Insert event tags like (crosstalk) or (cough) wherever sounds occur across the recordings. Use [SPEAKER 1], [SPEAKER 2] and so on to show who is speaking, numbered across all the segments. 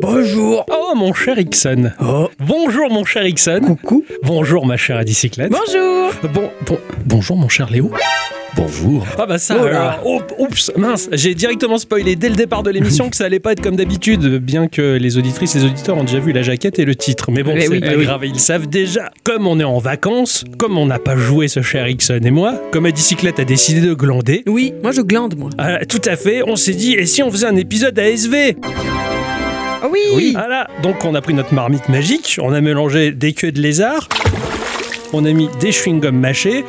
[SPEAKER 1] Bonjour.
[SPEAKER 2] Oh mon cher Ixon.
[SPEAKER 1] Oh,
[SPEAKER 2] Bonjour mon cher Ixon.
[SPEAKER 1] coucou.
[SPEAKER 2] Bonjour ma chère Adicyclette.
[SPEAKER 3] Bonjour
[SPEAKER 2] Bon, bon, bonjour mon cher Léo.
[SPEAKER 1] Bonjour.
[SPEAKER 2] Ah bah ça
[SPEAKER 1] Oh là.
[SPEAKER 2] alors. Oup- Oups, mince, j'ai directement spoilé dès le départ de l'émission que ça allait pas être comme d'habitude, bien que les auditrices, les auditeurs ont déjà vu la jaquette et le titre. Mais bon,
[SPEAKER 1] Eh
[SPEAKER 3] Mais
[SPEAKER 2] c'est
[SPEAKER 3] oui,
[SPEAKER 2] pas
[SPEAKER 3] mais oui.
[SPEAKER 2] grave, ils savent déjà. Comme on est en vacances, comme on n'a pas joué ce cher Ixon et moi, comme Adicyclette a décidé de glander,
[SPEAKER 3] Oui, moi je glande moi.
[SPEAKER 2] euh, tout à fait, on s'est dit, et si on faisait un épisode ASV
[SPEAKER 3] Ah oui,
[SPEAKER 2] Voilà, donc on a pris notre marmite magique, on a mélangé des queues de lézard, on a mis des chewing-gums mâchés,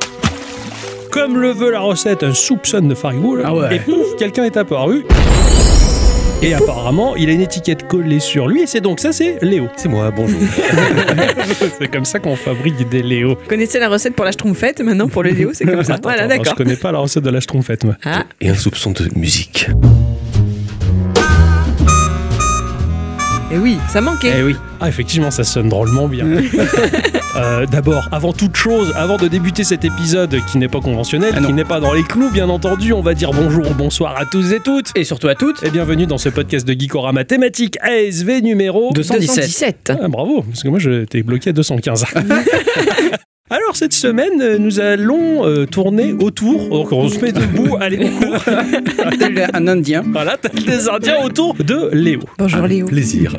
[SPEAKER 2] comme le veut la recette, un soupçon de Faribault, là.
[SPEAKER 1] Ah ouais.
[SPEAKER 2] et pouf, quelqu'un est apparu. Et, apparemment, il a une étiquette collée sur lui, et c'est donc ça, c'est Léo.
[SPEAKER 1] C'est moi, bonjour.
[SPEAKER 2] c'est comme ça qu'on fabrique des Léo.
[SPEAKER 3] Vous connaissez la recette pour la schtroumpfette maintenant pour le Léo, c'est comme ça. voilà,
[SPEAKER 2] Attends, Je
[SPEAKER 3] d'accord.
[SPEAKER 2] connais pas la recette de la schtroumpfette, moi.
[SPEAKER 3] Ah,
[SPEAKER 1] Et un soupçon de musique.
[SPEAKER 3] et eh oui, ça manquait.
[SPEAKER 2] oui. Ah, effectivement, ça sonne drôlement bien. Euh, D'abord, avant toute chose, avant de débuter cet épisode qui n'est pas conventionnel,
[SPEAKER 4] Ah non.
[SPEAKER 2] qui n'est pas dans les clous, bien entendu, on va dire bonjour, bonsoir à tous et toutes.
[SPEAKER 4] Et surtout à toutes,
[SPEAKER 2] Et bienvenue dans ce podcast de Geekorama thématique ASV numéro
[SPEAKER 4] 217.
[SPEAKER 3] 217.
[SPEAKER 2] Ah, bravo, parce que moi j'étais bloqué à 215. Alors cette semaine, euh, nous allons euh, tourner autour, donc on se met debout, allez, on court.
[SPEAKER 4] Tel un Indien.
[SPEAKER 2] voilà, t'as des Indiens autour de Léo.
[SPEAKER 3] Bonjour Léo.
[SPEAKER 1] Plaisir.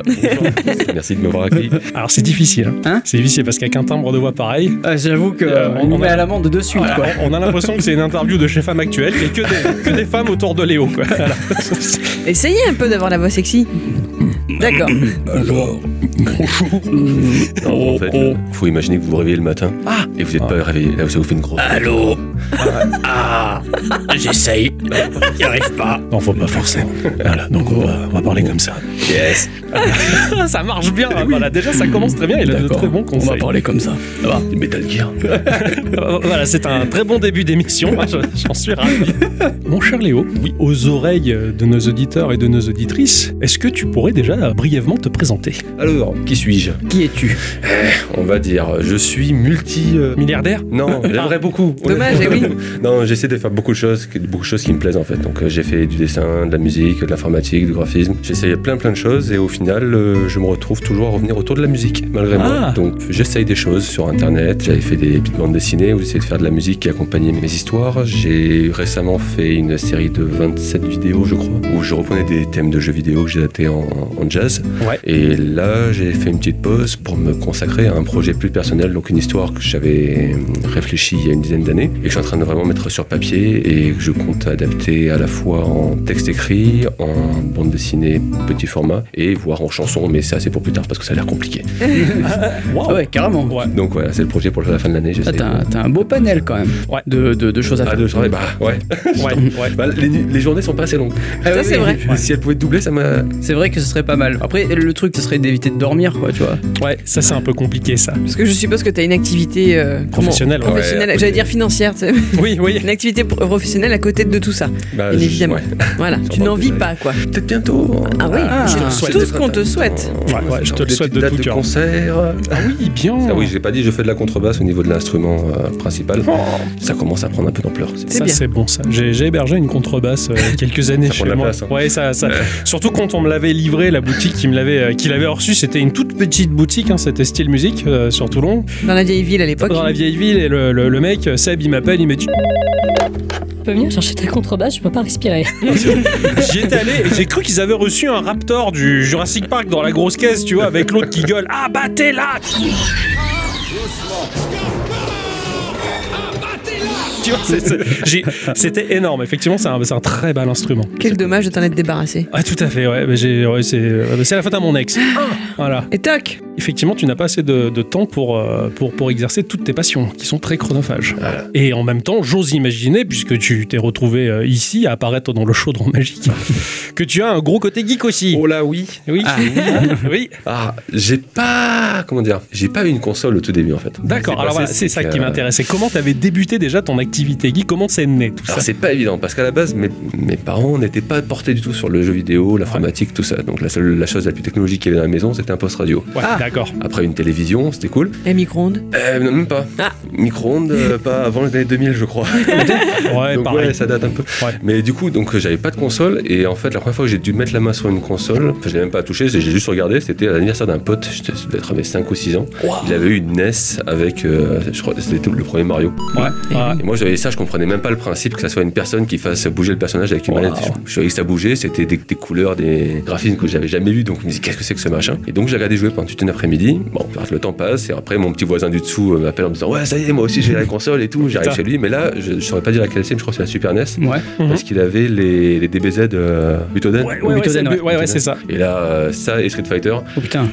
[SPEAKER 1] Merci de m'avoir accueilli.
[SPEAKER 2] Alors c'est difficile, hein.
[SPEAKER 4] Hein
[SPEAKER 2] c'est difficile parce qu'avec un timbre de voix pareil,
[SPEAKER 4] Euh, J'avoue qu'on
[SPEAKER 2] Euh, on
[SPEAKER 4] on nous
[SPEAKER 2] a-
[SPEAKER 4] met à l'amende de suite.
[SPEAKER 2] Voilà,
[SPEAKER 4] Quoi.
[SPEAKER 2] On a l'impression que c'est une interview de chez Femmes Actuelles, il n'y a que des, que des femmes autour de Léo. Quoi. Voilà.
[SPEAKER 3] Essayez un peu d'avoir la voix sexy. D'accord.
[SPEAKER 1] Alors, bonjour. en fait,
[SPEAKER 2] Oh,
[SPEAKER 1] euh, faut imaginer que vous vous réveillez le matin
[SPEAKER 2] Ah.
[SPEAKER 1] et vous n'êtes pas réveillé. Là, ça vous fait une grosse.
[SPEAKER 5] Allô Ah, j'essaye. J'y arrive pas.
[SPEAKER 2] Non, faut pas forcer. Voilà, donc on va, parler
[SPEAKER 1] Oh.
[SPEAKER 2] comme ça.
[SPEAKER 5] Yes.
[SPEAKER 2] Ah, ça marche bien. Voilà, déjà ça commence très bien, il a de
[SPEAKER 4] D'accord.
[SPEAKER 2] très bons
[SPEAKER 4] On va
[SPEAKER 2] conseils. Euh,
[SPEAKER 4] parler comme ça.
[SPEAKER 1] Ah, Metal Gear.
[SPEAKER 2] voilà, c'est un très bon début d'émission, Moi, je- j'en suis ravi. Mon cher Léo, aux oreilles de nos auditeurs et de nos auditrices, est-ce que tu pourrais déjà brièvement te présenter
[SPEAKER 1] Alors, qui suis-je
[SPEAKER 4] Qui es-tu
[SPEAKER 1] On va dire, je suis multi. euh,
[SPEAKER 2] Milliardaire
[SPEAKER 1] Non, (laughs) j'aimerais beaucoup.
[SPEAKER 3] Dommage, eh oui.
[SPEAKER 1] (laughs) Non, j'essaie de faire beaucoup de choses, que- beaucoup de choses qui me plaisent en fait. Donc euh, j'ai fait du dessin, de la musique, de l'informatique, du graphisme. J'essaie plein plein de choses et au final, euh, je me retrouve toujours à revenir autour de la musique malgré
[SPEAKER 2] Ah.
[SPEAKER 1] moi. Donc j'essaye des choses sur internet. J'avais fait des petites bandes dessinées où j'essayais de faire de la musique qui accompagnait mes histoires. J'ai récemment fait une série de 27 vidéos, je crois, où je reprenais des thèmes de jeux vidéo que j'ai adaptés en, en jazz.
[SPEAKER 2] Ouais.
[SPEAKER 1] Et là, j'ai fait une petite pause pour me consacrer à un projet plus personnel, donc une histoire que j'avais euh, réfléchi il y a une dizaine d'années et que je suis en train de vraiment mettre sur papier et que je compte adapter à la fois en texte écrit, en bande dessinée petit format et voire en chanson, mais ça c'est pour plus tard parce que ça a l'air compliqué.
[SPEAKER 2] Waouh.
[SPEAKER 4] Ah Ouais, carrément.
[SPEAKER 2] Ouais.
[SPEAKER 1] Donc voilà, c'est le projet pour la fin de l'année.
[SPEAKER 4] Ah,
[SPEAKER 1] J'essaie
[SPEAKER 4] T'as un- t'as un beau panel quand même
[SPEAKER 2] Ouais.
[SPEAKER 4] de, de- de choses à
[SPEAKER 1] Ah,
[SPEAKER 4] faire.
[SPEAKER 1] de travail, bah
[SPEAKER 3] (laughs)
[SPEAKER 1] ouais.
[SPEAKER 2] Ouais, ouais.
[SPEAKER 1] Bah, les, nu- les journées sont pas assez longues.
[SPEAKER 4] Ah
[SPEAKER 3] Ça,
[SPEAKER 4] oui,
[SPEAKER 3] c'est
[SPEAKER 4] oui.
[SPEAKER 3] vrai.
[SPEAKER 1] Si elles pouvaient doubler, ça m'a.
[SPEAKER 4] C'est vrai que ce serait pas mal. Après, le truc, ce serait d'éviter de dormir, quoi, tu vois.
[SPEAKER 2] Ouais, ça c'est un peu compliqué ça.
[SPEAKER 3] Parce que je suppose que tu as une activité euh,
[SPEAKER 2] Professionnel. ouais.
[SPEAKER 3] professionnelle,
[SPEAKER 1] Ouais,
[SPEAKER 3] j'allais dire financière, tu sais.
[SPEAKER 2] Oui, oui.
[SPEAKER 3] (laughs) une activité pro- euh, professionnelle à côté de tout ça.
[SPEAKER 1] Bah,
[SPEAKER 3] Bien
[SPEAKER 1] je-
[SPEAKER 3] évidemment.
[SPEAKER 1] ouais.
[SPEAKER 3] Voilà, tu n'en vis pas quoi.
[SPEAKER 1] Peut-être bientôt.
[SPEAKER 3] Ah oui,
[SPEAKER 4] Ah,
[SPEAKER 3] c'est
[SPEAKER 4] je te
[SPEAKER 1] souhaite.
[SPEAKER 3] tout ce qu'on te souhaite.
[SPEAKER 2] Ouais, ouais, je te le
[SPEAKER 1] Des
[SPEAKER 2] souhaite
[SPEAKER 1] petites
[SPEAKER 2] de
[SPEAKER 1] dates
[SPEAKER 2] tout cœur.
[SPEAKER 1] concert.
[SPEAKER 2] Ah oui, bien.
[SPEAKER 3] Oh.
[SPEAKER 1] Ah oui, j'ai pas dit, je fais de la contrebasse au niveau de l'instrument euh, principal. Ça commence à prendre un peu d'ampleur. C'est-
[SPEAKER 3] C'est
[SPEAKER 2] Ça
[SPEAKER 3] bien.
[SPEAKER 2] c'est bon ça. J'ai j'ai hébergé une contrebasse euh, quelques années
[SPEAKER 1] Ça
[SPEAKER 2] chez
[SPEAKER 1] prend de la
[SPEAKER 2] moi.
[SPEAKER 1] place, hein.
[SPEAKER 2] Ouais, ça,
[SPEAKER 1] (laughs)
[SPEAKER 2] ça- Surtout quand on me l'avait livré, la boutique qui me l'avait, euh, qui l'avait reçue, c'était une toute petite boutique, hein, c'était Style Music euh, sur Toulon,
[SPEAKER 3] Dans la vieille ville à l'époque.
[SPEAKER 2] dans la vieille ville. Et le, le- le mec euh, Seb, il m'appelle, il m'a dit (laughs)
[SPEAKER 6] Tu peux venir chercher ta contrebasse, je peux pas
[SPEAKER 7] (laughs)
[SPEAKER 6] respirer.
[SPEAKER 2] j'y étais allé. et J'ai cru qu'ils avaient reçu un Raptor du Jurassic Park dans la grosse caisse, tu vois, avec l'autre qui gueule. Ah bah t'es là. Tu vois, c'est- c'est- j'ai- c'était énorme. Effectivement, c'est un- c'est un très bel instrument.
[SPEAKER 3] Quel dommage de t'en être débarrassé.
[SPEAKER 2] Ah tout à fait, ouais, mais j'ai- ouais, c'est ouais, mais c'est la faute à mon ex.
[SPEAKER 1] Ah.
[SPEAKER 2] Voilà.
[SPEAKER 3] Et toc
[SPEAKER 2] Effectivement, tu n'as pas assez de, de temps pour, euh, pour, pour exercer toutes tes passions, qui sont très chronophages.
[SPEAKER 1] Voilà.
[SPEAKER 2] Et en même temps, j'ose imaginer, puisque tu t'es retrouvé euh, ici à apparaître dans le chaudron
[SPEAKER 1] (laughs)
[SPEAKER 2] magique, que tu as un gros côté geek aussi.
[SPEAKER 1] Oh là oui.
[SPEAKER 2] Oui, (laughs) oui.
[SPEAKER 1] Ah, j'ai pas. Comment dire J'ai pas eu une console au tout début en fait.
[SPEAKER 2] D'accord,
[SPEAKER 1] Bah, C'est
[SPEAKER 2] alors
[SPEAKER 1] passé,
[SPEAKER 2] voilà, c'est ça
[SPEAKER 1] que,
[SPEAKER 2] qui
[SPEAKER 1] euh,
[SPEAKER 2] m'intéressait. Comment t'avais débuté déjà ton activité geek Comment c'est né tout ça
[SPEAKER 1] Alors c'est pas évident parce qu'à la base mes, mes parents n'étaient pas portés du tout sur le jeu vidéo, l'informatique, tout ça. Donc la seule la chose la plus technologique qu'il y avait dans la maison c'était un poste radio.
[SPEAKER 2] Ouais,
[SPEAKER 3] Ah.
[SPEAKER 2] d'accord.
[SPEAKER 1] Après une télévision, c'était cool.
[SPEAKER 3] Et micro-ondes
[SPEAKER 1] Euh, non, même pas.
[SPEAKER 3] Ah.
[SPEAKER 1] Micro-ondes, euh, pas avant les années 2000 je crois.
[SPEAKER 2] Ouais,
[SPEAKER 1] donc
[SPEAKER 2] pareil.
[SPEAKER 1] ouais, ça date un peu.
[SPEAKER 2] Ouais.
[SPEAKER 1] Mais du coup, donc euh, j'avais pas de console et en fait la première fois que j'ai dû mettre la main sur une console, enfin, je l'ai même pas touché, j'ai juste regardé, c'était à l'anniversaire d'un pote, je devais être 5 ou 6 ans. Il avait eu une NES avec euh, je crois que c'était le premier Mario.
[SPEAKER 2] Ouais,
[SPEAKER 3] Eh
[SPEAKER 2] ouais.
[SPEAKER 1] Et moi j'avais ça, je comprenais même pas le principe que ça soit une personne qui fasse bouger le personnage avec une
[SPEAKER 2] Wow.
[SPEAKER 1] manette. Je, je voyais que ça bougeait, c'était des, des couleurs, des graphismes que j'avais jamais vu, donc je me disais qu'est-ce que c'est que ce machin. Et donc j'ai regardé jouer pendant toute une après-midi. Bon, le temps passe et après mon petit voisin du dessous euh, m'appelle en me disant ouais ça y est moi aussi j'ai la console et tout, j'arrive
[SPEAKER 2] Putain.
[SPEAKER 1] chez lui, mais là je, je saurais pas dire laquelle c'est, mais je crois que c'est la Super NES
[SPEAKER 4] Ouais.
[SPEAKER 2] Mhm.
[SPEAKER 1] parce qu'il avait les, les DBZ euh, Butoden.
[SPEAKER 2] Ouais, ouais, ouais, c'est
[SPEAKER 4] Butoden,
[SPEAKER 2] le- ouais, ouais, c'est ça.
[SPEAKER 1] Et là, euh, ça et Street Fighter,
[SPEAKER 4] Oh putain.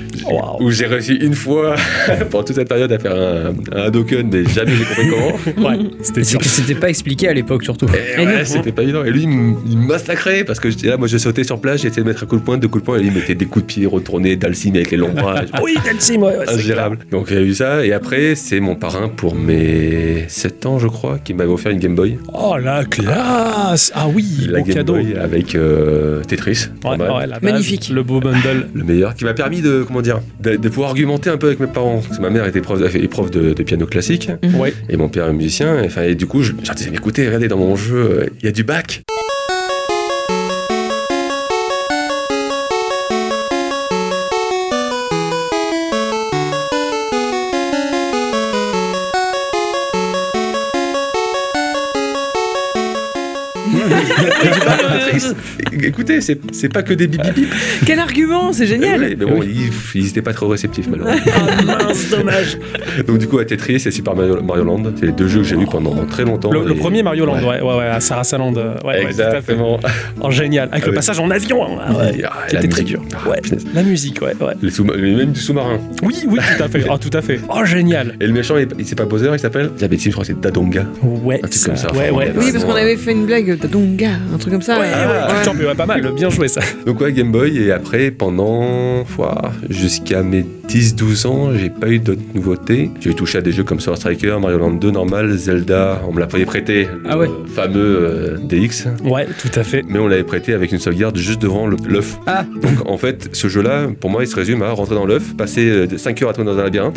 [SPEAKER 1] où j'ai réussi une fois (laughs) pendant toute cette période à faire un, un Hadoken, mais jamais j'ai compris comment.
[SPEAKER 2] Ouais, c'était
[SPEAKER 4] C'est
[SPEAKER 2] dur.
[SPEAKER 4] que c'était pas expliqué à l'époque surtout.
[SPEAKER 1] Et Eh ouais, c'était pas évident. Et lui, il me il me massacrait parce que j'étais là, moi, je sautais sur place, j'essayais de mettre un coup de poing, deux coups de poing, et lui, il mettait des coups de pied retournés d'Alcine avec les longs
[SPEAKER 2] (laughs)
[SPEAKER 1] bras.
[SPEAKER 2] (laughs)
[SPEAKER 1] oh,
[SPEAKER 2] Oui, Delsim, ouais, ouais, c'est
[SPEAKER 1] Ingérable. Donc il y a eu ça, et après, c'est mon parrain pour mes 7 ans, je crois, qui m'avait offert une Game Boy.
[SPEAKER 2] clair. Oh la classe Ah oui,
[SPEAKER 1] la
[SPEAKER 2] beau
[SPEAKER 1] Game
[SPEAKER 2] cadeau.
[SPEAKER 1] Boy avec euh, Tetris. pas
[SPEAKER 2] Ouais,
[SPEAKER 1] mal.
[SPEAKER 2] ouais, la base,
[SPEAKER 3] Magnifique.
[SPEAKER 2] Le beau bundle.
[SPEAKER 1] le meilleur, qui m'a permis de, comment dire, de, de pouvoir argumenter un peu avec mes parents. Parce que ma mère était prof, est prof de, de piano classique,
[SPEAKER 3] Mhm.
[SPEAKER 2] Ouais.
[SPEAKER 1] et mon père est musicien, et, enfin, et du coup, je, je leur disais, mais écoutez, regardez, dans mon jeu, euh, il y a du (laughs) bac. Il y a du bac, Patrice. Écoutez, c'est c'est pas que des bip bip bip.
[SPEAKER 3] Quel argument, c'est génial
[SPEAKER 1] Ouais, Eh mais
[SPEAKER 2] Eh
[SPEAKER 1] bon, ils ils étaient pas trop réceptifs malheureusement.
[SPEAKER 2] (laughs) Ah mince, dommage.
[SPEAKER 1] Donc du coup, à Tetris et Super Mario, Mario Land, c'est les deux jeux que j'ai lus pendant très longtemps.
[SPEAKER 2] Oh. Le, le
[SPEAKER 1] Et-
[SPEAKER 2] premier Mario Land, ouais, ouais, ouais, à Sarasaland. euh, Ouais, ouais, tout à fait.
[SPEAKER 1] Exactement.
[SPEAKER 2] Oh, génial. Avec
[SPEAKER 1] Ah
[SPEAKER 2] le
[SPEAKER 1] oui.
[SPEAKER 2] passage en avion, hein, ouais,
[SPEAKER 1] Ah,
[SPEAKER 2] qui
[SPEAKER 1] la
[SPEAKER 2] était très
[SPEAKER 1] musique.
[SPEAKER 2] dur.
[SPEAKER 1] Ah,
[SPEAKER 2] Ouais.
[SPEAKER 1] punaise.
[SPEAKER 2] La musique, ouais, ouais.
[SPEAKER 1] Les sous même du sous-marin.
[SPEAKER 2] Oui, oui, tout à
[SPEAKER 1] (laughs)
[SPEAKER 2] fait. Ah, tout à fait. Oh, génial.
[SPEAKER 1] Et le méchant, il, il- c'est pas Bowser, il s'appelle Il y a bêtise, je crois que c'est Dadonga.
[SPEAKER 2] Ouais,
[SPEAKER 1] Un truc comme ça,
[SPEAKER 2] Ouais,
[SPEAKER 1] enfin,
[SPEAKER 2] ouais.
[SPEAKER 1] on
[SPEAKER 3] Oui,
[SPEAKER 1] Ouais,
[SPEAKER 3] parce
[SPEAKER 1] bon,
[SPEAKER 3] qu'on avait fait une blague, Dadonga, un truc comme ça.
[SPEAKER 2] bah, Ouais,
[SPEAKER 3] euh,
[SPEAKER 2] ouais,
[SPEAKER 3] ouais.
[SPEAKER 2] Champ, mais ouais, pas mal, bien joué ça.
[SPEAKER 1] Donc ouais, Game Boy, et après, pendant, ouah, jusqu'à mes 10-12 ans, j'ai pas eu d'autres nouveautés. J'ai touché à des jeux comme Sword Striker, Mario Land 2, normal, Zelda, on me l'a payé prêté, le
[SPEAKER 4] Ah ouais.
[SPEAKER 1] fameux euh, DX.
[SPEAKER 2] Ouais, tout à fait.
[SPEAKER 1] mais on l'avait prêté avec une sauvegarde juste devant le- l'œuf.
[SPEAKER 4] Ah.
[SPEAKER 1] Donc en fait, ce jeu-là, pour moi, il se résume à rentrer dans l'œuf, passer 5 heures à tourner dans
[SPEAKER 2] (laughs)
[SPEAKER 1] un labyrinthe,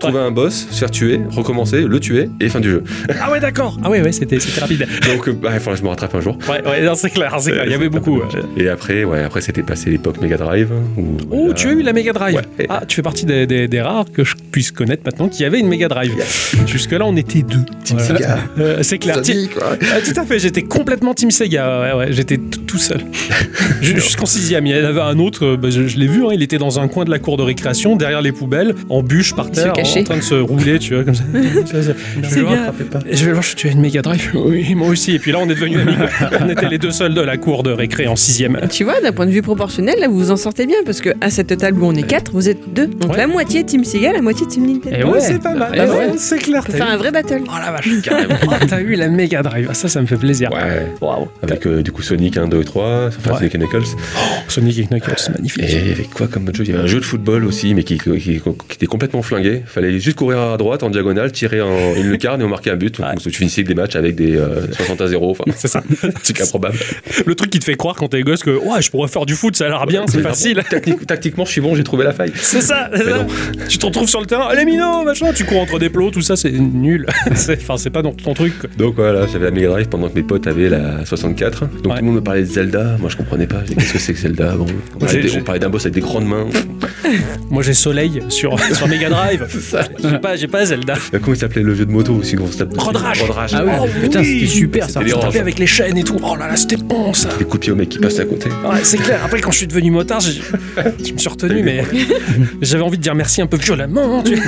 [SPEAKER 1] trouver un boss, se faire tuer, recommencer, le tuer, et fin du jeu.
[SPEAKER 2] Ah ouais, d'accord. Ah ouais, ouais, c'était c'était rapide.
[SPEAKER 1] Donc euh, bah, il faudra que je me rattrape un jour.
[SPEAKER 2] Ouais, ouais, non, c'est clair, c'est clair. Ah, Il y avait beaucoup. ouais.
[SPEAKER 1] Et après, ouais, après c'était passé l'époque Mega Drive. où,
[SPEAKER 2] Oh,
[SPEAKER 1] voilà,
[SPEAKER 2] tu as eu la Mega Drive.
[SPEAKER 1] Ouais.
[SPEAKER 2] Ah, tu fais partie des, des- des rares que je puisse connaître maintenant qui avaient une Mega Drive. Jusque-là, on était deux.
[SPEAKER 1] Team
[SPEAKER 2] Voilà.
[SPEAKER 1] Sega.
[SPEAKER 2] Euh, c'est clair. Ti-
[SPEAKER 1] Sonic, ouais.
[SPEAKER 2] Ah, tout à fait, j'étais complètement Team Sega. Ouais, ouais, j'étais t- tout seul.
[SPEAKER 1] (laughs)
[SPEAKER 2] Ju- Jusqu'en sixième. Il y en avait un autre, euh, bah, je, je l'ai vu, hein, il était dans un coin de la cour de récréation, derrière les poubelles, en bûche par
[SPEAKER 3] se
[SPEAKER 2] terre, en,
[SPEAKER 3] cachait.
[SPEAKER 2] en train de se rouler, tu vois, comme
[SPEAKER 3] (laughs)
[SPEAKER 2] ça. Ça, ça. Je vais
[SPEAKER 3] C'est
[SPEAKER 2] le voir.
[SPEAKER 3] bien.
[SPEAKER 2] Et Je vais le voir, je- tu as une Mega Drive (laughs) Oui, moi aussi. Et puis là, on est devenus amis. on était les deux seuls de la cour de récré en sixième.
[SPEAKER 3] Tu vois, d'un point de vue proportionnel, là, vous vous en sortez bien parce que à cette table où on est quatre, vous êtes deux. Donc
[SPEAKER 2] Ouais.
[SPEAKER 3] la moitié Team Sega, la moitié Team Nintendo.
[SPEAKER 4] Et ouais,
[SPEAKER 2] c'est pas mal.
[SPEAKER 4] bah ouais.
[SPEAKER 2] Ouais, C'est clair.
[SPEAKER 3] eh On peut
[SPEAKER 2] t'as
[SPEAKER 3] faire
[SPEAKER 2] eu-
[SPEAKER 3] un vrai battle.
[SPEAKER 2] Oh la vache, carrément. Oh, (laughs) T'as eu la Mega Drive. Ah, ça, ça me fait plaisir.
[SPEAKER 1] Ouais,
[SPEAKER 2] Waouh.
[SPEAKER 1] avec euh, du coup Sonic 1, 2 et 3, enfin
[SPEAKER 2] Ouais.
[SPEAKER 1] Sonic et Knuckles.
[SPEAKER 2] Sonic et Knuckles, magnifique.
[SPEAKER 1] Et avec quoi comme autre jeu Il y avait un jeu de football aussi, mais qui, qui- qui- qui était complètement flingué. Fallait juste courir à droite en diagonale, tirer
[SPEAKER 2] (laughs)
[SPEAKER 1] en une lucarne et on marquait un but. Donc, Tu finissais des matchs avec des euh, 60 à 0. Enfin,
[SPEAKER 2] C'est ça.
[SPEAKER 1] un truc improbable.
[SPEAKER 2] Le truc qui te fait croire quand t'es gosse que ouais, je pourrais faire du foot, ça a l'air bien, (laughs) c'est
[SPEAKER 1] Mais
[SPEAKER 2] facile. (laughs)
[SPEAKER 1] vraiment, tactique- tactiquement, je suis bon, j'ai trouvé la faille.
[SPEAKER 2] C'est ça, c'est
[SPEAKER 1] Mais
[SPEAKER 2] ça.
[SPEAKER 1] non.
[SPEAKER 2] Tu te retrouves sur le terrain, allez Mino, machin, tu cours entre des plots, tout ça, c'est nul. (laughs) C'est- Enfin, c'est pas dans ton truc. quoi.
[SPEAKER 1] Donc voilà, j'avais la Mega Drive pendant que mes potes avaient la 64. Donc
[SPEAKER 2] Ouais.
[SPEAKER 1] tout le monde me parlait de Zelda. Moi, je comprenais pas. Je disais, Qu'est-ce que c'est que Zelda Bon, on, parlait
[SPEAKER 2] j'ai-
[SPEAKER 1] des-
[SPEAKER 2] j'ai-
[SPEAKER 1] on parlait d'un boss avec des
[SPEAKER 2] (laughs)
[SPEAKER 1] grandes mains.
[SPEAKER 2] Moi, j'ai Soleil sur, (laughs) sur Mega Drive. J'ai pas, j'ai pas Zelda.
[SPEAKER 1] Euh, Comment il s'appelait le jeu de moto aussi gros tape
[SPEAKER 2] Road Rash.
[SPEAKER 1] Road Rash.
[SPEAKER 4] Ah ouais.
[SPEAKER 2] Oh,
[SPEAKER 4] putain,
[SPEAKER 2] oui.
[SPEAKER 4] c'était super ça.
[SPEAKER 1] C'était les
[SPEAKER 2] Tu tapais
[SPEAKER 1] oranges.
[SPEAKER 2] avec les chaînes et tout. Oh là là, c'était bon ça.
[SPEAKER 1] Des coups de pied au mec qui passe à côté.
[SPEAKER 2] Ouais, Ah, c'est clair. Après, quand je suis devenu motard, j'ai- je me suis retenu, mais j'avais envie de dire merci un peu violemment. Tu... (laughs)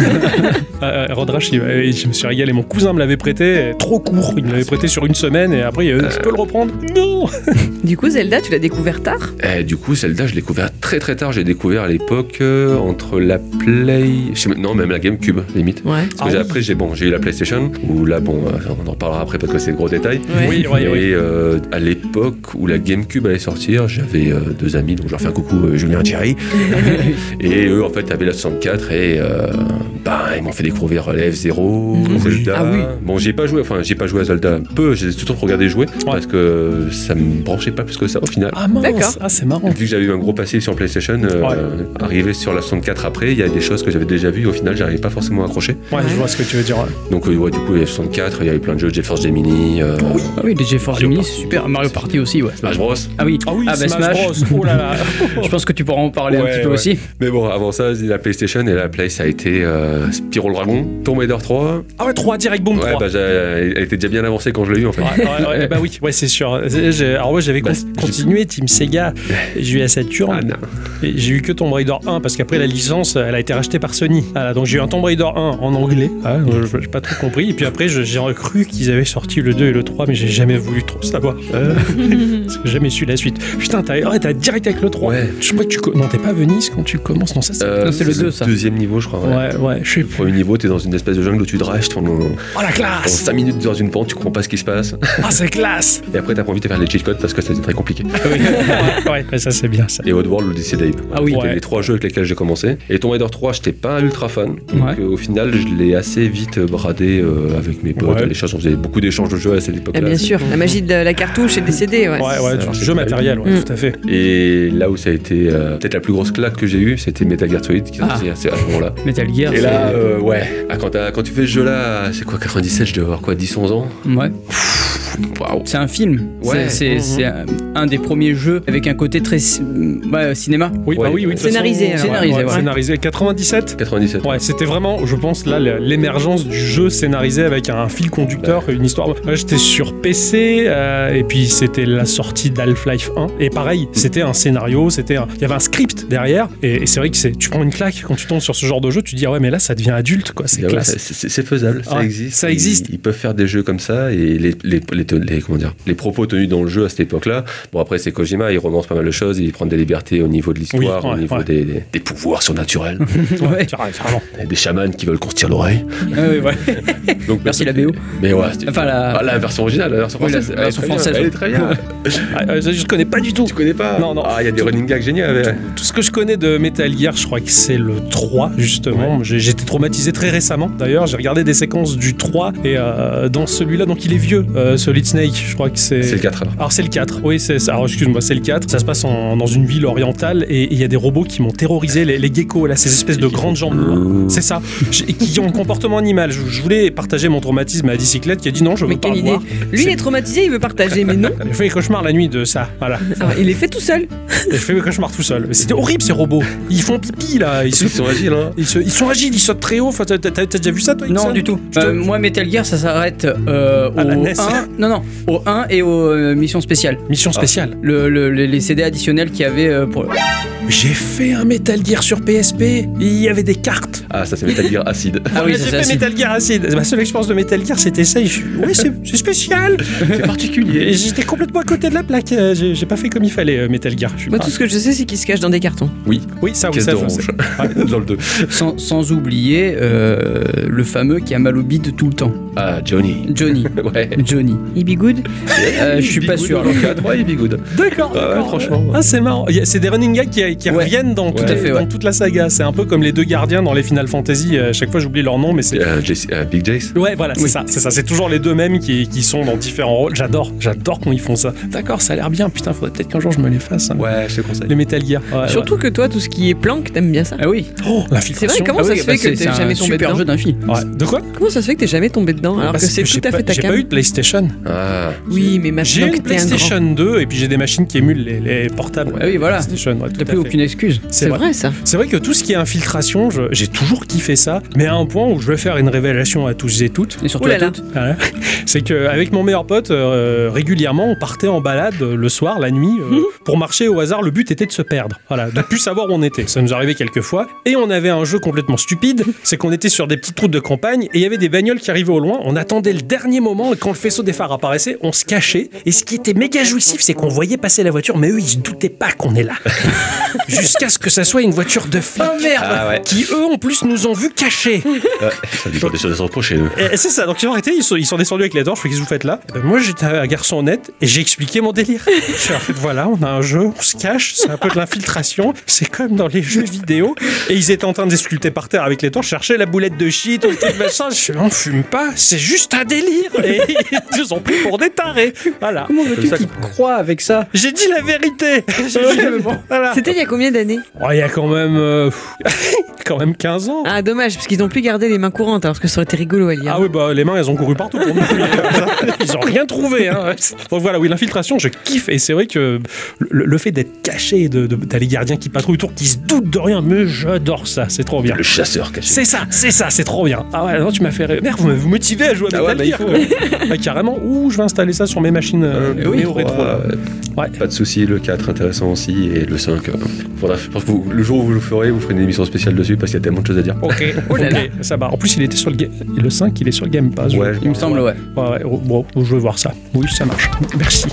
[SPEAKER 2] Euh, Road Rash, il- euh, je me suis régalé. Mon cousin me l'avait prêté euh, trop court. Il me l'avait prêté sur une semaine et après, euh, je peux le reprendre Non
[SPEAKER 3] Du coup, Zelda, tu l'as découvert tard
[SPEAKER 1] Eh, du coup, Zelda, je l'ai découvert très très tard. J'ai découvert à l'époque euh, entre la Play. je sais même- Non, même la GameCube, limite.
[SPEAKER 3] Ouais.
[SPEAKER 1] Parce que j'ai- après, j'ai bon, j'ai eu la PlayStation, où là, bon, euh, on en reparlera après parce que c'est gros détail.
[SPEAKER 2] Oui, oui,
[SPEAKER 1] Et
[SPEAKER 2] oui.
[SPEAKER 1] euh, à l'époque où la GameCube allait sortir, j'avais euh, deux amis, donc je leur fais un coucou, euh, Julien et Thierry. et eux, en fait, avaient la 64 et euh, Bah, ils m'ont fait découvrir Lef 0,
[SPEAKER 3] Mhm.
[SPEAKER 1] Zelda.
[SPEAKER 3] Ah oui.
[SPEAKER 1] Bon, j'ai pas joué, enfin, j'ai pas joué à Zelda. Peu, j'ai tout le temps regardé jouer parce que ça me branchait pas plus que ça au final.
[SPEAKER 2] Ah mince,
[SPEAKER 3] D'accord.
[SPEAKER 2] ah c'est marrant.
[SPEAKER 1] Vu que j'avais eu un gros passif sur PlayStation, euh, arrivé sur la 64 après, il y a des choses que j'avais déjà vues, au final, j'arrivais pas forcément à accrocher.
[SPEAKER 2] Ouais, je vois ce que tu veux dire. ouais.
[SPEAKER 1] Donc, euh, ouais, du coup, il y a 64, il y avait plein de jeux, GeForce Gemini, euh,
[SPEAKER 4] Ah oui, les GeForce
[SPEAKER 1] Mario
[SPEAKER 4] Gemini,
[SPEAKER 1] Party.
[SPEAKER 4] c'est super. Mario Party aussi, ouais.
[SPEAKER 1] Smash Bros.
[SPEAKER 4] Ah oui,
[SPEAKER 2] Ah oui,
[SPEAKER 4] bah,
[SPEAKER 2] Smash,
[SPEAKER 4] Smash.
[SPEAKER 2] Bros. Oh là là.
[SPEAKER 4] je pense que tu pourras en parler
[SPEAKER 1] Ouais,
[SPEAKER 4] un petit peu
[SPEAKER 1] ouais.
[SPEAKER 4] aussi.
[SPEAKER 1] Mais bon, avant ça, la PlayStation et la Play, ça a été euh, Spyro le Dragon, Tomb Raider 3.
[SPEAKER 2] Ah ouais, 3 Direct Bomb 3.
[SPEAKER 1] Ouais, bah, j'ai- elle était déjà bien avancée quand je l'ai eu en fait.
[SPEAKER 2] Ouais, ouais, ouais, bah oui, ouais, c'est sûr. C'est- j'ai- Alors ouais, j'avais
[SPEAKER 1] Bah,
[SPEAKER 2] con-
[SPEAKER 1] c'est-
[SPEAKER 2] continué Team Sega, j'ai eu la Saturn,
[SPEAKER 1] Ah, non.
[SPEAKER 2] et j'ai eu que Tomb Raider 1 parce qu'après la licence, elle a été rachetée par Sony. Voilà, donc j'ai eu un Tomb Raider 1 en anglais, ouais, donc je- j'ai pas trop compris. Et puis après, je- j'ai cru qu'ils avaient sorti le 2 et le 3, mais j'ai jamais voulu trop savoir. (laughs) parce que j'ai jamais su la suite. Putain, t'as ouais, t'as direct avec le 3.
[SPEAKER 1] Ouais.
[SPEAKER 2] Je crois que tu co- non, t'es pas à Venise quand tu commences. Non, ça c'est.
[SPEAKER 1] Euh,
[SPEAKER 4] Non, c'est le deux, ça.
[SPEAKER 1] Deuxième niveau, je crois.
[SPEAKER 2] Ouais,
[SPEAKER 1] ouais.
[SPEAKER 2] ouais, je sais.
[SPEAKER 1] Premier niveau, t'es dans une espèce de jungle où tu drives, tu tournes
[SPEAKER 4] Ah,
[SPEAKER 1] en,
[SPEAKER 2] Oh la classe
[SPEAKER 1] 5 minutes dans une pente, tu comprends pas ce qui se passe.
[SPEAKER 2] Ah, c'est classe
[SPEAKER 1] Et après, t'as pas envie de faire les cheat codes parce que c'était très compliqué.
[SPEAKER 2] Ouais, ouais, ouais, ça c'est bien ça.
[SPEAKER 1] Et Oddworld, l'Odyssée d'Abe.
[SPEAKER 4] Ah oui.
[SPEAKER 1] C'était
[SPEAKER 2] Ouais.
[SPEAKER 1] les trois jeux avec lesquels j'ai commencé. Et Tomb Raider 3, j'étais pas ultra fan. Donc
[SPEAKER 4] Ouais.
[SPEAKER 1] euh, au final, je l'ai assez vite bradé euh, avec mes potes.
[SPEAKER 2] Ouais.
[SPEAKER 1] Les choses, on faisait beaucoup d'échanges de jeux à cette époque-là.
[SPEAKER 3] Ah, bien sûr, la magie de la cartouche et des CD, ouais.
[SPEAKER 2] Ouais, ouais,
[SPEAKER 1] Alors,
[SPEAKER 2] du
[SPEAKER 1] c'est
[SPEAKER 2] jeu
[SPEAKER 1] pas
[SPEAKER 2] matériel, ouais,
[SPEAKER 3] Mm.
[SPEAKER 2] tout à fait.
[SPEAKER 1] Et là où ça a été euh, peut-être la plus grosse claque que j'ai eue, c'était Metal Gear Solid qui est
[SPEAKER 4] Ah.
[SPEAKER 1] sorti à ce à ce moment-là.
[SPEAKER 4] Metal Gear.
[SPEAKER 1] Et
[SPEAKER 4] c'est-
[SPEAKER 1] là, euh, ouais, Ah, quand, t'as- quand tu fais ce jeu-là, c'est quoi, 97, je devais avoir quoi, 10-11 ans
[SPEAKER 4] Ouais.
[SPEAKER 1] Waouh
[SPEAKER 4] C'est un film.
[SPEAKER 1] Ouais.
[SPEAKER 4] C'est- C'est
[SPEAKER 2] Mhm.
[SPEAKER 4] c'est un, un des premiers jeux avec un côté très ci- ouais, cinéma.
[SPEAKER 2] Oui,
[SPEAKER 1] Ouais,
[SPEAKER 2] bah oui, oui. de toute
[SPEAKER 3] Scénarisé,
[SPEAKER 2] façon,
[SPEAKER 4] alors. Scénarisé,
[SPEAKER 2] ouais,
[SPEAKER 4] ouais.
[SPEAKER 2] Scénarisé. 97
[SPEAKER 1] 97.
[SPEAKER 2] Ouais, c'était vraiment, je pense, là, le- l'émergence du jeu scénarisé avec un fil conducteur, une histoire. Moi, j'étais sur PC, euh, et puis c'était la sortie d'Half-Life 1. Et pareil, c'était un scénario, c'était un- il y avait un script derrière. Et, et c'est vrai que c'est, tu prends une claque quand tu tombes sur ce genre de jeu, tu te dis, ah ouais, mais là, ça devient adulte, quoi, c'est
[SPEAKER 1] Ah ouais,
[SPEAKER 2] classe.
[SPEAKER 1] ça- c'est c'est faisable, ça
[SPEAKER 2] Ouais,
[SPEAKER 1] existe.
[SPEAKER 2] ça
[SPEAKER 1] Ils-
[SPEAKER 2] existe.
[SPEAKER 1] Ils, peuvent faire des jeux comme ça et les, les, les, te- les- comment dire, les propos tenus dans le jeu à cette époque-là. Bon, après, c'est Kojima, il romance pas mal de choses, il prend des libertés au niveau de l'histoire,
[SPEAKER 2] Oui, ouais,
[SPEAKER 1] au niveau
[SPEAKER 2] ouais.
[SPEAKER 1] des, des- des
[SPEAKER 2] (laughs)
[SPEAKER 1] pouvoirs surnaturels,
[SPEAKER 4] Ouais.
[SPEAKER 2] Tiens, vraiment.
[SPEAKER 1] et des chamans qui veulent qu'on se tire l'oreille.
[SPEAKER 2] Ah
[SPEAKER 4] Ouais, ouais.
[SPEAKER 1] Donc, ben,
[SPEAKER 4] Merci la
[SPEAKER 1] c'était-
[SPEAKER 4] BO.
[SPEAKER 1] Mais ouais, c'était-
[SPEAKER 4] Enfin, la-
[SPEAKER 1] Ah, la version originale, la version
[SPEAKER 4] Oui, la
[SPEAKER 1] française. elle est
[SPEAKER 4] version
[SPEAKER 1] très bien,
[SPEAKER 4] française.
[SPEAKER 1] Elle est très
[SPEAKER 4] (laughs)
[SPEAKER 1] bien.
[SPEAKER 2] Ah, euh, je, je connais pas du tout.
[SPEAKER 1] Tu connais pas
[SPEAKER 2] Non, non.
[SPEAKER 1] Ah, il y a des running gags géniaux. ouais.
[SPEAKER 2] Tout ce que je connais de Metal Gear, je crois que c'est le 3, justement. J'ai J'étais traumatisé très récemment. D'ailleurs, j'ai regardé des séquences du 3 et euh, dans celui-là, donc il est vieux, euh, Solid Snake, je crois que c'est.
[SPEAKER 1] C'est le 4 alors.
[SPEAKER 2] Alors c'est le 4, oui c'est ça, alors excuse-moi c'est le 4, ça se passe en- dans une ville orientale et et il y a des robots qui m'ont terrorisé, les, les geckos là, ces espèces de grandes jambes noires.
[SPEAKER 4] Oh.
[SPEAKER 2] c'est ça, J'ai- qui ont un comportement animal, je, je voulais partager mon traumatisme à Dicyclette qui a dit non je veux
[SPEAKER 3] Mais
[SPEAKER 2] pas
[SPEAKER 3] quelle idée
[SPEAKER 2] voir,
[SPEAKER 3] Lui, il
[SPEAKER 2] C'est-
[SPEAKER 3] est traumatisé, il veut partager,
[SPEAKER 2] (laughs)
[SPEAKER 3] mais non,
[SPEAKER 2] j'ai fait des cauchemars la nuit de ça, voilà,
[SPEAKER 3] Alors, il est fait tout seul.
[SPEAKER 2] j'ai fait des cauchemars tout seul, Mais c'était horrible ces robots, ils font pipi là, ils se
[SPEAKER 1] Ils sont agiles, hein.
[SPEAKER 2] Ils, se- ils sont agiles, ils sautent très haut. Enfin, T'as t'as- t'as déjà vu ça, toi
[SPEAKER 4] (laughs) Non,
[SPEAKER 2] Ixon
[SPEAKER 4] du tout.
[SPEAKER 2] Je te-
[SPEAKER 4] Euh, moi, Metal Gear, ça s'arrête euh, au
[SPEAKER 2] À la E NES. (laughs)
[SPEAKER 4] 1. Non, non, au 1 et aux euh, missions spéciales.
[SPEAKER 2] Mission spéciale.
[SPEAKER 4] Le, le- le- les CD additionnels qu'il y avait euh, pour.
[SPEAKER 2] Ah, J'ai fait un Metal Gear sur PSP. Il y avait des cartes.
[SPEAKER 1] Ah, ça, c'est Metal Gear Acid.
[SPEAKER 4] Ah oui,
[SPEAKER 2] j'ai
[SPEAKER 4] ça,
[SPEAKER 2] fait
[SPEAKER 4] c'est assez-
[SPEAKER 2] Metal Gear Acid. Ma seule expérience de Metal Gear, c'était ça. Et je suis, Ouais, c'est c'est
[SPEAKER 4] (laughs)
[SPEAKER 2] spécial.
[SPEAKER 1] c'est particulier.
[SPEAKER 2] Et J'étais complètement à côté de la plaque. Euh, J'ai j'ai pas fait comme il fallait euh, Metal Gear. Je suis
[SPEAKER 4] Bah,
[SPEAKER 3] Moi,
[SPEAKER 2] pas-
[SPEAKER 3] tout ce que je sais, c'est qu'il se cache dans des cartons.
[SPEAKER 2] Oui, ça, oui,
[SPEAKER 1] Caisse
[SPEAKER 2] ça. je
[SPEAKER 1] d'orange.
[SPEAKER 2] sais.
[SPEAKER 1] (laughs) Dans le 2.
[SPEAKER 4] sans, sans oublier euh, le fameux qui a mal au bide tout le temps.
[SPEAKER 1] Ah, Johnny.
[SPEAKER 2] (laughs)
[SPEAKER 4] Johnny.
[SPEAKER 1] Ouais.
[SPEAKER 4] Johnny.
[SPEAKER 3] Il be good.
[SPEAKER 4] Euh, je suis pas sûr.
[SPEAKER 1] Dans le 4, ouais, il est good.
[SPEAKER 2] D'accord.
[SPEAKER 1] Ouais,
[SPEAKER 4] Bah
[SPEAKER 2] d'accord.
[SPEAKER 1] franchement.
[SPEAKER 2] Ah, c'est marrant. Il y a- C'est des running gags qui, qui
[SPEAKER 4] Ouais.
[SPEAKER 2] reviennent dans, toutes
[SPEAKER 4] à
[SPEAKER 2] les-
[SPEAKER 4] fait,
[SPEAKER 2] dans
[SPEAKER 4] ouais.
[SPEAKER 2] toute la saga. C'est un peu comme les deux gardiens dans les Final Fantasy. Euh, chaque fois, j'oublie leur nom, mais c'est
[SPEAKER 1] Euh, Jace- euh, Big Jace.
[SPEAKER 2] Ouais, voilà, c'est
[SPEAKER 4] Oui.
[SPEAKER 2] ça, c'est ça. C'est toujours les deux mêmes qui, qui sont dans différents rôles. J'adore, j'adore quand ils font ça. D'accord, ça a l'air bien. Putain, faudrait peut-être qu'un jour je me les fasse. hein.
[SPEAKER 1] Ouais, je te conseille.
[SPEAKER 2] Les Metal Gear. ouais,
[SPEAKER 3] Surtout que toi, tout ce qui est planque, t'aimes bien ça.
[SPEAKER 4] Ah oui.
[SPEAKER 2] ouais. Oh, la
[SPEAKER 3] C'est vrai,
[SPEAKER 2] filtration.
[SPEAKER 3] comment
[SPEAKER 4] Ah
[SPEAKER 3] ça
[SPEAKER 4] oui,
[SPEAKER 3] se
[SPEAKER 4] bah,
[SPEAKER 3] fait
[SPEAKER 4] c'est-
[SPEAKER 3] que t'es
[SPEAKER 4] c'est un
[SPEAKER 3] jamais tombé
[SPEAKER 4] super
[SPEAKER 3] dedans
[SPEAKER 4] jeu d'un film.
[SPEAKER 2] Ouais. De quoi
[SPEAKER 3] Comment ça se fait que t'es jamais tombé dedans alors
[SPEAKER 2] Bah,
[SPEAKER 3] que
[SPEAKER 2] c'est
[SPEAKER 3] c'est
[SPEAKER 2] j'ai
[SPEAKER 3] tout à
[SPEAKER 2] pas-
[SPEAKER 3] fait ta
[SPEAKER 2] J'ai pas eu
[SPEAKER 3] cam
[SPEAKER 2] de PlayStation.
[SPEAKER 1] Ah,
[SPEAKER 3] Oui, mais maintenant
[SPEAKER 2] J'ai
[SPEAKER 3] que
[SPEAKER 2] une
[SPEAKER 3] t'es un grand.
[SPEAKER 2] PlayStation 2 et puis j'ai des machines qui émulent les, les portables.
[SPEAKER 4] Ah oui, voilà.
[SPEAKER 2] PlayStation, ouais, tout
[SPEAKER 4] T'as
[SPEAKER 2] à fait.
[SPEAKER 4] plus aucune excuse.
[SPEAKER 2] C'est
[SPEAKER 3] C'est
[SPEAKER 2] vrai. (laughs)
[SPEAKER 3] vrai ça.
[SPEAKER 2] C'est vrai que tout ce qui est infiltration, je- j'ai toujours kiffé ça, mais à un point où je vais faire une révélation à tous et toutes.
[SPEAKER 4] Et surtout
[SPEAKER 3] Ouh là
[SPEAKER 4] à
[SPEAKER 3] là.
[SPEAKER 4] toutes.
[SPEAKER 2] Voilà. (laughs) C'est qu'avec mon meilleur pote, euh, régulièrement, on partait en balade euh, le soir, la nuit, euh, pour marcher au hasard. Le but était de se perdre, voilà, de plus savoir où on était. Ça nous arrivait quelques fois. Et on avait un jeu complètement stupide, c'est qu'on était sur des petites routes de campagne et il y avait des bagnoles qui arrivaient au loin. On attendait le dernier moment et quand le faisceau des phares apparaissait, on se cachait. Et ce qui était méga jouissif, c'est qu'on voyait passer la voiture, mais eux, ils se doutaient pas qu'on est là. Jusqu'à ce que ça soit une voiture de flic.
[SPEAKER 1] Ah ouais.
[SPEAKER 2] Qui eux en plus nous ont vu cachés.
[SPEAKER 1] Ouais, ça dépend des choses à se reprocher, eux.
[SPEAKER 2] Et C'est ça, donc ils ont arrêté, ils sont, ils sont descendus avec la torche, je fais qu'est-ce que vous faites là Eh ben, Moi j'étais un garçon honnête et j'ai expliqué mon (laughs) délire. Je fais, en fait voilà, on a un jeu, on se cache, c'est un peu de l'infiltration, c'est comme dans les jeux vidéo. Et ils étaient en train de discuter par terre avec les torches, chercher la boulette de shit, tout le truc, machin. Je fais, on fume pas, c'est juste un délire. Et (laughs) ils nous ont pris pour des tarés. Voilà.
[SPEAKER 4] Comment veux-tu
[SPEAKER 1] ça
[SPEAKER 4] qu'ils croient avec ça
[SPEAKER 2] J'ai dit la (laughs) vérité. Voilà.
[SPEAKER 3] C'était il y a combien d'années
[SPEAKER 2] Oh, il y a quand même, euh, (laughs) quand même 15 ans.
[SPEAKER 3] Ah, dommage, parce qu'ils n'ont plus gardé les mains courantes, alors que ça aurait été rigolo à lire.
[SPEAKER 2] Ah oui, bah les mains, elles ont couru partout (laughs) pour nous. Ils ont rien trouvé. Hein. Donc voilà, oui, l'infiltration, je kiffe. Et c'est vrai que le, le fait d'être caché, de- de- d'aller gardien qui patrouille autour, qui se doute de rien, mais j'adore ça, c'est trop bien.
[SPEAKER 1] Le chasseur caché.
[SPEAKER 2] C'est ça, c'est ça, c'est trop bien. Ah ouais, non, tu m'as fait rêver. Merde, vous m'avez motivé à jouer à
[SPEAKER 1] Ah
[SPEAKER 2] Metal
[SPEAKER 1] ouais,
[SPEAKER 2] Gear,
[SPEAKER 1] bah, il
[SPEAKER 2] quoi. (laughs) Ah, carrément, ouh, je vais installer ça sur mes machines euh,
[SPEAKER 1] Euh,
[SPEAKER 2] néo
[SPEAKER 1] trois,
[SPEAKER 2] rétro.
[SPEAKER 1] (laughs)
[SPEAKER 2] là.
[SPEAKER 1] euh,
[SPEAKER 2] Ouais.
[SPEAKER 1] Pas de souci, le 4 intéressant aussi et le 5. euh, faudra- je pense que vous- le jour où vous le ferez, vous ferez une émission spéciale dessus parce qu'il y a tellement de choses à dire.
[SPEAKER 2] Ok,
[SPEAKER 4] Oh là là.
[SPEAKER 2] ok, ça va. En plus, il était sur le, ga- le 5, il est sur le Game Pass. je
[SPEAKER 1] Ouais, je
[SPEAKER 4] Il me
[SPEAKER 1] pense.
[SPEAKER 4] semble, ouais.
[SPEAKER 2] Ouais, ouais, bon, je vais voir ça. Oui, ça marche. Merci.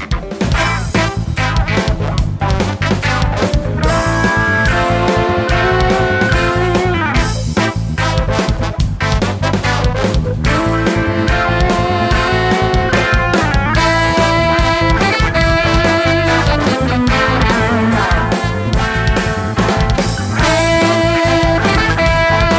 [SPEAKER 7] Thank you.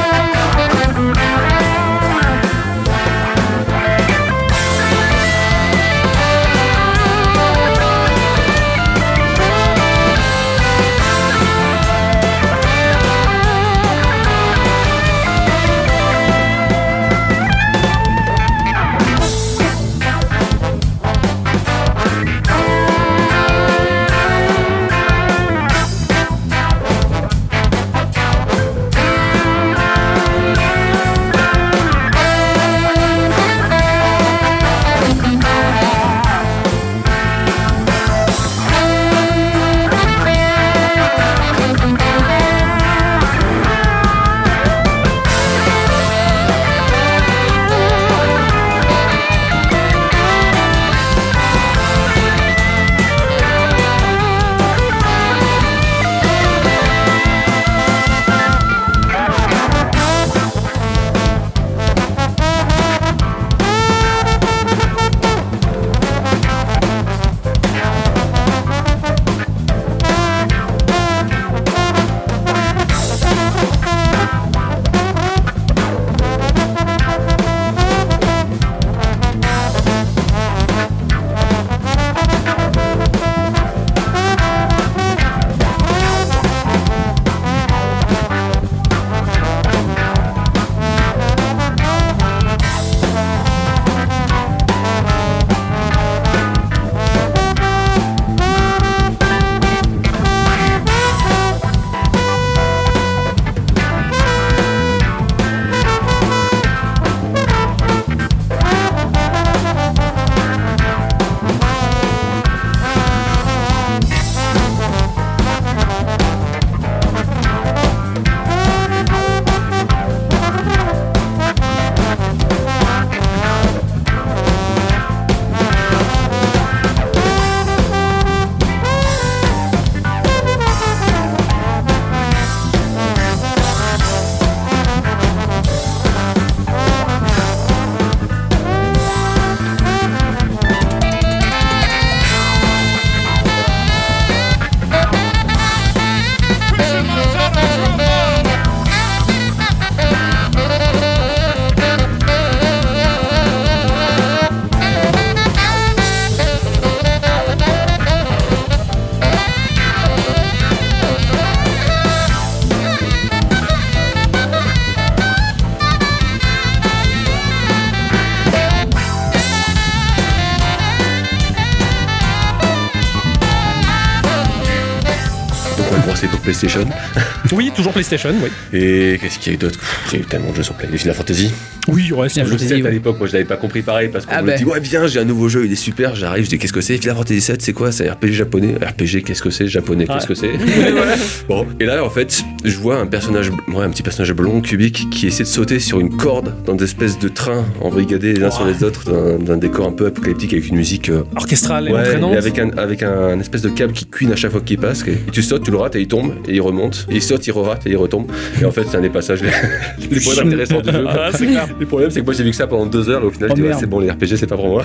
[SPEAKER 1] PlayStation.
[SPEAKER 2] Oui, toujours PlayStation, oui.
[SPEAKER 1] Et qu'est-ce qu'il y a eu d'autre J'ai eu tellement de jeux sur Play. Les Final Fantasy.
[SPEAKER 2] Oui, ouais, c'est
[SPEAKER 4] Bien
[SPEAKER 1] Je
[SPEAKER 4] Final Fantasy,
[SPEAKER 1] sais à
[SPEAKER 4] ouais.
[SPEAKER 1] l'époque, moi je l'avais pas compris pareil parce qu'on
[SPEAKER 4] Ah
[SPEAKER 1] me
[SPEAKER 4] ben.
[SPEAKER 1] dit ouais viens, j'ai un nouveau jeu, il est super, j'arrive, je dis qu'est-ce que c'est Final Fantasy 7, c'est quoi C'est RPG japonais RPG qu'est-ce que c'est Japonais qu'est-ce
[SPEAKER 2] Ouais.
[SPEAKER 1] que c'est
[SPEAKER 4] (laughs)
[SPEAKER 1] Bon, et là en fait, je vois un personnage, ouais, un petit personnage blond cubique qui essaie de sauter sur une corde dans des espèces de trains embrigadés les uns sur les autres d'un- d'un décor un peu apocalyptique avec une musique euh,
[SPEAKER 2] orchestral et
[SPEAKER 1] ouais,
[SPEAKER 2] entraînante.
[SPEAKER 1] et avec un avec un espèce de câble qui cuine à chaque fois qu'il passe. Et tu sautes, tu le rates et il tombe et il remonte. Et il saute, il rate et il retombe. Et en fait, c'est un des passages les, (laughs) les plus intéressants du jeu.
[SPEAKER 2] (laughs) Ah, c'est clair.
[SPEAKER 1] Le problème, c'est que moi j'ai vu que ça pendant deux heures et au final, je
[SPEAKER 4] Oh,
[SPEAKER 1] dis, ouais,
[SPEAKER 4] merde.
[SPEAKER 1] c'est bon, les RPG, c'est pas pour moi.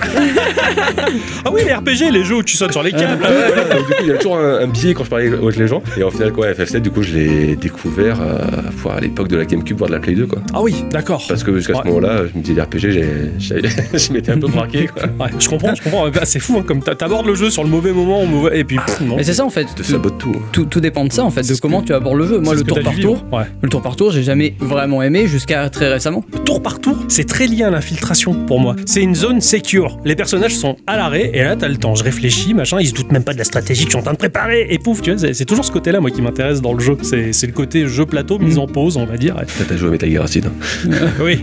[SPEAKER 2] Ah oui, les RPG, les jeux où tu sautes sur les câbles.
[SPEAKER 1] (laughs) Donc, du coup, il y a toujours un, un biais quand je parlais avec les gens. Et au final, quoi, FF7, du coup, je l'ai découvert euh, voire à l'époque de la Gamecube, voire de la Play 2, quoi.
[SPEAKER 2] Ah oui, d'accord.
[SPEAKER 1] Parce que jusqu'à
[SPEAKER 2] Ouais.
[SPEAKER 1] ce moment-là, je me disais, les RPG, j'ai- (laughs) j'ai- je m'étais un peu marqué, quoi.
[SPEAKER 2] Ouais, je comprends, je comprends. Bah, c'est fou, hein, comme t'a- t'abordes le jeu sur le mauvais moment, au mauvais- et puis pff, non.
[SPEAKER 4] Mais c'est ça en fait.
[SPEAKER 1] Te
[SPEAKER 4] Tout,
[SPEAKER 1] sabote tout. hein.
[SPEAKER 4] tout- tout dépend de ça en fait,
[SPEAKER 2] C'est
[SPEAKER 4] de
[SPEAKER 2] ce
[SPEAKER 4] comment tu abordes le jeu.
[SPEAKER 2] C'est
[SPEAKER 4] Moi, le
[SPEAKER 2] ce que
[SPEAKER 4] tour
[SPEAKER 2] t'as
[SPEAKER 4] par
[SPEAKER 2] dû
[SPEAKER 4] tour,
[SPEAKER 2] vivre. Ouais.
[SPEAKER 4] le tour par tour, j'ai jamais vraiment aimé jusqu'à très récemment.
[SPEAKER 2] tour par tour, c'est très lié à l'infiltration pour moi. C'est une zone secure. Les personnages sont à l'arrêt et là t'as le temps. Je réfléchis, machin, ils se doutent même pas de la stratégie que je suis en train de préparer. Et pouf, tu vois, c'est- c'est toujours ce côté-là moi qui m'intéresse dans le jeu. C'est c'est le côté jeu plateau, mise en pause, on va dire.
[SPEAKER 1] Putain, T'as joué à Metal Gear Acid. hein. (laughs)
[SPEAKER 2] Oui,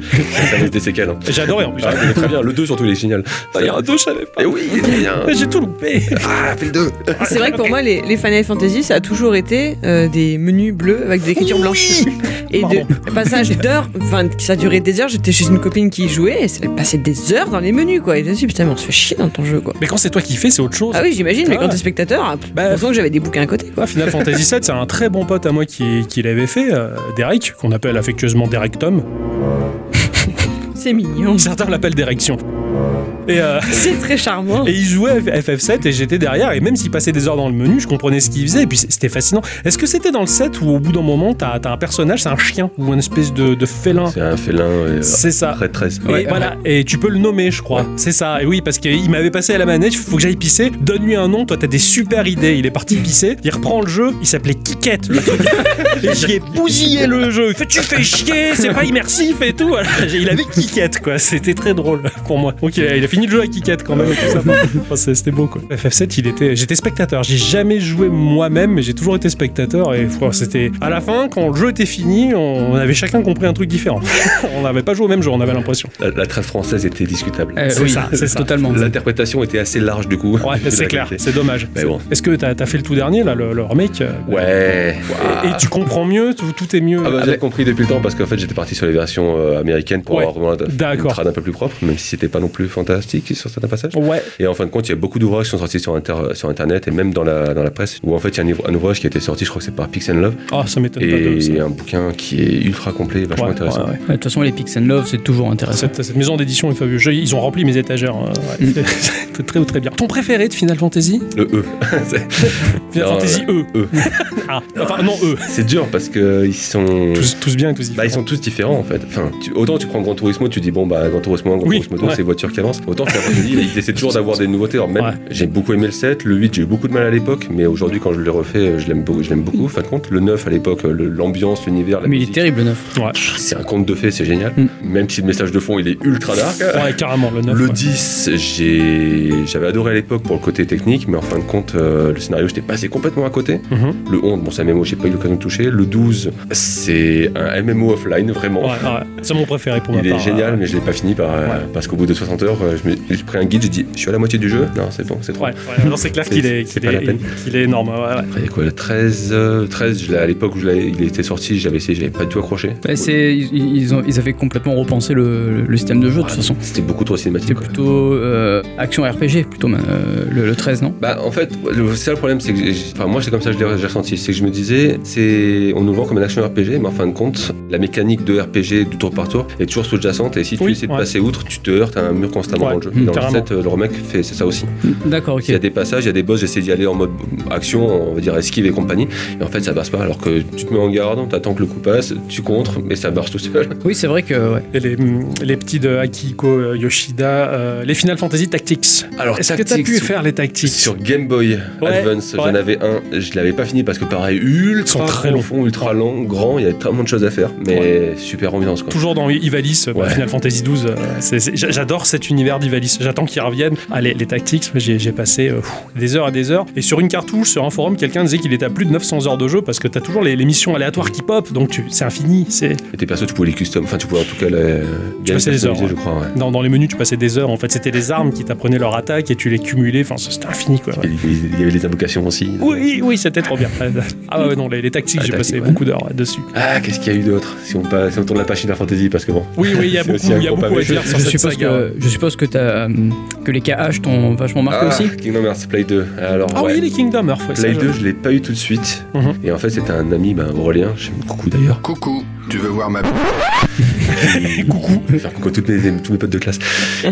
[SPEAKER 1] Ça laisse des séquelles. hein.
[SPEAKER 2] j'adorais en plus.
[SPEAKER 1] Ah, Bah, il est très bien. Le 2 surtout, il est génial.
[SPEAKER 2] Il y a un dos, je savais pas.
[SPEAKER 1] Et oui, il est très bien.
[SPEAKER 2] J'ai tout loupé.
[SPEAKER 1] Ah, fais le 2.
[SPEAKER 3] C'est vrai que pour moi, les, les Final Fantasy, ça a toujours été euh, des menus bleus avec des écritures blanches. Et
[SPEAKER 2] Pardon.
[SPEAKER 3] de passage d'heures, enfin, ça a duré des heures. J'étais chez une copine qui y jouait et ça passait des heures dans les menus, quoi. Et je me suis dit, putain, mais on se fait chier dans ton jeu, quoi.
[SPEAKER 2] Mais quand c'est toi qui fais, c'est autre chose.
[SPEAKER 3] Ah oui, j'imagine, mais
[SPEAKER 2] Ah
[SPEAKER 3] quand
[SPEAKER 2] ouais.
[SPEAKER 3] t'es spectateur, ah,
[SPEAKER 2] Bah,
[SPEAKER 3] on sent que j'avais des bouquins à côté, quoi.
[SPEAKER 2] Ouais, Final Fantasy VII, c'est un très bon pote à moi qui, qui l'avait fait, euh, Derek, qu'on appelle affectueusement Derek Tom.
[SPEAKER 3] C'est mignon.
[SPEAKER 2] Certains l'appellent Direction. Et, euh,
[SPEAKER 3] (laughs) C'est très charmant.
[SPEAKER 2] et il jouait à FF7 et j'étais derrière, et même s'il passait des heures dans le menu, je comprenais ce qu'il faisait, et puis c- c'était fascinant. Est-ce que c'était dans le 7 où au bout d'un moment, t'as t'as un personnage, c'est un chien, ou une espèce de, de félin
[SPEAKER 1] C'est un félin. euh,
[SPEAKER 2] C'est ça.
[SPEAKER 1] Traîtresse.
[SPEAKER 2] Et voilà, et tu peux le nommer, je crois. C'est ça. Et oui, parce qu'il m'avait passé à la manette, faut que j'aille pisser. Donne-lui un nom, toi t'as des super idées. Il est parti pisser, il reprend le jeu, il s'appelait Kikette. le truc. et j'y ai bousillé le jeu. Il fait, tu fais chier, c'est pas immersif et tout. Voilà. Il avait Kikette, quoi. C'était très drôle pour moi. Donc il a, il a fini le jeu à Kikette quand même. et tout ça. Enfin, c'est- C'était beau, quoi. FF7, il était, j'étais spectateur. J'ai jamais joué moi-même, mais j'ai toujours été spectateur. Et pff, c'était à la fin, quand le jeu était fini, on avait chacun compris un truc différent. (laughs) on n'avait pas joué au même jeu, on avait l'impression.
[SPEAKER 1] La, la trace française était discutable.
[SPEAKER 4] Euh,
[SPEAKER 2] C'est
[SPEAKER 4] oui,
[SPEAKER 2] ça, c'est ça.
[SPEAKER 4] totalement.
[SPEAKER 1] L'interprétation était assez large du coup.
[SPEAKER 2] Eh, Ouais,
[SPEAKER 1] (laughs) De la
[SPEAKER 2] c'est clair,
[SPEAKER 1] qualité.
[SPEAKER 2] c'est dommage.
[SPEAKER 1] Mais bon.
[SPEAKER 2] Est-ce que t'as as fait le tout dernier, là, le, le remake euh,
[SPEAKER 1] Ouais.
[SPEAKER 2] Et, et tu comprends mieux, tout, tout est mieux.
[SPEAKER 1] Ah bah, j'avais compris depuis le temps parce qu'en fait j'étais parti sur les versions euh, américaines pour
[SPEAKER 2] Ouais.
[SPEAKER 1] avoir vraiment la- une
[SPEAKER 2] D'accord.
[SPEAKER 1] trad un peu plus propre, même si c'était pas non plus fantastique sur certains passages.
[SPEAKER 2] Ouais,
[SPEAKER 1] Et en fin de compte, il y a beaucoup d'ouvrages qui sont sortis sur, inter- sur internet et même dans la, dans la presse où en fait il y a un, livre- un ouvrage qui a été sorti, je crois que c'est par Pix and Love,
[SPEAKER 2] ah ça m'étonne pas de ça.
[SPEAKER 1] et un bouquin qui est ultra complet, et vachement
[SPEAKER 2] Ouais,
[SPEAKER 1] intéressant.
[SPEAKER 2] ouais, ouais.
[SPEAKER 4] De toute façon, les Pix and Love, c'est toujours intéressant.
[SPEAKER 2] Cette, cette maison d'édition est fabuleuse. Ils ont rempli mes étagères. hein, ouais.
[SPEAKER 1] Mm.
[SPEAKER 2] (laughs) C'est très très bien. Ton préféré de Final Fantasy
[SPEAKER 1] Le E, (laughs) c'est-
[SPEAKER 2] Final
[SPEAKER 1] Non,
[SPEAKER 2] Fantasy E.
[SPEAKER 1] E.
[SPEAKER 2] (laughs) Ah, enfin non E.
[SPEAKER 1] c'est dur parce que ils sont.
[SPEAKER 2] Tous, tous bien, tous
[SPEAKER 1] Bah, ils
[SPEAKER 2] différents.
[SPEAKER 1] sont tous différents en fait. Enfin, tu- autant tu prends Grand Turismo, tu dis bon bah Grand Turismo, Grand
[SPEAKER 2] Oui,
[SPEAKER 1] Turismo, deux,
[SPEAKER 2] ouais.
[SPEAKER 1] c'est voiture qui avance. Autant que tu dis, ils essaient toujours d'avoir des nouveautés. Alors, même,
[SPEAKER 2] Ouais.
[SPEAKER 1] j'ai beaucoup aimé le 7, le 8, j'ai eu beaucoup de mal à l'époque, mais aujourd'hui quand je le refais, je l'aime beaucoup. Je l'aime beaucoup. Fin de compte, le 9 à l'époque, le- l'ambiance, l'univers, la
[SPEAKER 4] Mais il est
[SPEAKER 1] musique,
[SPEAKER 4] terrible, le neuf.
[SPEAKER 2] Ouais.
[SPEAKER 1] c'est un conte de fées, c'est génial.
[SPEAKER 4] Mm.
[SPEAKER 1] Même si le message de fond il est ultra dark.
[SPEAKER 2] Ouais, carrément, le 9.
[SPEAKER 1] Le 10, j'ai- j'avais adoré à l'époque pour le côté technique, mais en fin de compte, euh, le scénario, j'étais passé complètement à côté.
[SPEAKER 2] Mhm.
[SPEAKER 1] Le 11, bon, c'est un MMO, j'ai pas eu l'occasion de toucher. Le 12, c'est un MMO offline, vraiment.
[SPEAKER 2] C'est mon préféré pour ma
[SPEAKER 1] Il est
[SPEAKER 2] part.
[SPEAKER 1] génial, mais je l'ai pas fini par, euh,
[SPEAKER 2] Ouais.
[SPEAKER 1] parce qu'au bout de 60 heures, euh, je me- j'ai pris un guide, j'ai dit, je suis à la moitié du jeu. Non, c'est bon, c'est trop.
[SPEAKER 2] Ouais, ouais, non, c'est clair qu'il est,
[SPEAKER 1] C'est
[SPEAKER 2] qu'il
[SPEAKER 1] pas la
[SPEAKER 2] est,
[SPEAKER 1] peine.
[SPEAKER 2] qu'il est énorme. ouais, ouais.
[SPEAKER 1] Après, il y a quoi, le 13, euh, 13, je l'ai- à l'époque où je l'ai- il était sorti, j'avais essayé, j'avais pas du tout accroché.
[SPEAKER 4] Ouais, c'est- ils, ils ont- ils avaient complètement repensé le, le système de jeu, de toute façon.
[SPEAKER 1] C'était beaucoup trop
[SPEAKER 4] C'était
[SPEAKER 1] cinématique. quoi.
[SPEAKER 4] plutôt euh, action RPG, plutôt euh, le, le 13, non
[SPEAKER 1] Bah en fait, le- c'est ça le problème, c'est que j'ai- enfin moi c'est comme ça que je l'ai j'ai ressenti, c'est que je me disais, c'est on nous le vend comme un action RPG, mais en fin de compte, la mécanique de RPG du tour par tour est toujours sous-jacente et si tu
[SPEAKER 2] Oui,
[SPEAKER 1] essaies de
[SPEAKER 2] ouais.
[SPEAKER 1] passer outre, tu te heurtes à un mur constamment
[SPEAKER 2] Ouais, mmh,
[SPEAKER 1] dans le jeu. Et dans
[SPEAKER 2] carrément.
[SPEAKER 1] le 7, euh, le remake fait c'est ça aussi.
[SPEAKER 4] D'accord, ok.
[SPEAKER 1] Il y a des passages, il y a des boss, j'essaie d'y aller en mode action, on va dire esquive et compagnie, et en fait ça passe pas. Alors que tu te mets en garde, t'attends que le coup passe, tu contres, mais ça marche tout seul.
[SPEAKER 4] Oui, c'est vrai que. ouais.
[SPEAKER 2] Et les, hum, les petits de Akiko euh, Yoshida, euh, les Final Fantasy Tactics.
[SPEAKER 1] (laughs) Alors
[SPEAKER 2] Est-ce que t'as pu faire les tactics
[SPEAKER 1] Bah, sur Game Boy
[SPEAKER 2] Ouais,
[SPEAKER 1] Advance,
[SPEAKER 2] ouais.
[SPEAKER 1] j'en avais un, je l'avais pas fini parce que appareils ultra
[SPEAKER 2] Sont très longs.
[SPEAKER 1] profonds, ultra longs, grands. Il y a tellement de choses à faire, mais super ambiance quoi.
[SPEAKER 2] Toujours dans Ivalice, bah,
[SPEAKER 1] Ouais.
[SPEAKER 2] Final Fantasy XII. euh, c'est- c'est- j'a- J'adore cet univers d'Ivalice. J'attends qu'il revienne. Ah, les, les tactics, j'ai j'ai passé euh, pff, des heures et des heures. Et sur une cartouche, sur un forum, quelqu'un disait qu'il était à plus de 900 heures de jeu parce que t'as toujours les, les missions aléatoires qui pop. Donc tu- c'est infini. C'est
[SPEAKER 1] Et tes persos, tu pouvais les custom, enfin tu pouvais en tout cas les, bien les
[SPEAKER 2] passais les heures,
[SPEAKER 1] personnaliser,
[SPEAKER 2] ouais.
[SPEAKER 1] je crois. ouais.
[SPEAKER 2] dans, dans les menus, tu passais des heures. En fait, c'était les armes qui t'apprenaient leur attaque et tu les cumulais. Enfin, c'était infini quoi. ouais.
[SPEAKER 1] Et Il il y avait les invocations aussi.
[SPEAKER 2] Oui, oui, c'était trop bien. Ah ouais, ouais, non, les, les tactiques,
[SPEAKER 1] Ah,
[SPEAKER 2] j'ai passé
[SPEAKER 1] tactique, ouais.
[SPEAKER 2] beaucoup d'heures dessus.
[SPEAKER 1] Ah, qu'est-ce qu'il y a eu d'autre si on, passe- si on tourne la page Final Fantasy, parce que bon.
[SPEAKER 2] Oui, oui, il y a
[SPEAKER 1] C'est
[SPEAKER 2] beaucoup,
[SPEAKER 1] aussi un
[SPEAKER 2] il y a
[SPEAKER 1] gros
[SPEAKER 2] beaucoup à
[SPEAKER 1] pavé.
[SPEAKER 2] dire sur
[SPEAKER 4] Je
[SPEAKER 2] cette
[SPEAKER 4] suppose,
[SPEAKER 2] saga. ouais.
[SPEAKER 4] que, je suppose que, t'as, hum, que les KH t'ont vachement marqué
[SPEAKER 1] Ah,
[SPEAKER 4] aussi.
[SPEAKER 1] Kingdom Hearts Play 2. Alors,
[SPEAKER 2] Ah
[SPEAKER 1] ouais.
[SPEAKER 2] oui, les Kingdom Hearts. ouais, ça,
[SPEAKER 1] Play
[SPEAKER 2] je-
[SPEAKER 1] 2, je l'ai pas eu tout de suite.
[SPEAKER 2] Mhm.
[SPEAKER 1] Et en fait, c'était un ami, ben, Aurélien, je l'aime
[SPEAKER 2] (laughs)
[SPEAKER 1] coucou d'ailleurs.
[SPEAKER 7] Coucou, tu veux voir ma...
[SPEAKER 1] coucou. Faire coucou à toutes mes, tous mes potes
[SPEAKER 2] (laughs)
[SPEAKER 1] de classe.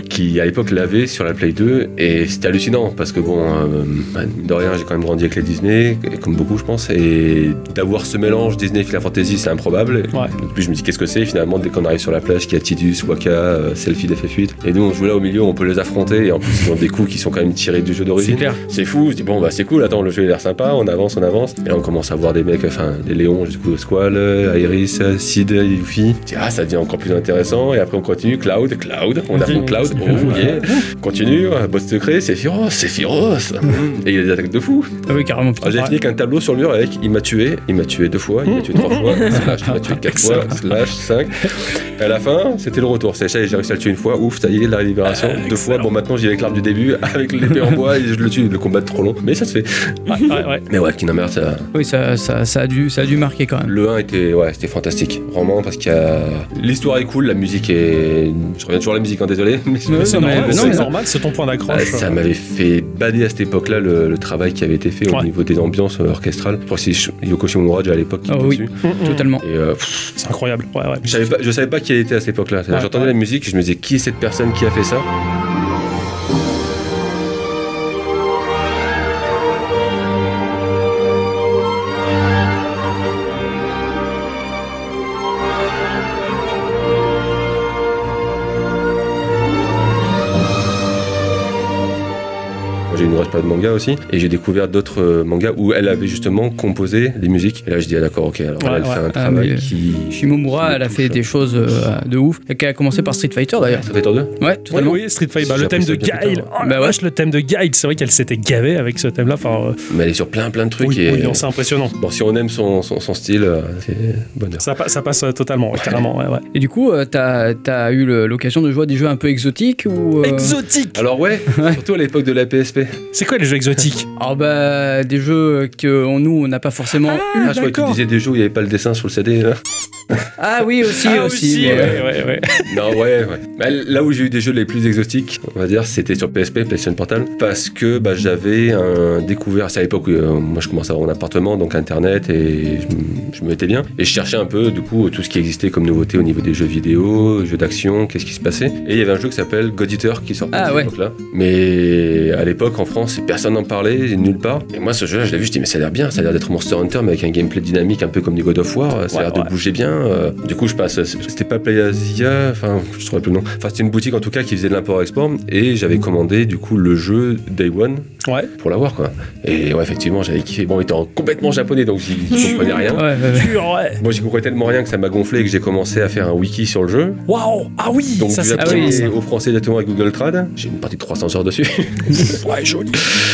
[SPEAKER 1] qui, à l'époque, l'avait sur la Play 2. Et c'était hallucinant parce que, bon, euh, ben, mine de rien, j'ai quand même grandi avec les Disney, et comme beaucoup, je pense. Et d'avoir ce mélange Disney-Final Fantasy, c'est improbable.
[SPEAKER 2] Ouais.
[SPEAKER 1] Et Depuis, je me dis, qu'est-ce que c'est Finalement, dès qu'on arrive sur la plage, qu'il y a Tidus, Waka, euh, Selfie d'FF8. Et nous, on joue là au milieu, on peut les affronter. Et en plus, ils ont des coups qui sont quand même tirés du jeu d'origine.
[SPEAKER 4] clair.
[SPEAKER 1] C'est fou, je dis bon bah c'est cool, attends le jeu a l'air sympa, on avance, on avance. Et là on commence à voir des mecs, enfin des Léons, du coup Squall, euh, Iris, euh, Sid, euh, Yuffie. Je dis, Ah ça devient encore plus intéressant et après on continue, Cloud, Cloud, on affronte Cloud, oh, yeah. continue, euh, boss secret, Sephiroth, Sephiroth. et il y a des attaques de fou.
[SPEAKER 4] Ah oui, carrément. putain.
[SPEAKER 1] Alors, J'avais fini avec un tableau sur le mur avec il m'a tué, il m'a tué deux fois, il m'a tué trois
[SPEAKER 4] (laughs)
[SPEAKER 1] fois, slash, il m'a tué quatre fois, (laughs) slash, cinq. Et à la fin, c'était le retour. C'est ça, j'ai réussi à le tuer une fois, ouf, ça y est, la libération.
[SPEAKER 4] Euh,
[SPEAKER 1] deux fois, bon, maintenant j'y vais avec l'arme du début, (laughs) avec l'épée en bois, et je le tue, le combat est trop long. Mais ça se fait.
[SPEAKER 2] Ouais, Ah, ouais, ouais.
[SPEAKER 1] Mais ouais, Kingdom Hearts, ça-
[SPEAKER 4] Oui, ça, ça, ça, a dû, ça a dû marquer quand même.
[SPEAKER 1] le 1 était, ouais, c'était fantastique. Vraiment, parce que l'histoire est cool, la musique est. Je reviens toujours à la musique, hein, désolé. (laughs) mais-
[SPEAKER 4] Non,
[SPEAKER 2] C'est
[SPEAKER 4] non, mais-
[SPEAKER 2] normal,
[SPEAKER 4] non,
[SPEAKER 2] c'est
[SPEAKER 4] mais- hein.
[SPEAKER 2] normal, c'est ton point
[SPEAKER 1] Ah,
[SPEAKER 2] d'accroche.
[SPEAKER 1] ça m'avait fait bader à cette époque-là le, le travail qui avait été fait
[SPEAKER 2] Ouais.
[SPEAKER 1] au niveau des ambiances euh, orchestrales. Je crois que c'est Sh- Yoko Shimomura déjà à l'époque qui
[SPEAKER 4] Ah
[SPEAKER 1] était
[SPEAKER 4] oui.
[SPEAKER 1] dessus.
[SPEAKER 2] Mm, mm.
[SPEAKER 4] Totalement.
[SPEAKER 1] Et euh,
[SPEAKER 2] C'est incroyable. Ouais, ouais.
[SPEAKER 1] Je savais pas, je savais pas qui elle était à cette époque-là. C'est-à-dire,
[SPEAKER 2] Ouais.
[SPEAKER 1] J'entendais la musique, je me disais qui est cette personne qui a fait ça. Moi, J'ai eu une grosse période manga aussi, et j'ai découvert d'autres euh, mangas où elle avait justement composé des musiques. Et là, je dis, ah d'accord, ok, alors
[SPEAKER 2] Ouais,
[SPEAKER 1] elle
[SPEAKER 2] ouais.
[SPEAKER 1] fait un
[SPEAKER 4] Ah,
[SPEAKER 1] travail
[SPEAKER 4] mais-
[SPEAKER 1] qui.
[SPEAKER 4] Shimomura,
[SPEAKER 1] qui me
[SPEAKER 4] elle a
[SPEAKER 1] touche. hein.
[SPEAKER 4] fait des choses euh, de ouf. Elle a commencé par Street Fighter d'ailleurs.
[SPEAKER 1] Ça fait tort deux
[SPEAKER 4] Ouais,
[SPEAKER 2] Oui,
[SPEAKER 4] totalement.
[SPEAKER 2] oui, Street Fighter, bah, le
[SPEAKER 1] J'ai
[SPEAKER 2] thème de
[SPEAKER 1] appris ça il y a
[SPEAKER 2] Guile.
[SPEAKER 1] pas
[SPEAKER 2] Oh la
[SPEAKER 4] Bah ouais.
[SPEAKER 2] vache, le thème de Guile, c'est vrai qu'elle s'était gavée avec ce thème-là. Enfin, euh,
[SPEAKER 1] Mais elle est sur plein plein de trucs.
[SPEAKER 2] oui,
[SPEAKER 1] et... euh,
[SPEAKER 2] oui, non, c'est impressionnant.
[SPEAKER 1] Bon, si on aime son, son, son style, euh, c'est bonheur.
[SPEAKER 2] Ça, pa- ça passe euh, totalement, ouais, carrément. ouais, ouais.
[SPEAKER 4] Et du coup, euh, t'as t'as eu le- l'occasion de jouer à des jeux un peu exotiques ou. euh,
[SPEAKER 2] Exotique
[SPEAKER 1] Alors ouais,
[SPEAKER 4] (laughs)
[SPEAKER 1] surtout à l'époque de la PSP.
[SPEAKER 4] Ah,
[SPEAKER 2] C'est quoi les jeux exotiques
[SPEAKER 4] Alors bah, des jeux que on- nous, on n'a pas forcément eu.
[SPEAKER 1] Ah, je croyais que tu disais des jeux où il n'y avait pas le dessin sur le hein. CD. là.
[SPEAKER 4] Ah oui, aussi,
[SPEAKER 2] Ah,
[SPEAKER 4] aussi.
[SPEAKER 2] ouais,
[SPEAKER 4] ouais.
[SPEAKER 2] ouais, ouais.
[SPEAKER 1] non, ouais, ouais. Bah, là où j'ai eu des jeux les plus exotiques, on va dire, c'était sur PSP, PlayStation Portable, parce que bah, j'avais un découvert, c'est à l'époque où euh, moi je commençais à avoir un appartement, donc internet, et je, m- je me mettais bien. Et je cherchais un peu, du coup, tout ce qui existait comme nouveauté au niveau des jeux vidéo, jeux d'action, qu'est-ce qui se passait. Et il y avait un jeu qui s'appelle God Eater qui sortait
[SPEAKER 4] Ah,
[SPEAKER 1] à cette
[SPEAKER 4] ouais.
[SPEAKER 1] époque-là. Mais à l'époque, en France, personne n'en parlait, nulle part. Et moi, ce jeu-là, je l'ai vu, je dis, mais ça a l'air bien, ça a l'air d'être Monster Hunter, mais avec un gameplay dynamique un peu comme du God of War, ça a
[SPEAKER 2] Ouais,
[SPEAKER 1] l'air
[SPEAKER 2] ouais.
[SPEAKER 1] de bouger bien. euh, du coup, je passe. C'était pas PlayAsia, enfin, je trouvais plus le nom. Enfin, c'était une boutique en tout cas qui faisait de l'import-export, et j'avais commandé du coup le jeu Day One
[SPEAKER 2] Ouais.
[SPEAKER 1] pour l'avoir, quoi. Et ouais, effectivement, j'avais kiffé. Bon, étant complètement japonais, donc j'y j'y comprenais rien.
[SPEAKER 2] (laughs)
[SPEAKER 4] Ouais, ouais, ouais.
[SPEAKER 2] Pur, ouais.
[SPEAKER 1] Moi, j'y comprenais tellement rien que ça m'a gonflé et que j'ai commencé à faire un wiki sur le jeu.
[SPEAKER 2] Waouh Ah oui
[SPEAKER 1] Donc,
[SPEAKER 2] Ça,
[SPEAKER 1] j'ai
[SPEAKER 2] c'est
[SPEAKER 4] ah
[SPEAKER 1] appris
[SPEAKER 2] bien,
[SPEAKER 4] oui.
[SPEAKER 2] ça.
[SPEAKER 1] au français directement avec Google Trad. J'ai une partie de 300 heures dessus. (laughs)
[SPEAKER 2] Ouais, joli.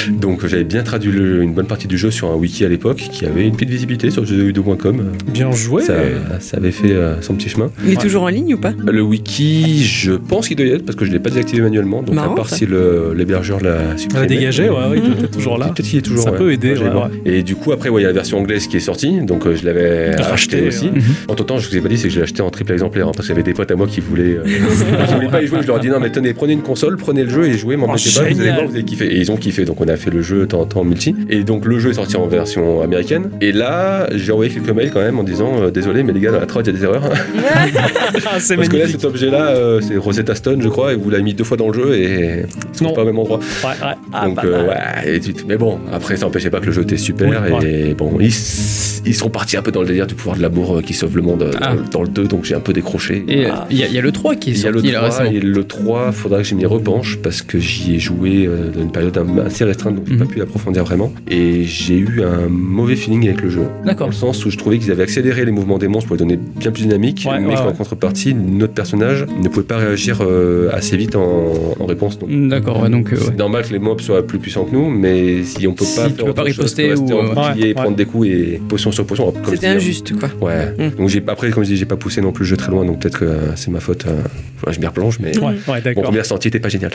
[SPEAKER 1] Donc, j'avais bien traduit le- une bonne partie du jeu sur un wiki à l'époque qui avait une petite visibilité sur jeuxvideo.com.
[SPEAKER 2] Bien joué.
[SPEAKER 1] Ça, ça avait fait euh, son petit chemin.
[SPEAKER 3] Il est toujours en ligne ou pas
[SPEAKER 1] Le wiki, je pense qu'il doit y être parce que je ne l'ai pas désactivé manuellement. Donc,
[SPEAKER 3] Marrant,
[SPEAKER 1] à part
[SPEAKER 3] ça.
[SPEAKER 1] si le- l'hébergeur l'a supprimé.
[SPEAKER 2] l'a dégagé, ouais, ouais, il doit être toujours là.
[SPEAKER 1] Peut-être qu'il est toujours
[SPEAKER 2] Ça
[SPEAKER 1] ouais.
[SPEAKER 2] peut aider,
[SPEAKER 1] Moi, je vais
[SPEAKER 2] ouais,
[SPEAKER 1] voir. Et du coup, après, ouais, il y a la version anglaise qui est sortie. Donc, euh, je l'avais
[SPEAKER 2] Racheté,
[SPEAKER 1] racheté
[SPEAKER 2] ouais.
[SPEAKER 1] aussi. En tout temps, je vous ai pas dit, c'est que je l'ai acheté en triple exemplaire. hein, parce qu'il y avait des potes à moi qui voulaient, euh, qui voulaient pas y jouer. Je leur ai dit, non, mais tenez, prenez une console, prenez le jeu et jouez. M'en
[SPEAKER 2] Oh,
[SPEAKER 1] mettez pas, vous allez
[SPEAKER 2] génial.
[SPEAKER 1] voir, vous allez kiffer. Et ils ont kiffé. Donc, on a fait le jeu de temps en temps en multi. Et donc, le jeu est sorti en version américaine. Et là, j'ai envoyé quelques mails quand même en disant, euh, désolé, mais les gars, dans la prod, il y a des erreurs.
[SPEAKER 2] Ah, c'est
[SPEAKER 1] Parce que là,
[SPEAKER 2] magnifique.
[SPEAKER 1] cet objet-là, euh, c'est Rosetta Stone, je crois, et vous l'avez mis deux fois dans le jeu et il se trouve
[SPEAKER 2] Non.
[SPEAKER 1] pas au même endroit.
[SPEAKER 2] Ouais, ouais. Ah,
[SPEAKER 1] Donc,
[SPEAKER 2] pas
[SPEAKER 1] euh,
[SPEAKER 2] mal.
[SPEAKER 1] ouais, et tu- mais bon, après, ça n'empêchait pas que le jeu était super
[SPEAKER 2] Oui,
[SPEAKER 1] et bon, il, s- ils sont partis un peu dans le délire du pouvoir de l'amour euh, qui sauve le monde euh,
[SPEAKER 4] Ah.
[SPEAKER 1] dans, dans le 2, donc j'ai un peu décroché.
[SPEAKER 4] Et il y, a- y a le 3 qui est
[SPEAKER 1] Il y a
[SPEAKER 4] sorti
[SPEAKER 1] le
[SPEAKER 4] là
[SPEAKER 1] 3,
[SPEAKER 4] récemment.
[SPEAKER 1] et le 3, faudra que je m'y repenche parce que j'y ai joué euh, dans une période un- assez restreinte, donc j'ai
[SPEAKER 4] Mhm.
[SPEAKER 1] pas pu l'approfondir vraiment. Et j'ai eu un mauvais feeling avec le jeu. Dans
[SPEAKER 4] D'accord.
[SPEAKER 1] le sens où je trouvais qu'ils avaient accéléré les mouvements des monstres pour les donner bien plus dynamiques,
[SPEAKER 2] Ouais,
[SPEAKER 1] mais
[SPEAKER 2] ouais,
[SPEAKER 1] qu'en
[SPEAKER 2] ouais.
[SPEAKER 1] contrepartie, notre personnage ne pouvait pas réagir euh, assez vite en, en réponse. Donc,
[SPEAKER 4] D'accord, ouais, donc euh,
[SPEAKER 1] C'est
[SPEAKER 4] ouais.
[SPEAKER 1] normal que les mobs soient plus puissants que nous, mais si on peut
[SPEAKER 4] Si
[SPEAKER 1] pas
[SPEAKER 4] tu
[SPEAKER 1] faire
[SPEAKER 4] peux
[SPEAKER 1] autre
[SPEAKER 4] pas
[SPEAKER 1] chose que
[SPEAKER 4] riposter
[SPEAKER 1] rester en
[SPEAKER 4] ou, euh,
[SPEAKER 1] bouclier,
[SPEAKER 2] ouais,
[SPEAKER 1] prendre des coups et potion sur potion, comme je
[SPEAKER 3] C'était
[SPEAKER 1] dis, hein.
[SPEAKER 3] injuste, quoi.
[SPEAKER 1] Ouais.
[SPEAKER 3] Mm.
[SPEAKER 1] Donc j'ai après comme je dis j'ai pas poussé non plus le jeu très loin donc peut-être que euh, c'est ma faute. euh, faudrait que je m'y replonge mais
[SPEAKER 2] Ouais, ouais,
[SPEAKER 1] mon
[SPEAKER 2] d'accord.
[SPEAKER 1] premier ressenti était pas génial.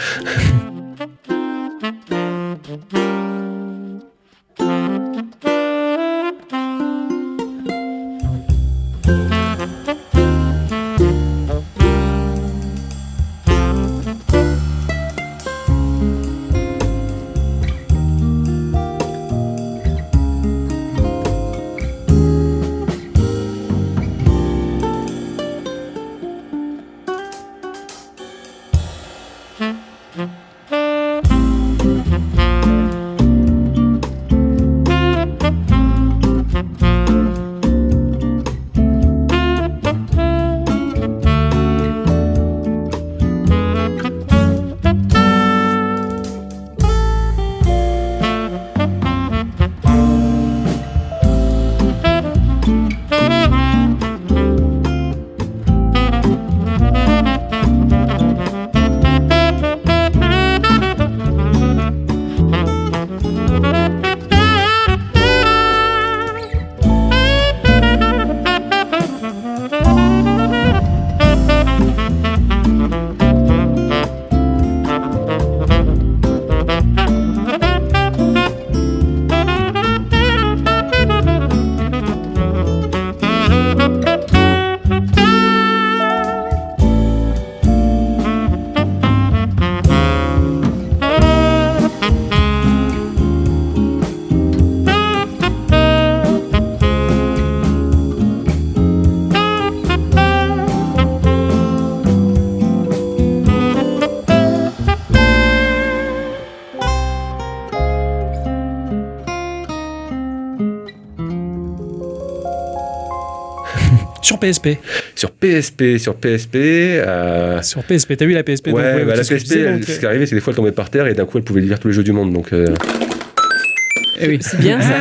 [SPEAKER 2] Sur PSP.
[SPEAKER 1] Sur PSP, sur PSP, euh,
[SPEAKER 2] Sur PSP, t'as vu la PSP donc,
[SPEAKER 1] ouais, bah,
[SPEAKER 2] c'est
[SPEAKER 1] la
[SPEAKER 2] ce que je
[SPEAKER 1] PSP,
[SPEAKER 2] disais,
[SPEAKER 1] elle-
[SPEAKER 2] donc, euh.
[SPEAKER 1] ce qui arrivait, c'est que des fois elle tombait par terre et d'un coup elle pouvait lire tous les jeux du monde. Donc euh,
[SPEAKER 4] Eh oui.
[SPEAKER 3] C'est bien ça.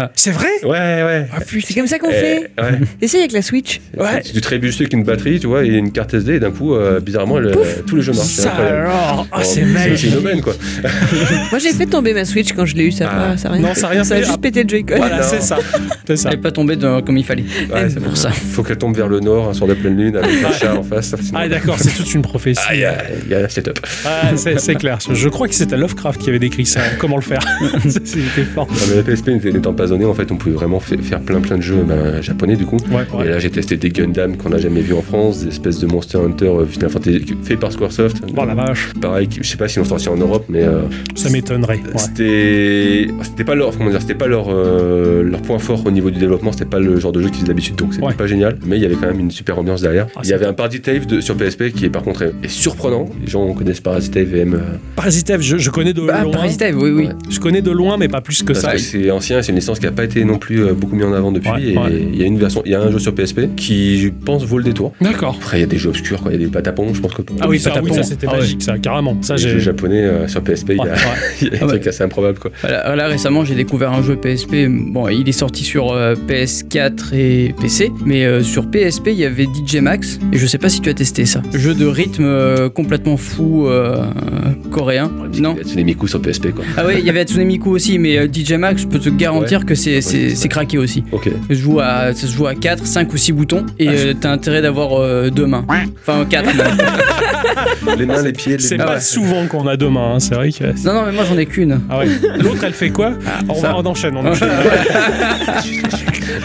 [SPEAKER 2] euh, C'est vrai
[SPEAKER 1] ouais, ouais.
[SPEAKER 2] Ah,
[SPEAKER 3] C'est comme ça qu'on
[SPEAKER 1] Eh,
[SPEAKER 3] fait.
[SPEAKER 1] ouais.
[SPEAKER 3] Essaye avec la Switch.
[SPEAKER 2] (laughs) Ouais.
[SPEAKER 1] Tu, tu trébuches avec une batterie, tu vois, et une carte SD, et d'un coup, euh, bizarrement, elle- tous les jeux marchent. c'est
[SPEAKER 2] Ça
[SPEAKER 1] incroyable.
[SPEAKER 2] alors Ah,
[SPEAKER 1] Bon,
[SPEAKER 2] c'est
[SPEAKER 1] C'est
[SPEAKER 2] magique
[SPEAKER 1] phénomène, quoi.
[SPEAKER 3] Moi, j'ai fait tomber ma Switch quand je l'ai eu, ça, a
[SPEAKER 1] Ah.
[SPEAKER 3] pas- ça a rien
[SPEAKER 2] Non,
[SPEAKER 3] fait.
[SPEAKER 2] ça a rien
[SPEAKER 3] Ça a
[SPEAKER 2] fait.
[SPEAKER 3] juste pété le Joy-Con.
[SPEAKER 2] Voilà,
[SPEAKER 1] non.
[SPEAKER 2] c'est ça. C'est ça.
[SPEAKER 1] (laughs)
[SPEAKER 4] Elle est pas tombée dans- comme il fallait.
[SPEAKER 1] Ouais, c'est
[SPEAKER 4] pour ça.
[SPEAKER 1] Faut qu'elle tombe vers le nord, hein, sur la pleine lune, avec un chat en face. sinon-
[SPEAKER 2] Ah d'accord, c'est toute une prophétie.
[SPEAKER 1] Ah, il y a, il y a setup.
[SPEAKER 2] Ah, c'est c'est clair. Je crois que c'était Lovecraft qui avait décrit ça. Comment le
[SPEAKER 1] (laughs)
[SPEAKER 2] faire C'était fort.
[SPEAKER 1] Non, mais la PSP n'était- n'étant pas zonée, en fait, on pouvait vraiment fa- faire plein plein de jeux ben, japonais du coup.
[SPEAKER 2] Ouais,
[SPEAKER 1] Et
[SPEAKER 2] ouais.
[SPEAKER 1] là, j'ai testé des Gundam qu'on n'a jamais vu en France, des espèces de Monster Hunter euh, Final Fantasy fait par Squaresoft.
[SPEAKER 2] Oh la vache,
[SPEAKER 1] Pareil, qui- je sais pas si on sorti en Europe, mais euh,
[SPEAKER 2] ça m'étonnerait. Ouais.
[SPEAKER 1] c'était c'était pas leur comment dire, c'était pas leur euh, leur point fort au niveau du développement, c'était pas le genre de jeu qu'ils faisaient d'habitude, donc c'était
[SPEAKER 2] Ouais.
[SPEAKER 1] pas génial. Mais il y avait quand même une super ambiance derrière.
[SPEAKER 2] Ah,
[SPEAKER 1] il
[SPEAKER 2] c'est
[SPEAKER 1] y avait un Party Tave de- sur PSP qui est par contre est, est surprenant. Les gens connaissent Parasite Tave et aiment. euh,
[SPEAKER 2] Parasitev, je, je connais de
[SPEAKER 4] Bah,
[SPEAKER 2] loin.
[SPEAKER 4] Paris Dive, oui, oui.
[SPEAKER 1] Ouais.
[SPEAKER 2] Je connais de loin, mais pas plus que
[SPEAKER 1] Parce
[SPEAKER 2] ça.
[SPEAKER 1] que c'est ancien, c'est une licence qui n'a pas été non plus euh, beaucoup mise en avant depuis.
[SPEAKER 2] Ouais,
[SPEAKER 1] et
[SPEAKER 2] ouais.
[SPEAKER 1] il y a une version, il y a un jeu sur PSP qui, je pense, vaut le détour.
[SPEAKER 2] D'accord.
[SPEAKER 1] Après, il y a des jeux obscurs, quoi. Il y a des patapons, je pense que.
[SPEAKER 2] Ah oui, ça,
[SPEAKER 4] Patapon.
[SPEAKER 2] oui, ça, c'était
[SPEAKER 4] Ah ouais.
[SPEAKER 2] magique, ça, carrément. Ça,
[SPEAKER 1] les jeux
[SPEAKER 2] j'ai.
[SPEAKER 1] japonais euh, sur PSP, il y
[SPEAKER 2] Ouais,
[SPEAKER 1] a,
[SPEAKER 2] ouais.
[SPEAKER 1] (laughs) il y a des
[SPEAKER 4] Ah ouais.
[SPEAKER 1] trucs assez improbables, quoi.
[SPEAKER 4] Voilà, ah, là récemment j'ai découvert un jeu PSP. Bon, il est sorti sur euh, PS4 et PC, mais euh, sur PSP il y avait DJ Max. Et je sais pas si tu as testé ça. Jeu de rythme euh, complètement fou euh, coréen. Non.
[SPEAKER 1] C'est des Miku sur PSP,
[SPEAKER 2] (laughs)
[SPEAKER 1] quoi.
[SPEAKER 4] Ah ouais, il y avait Hatsune Miku aussi, mais euh, DJ Max, je peux te garantir que c'est c'est-
[SPEAKER 1] c'est
[SPEAKER 4] c'est craqué aussi.
[SPEAKER 1] Ok.
[SPEAKER 4] Je joue à, ça se joue à 4, 5 ou 6 boutons, et euh, t'as intérêt d'avoir euh, deux mains. Enfin, 4
[SPEAKER 1] Les mains, les pieds, les
[SPEAKER 2] C'est
[SPEAKER 1] mains.
[SPEAKER 2] pas souvent qu'on a deux mains, hein, c'est vrai que.
[SPEAKER 4] Non, non, mais moi j'en ai qu'une.
[SPEAKER 2] Ah ouais. L'autre, elle fait quoi on,
[SPEAKER 4] Ah, ça.
[SPEAKER 2] va, on enchaîne, on
[SPEAKER 4] (laughs)
[SPEAKER 2] enchaîne.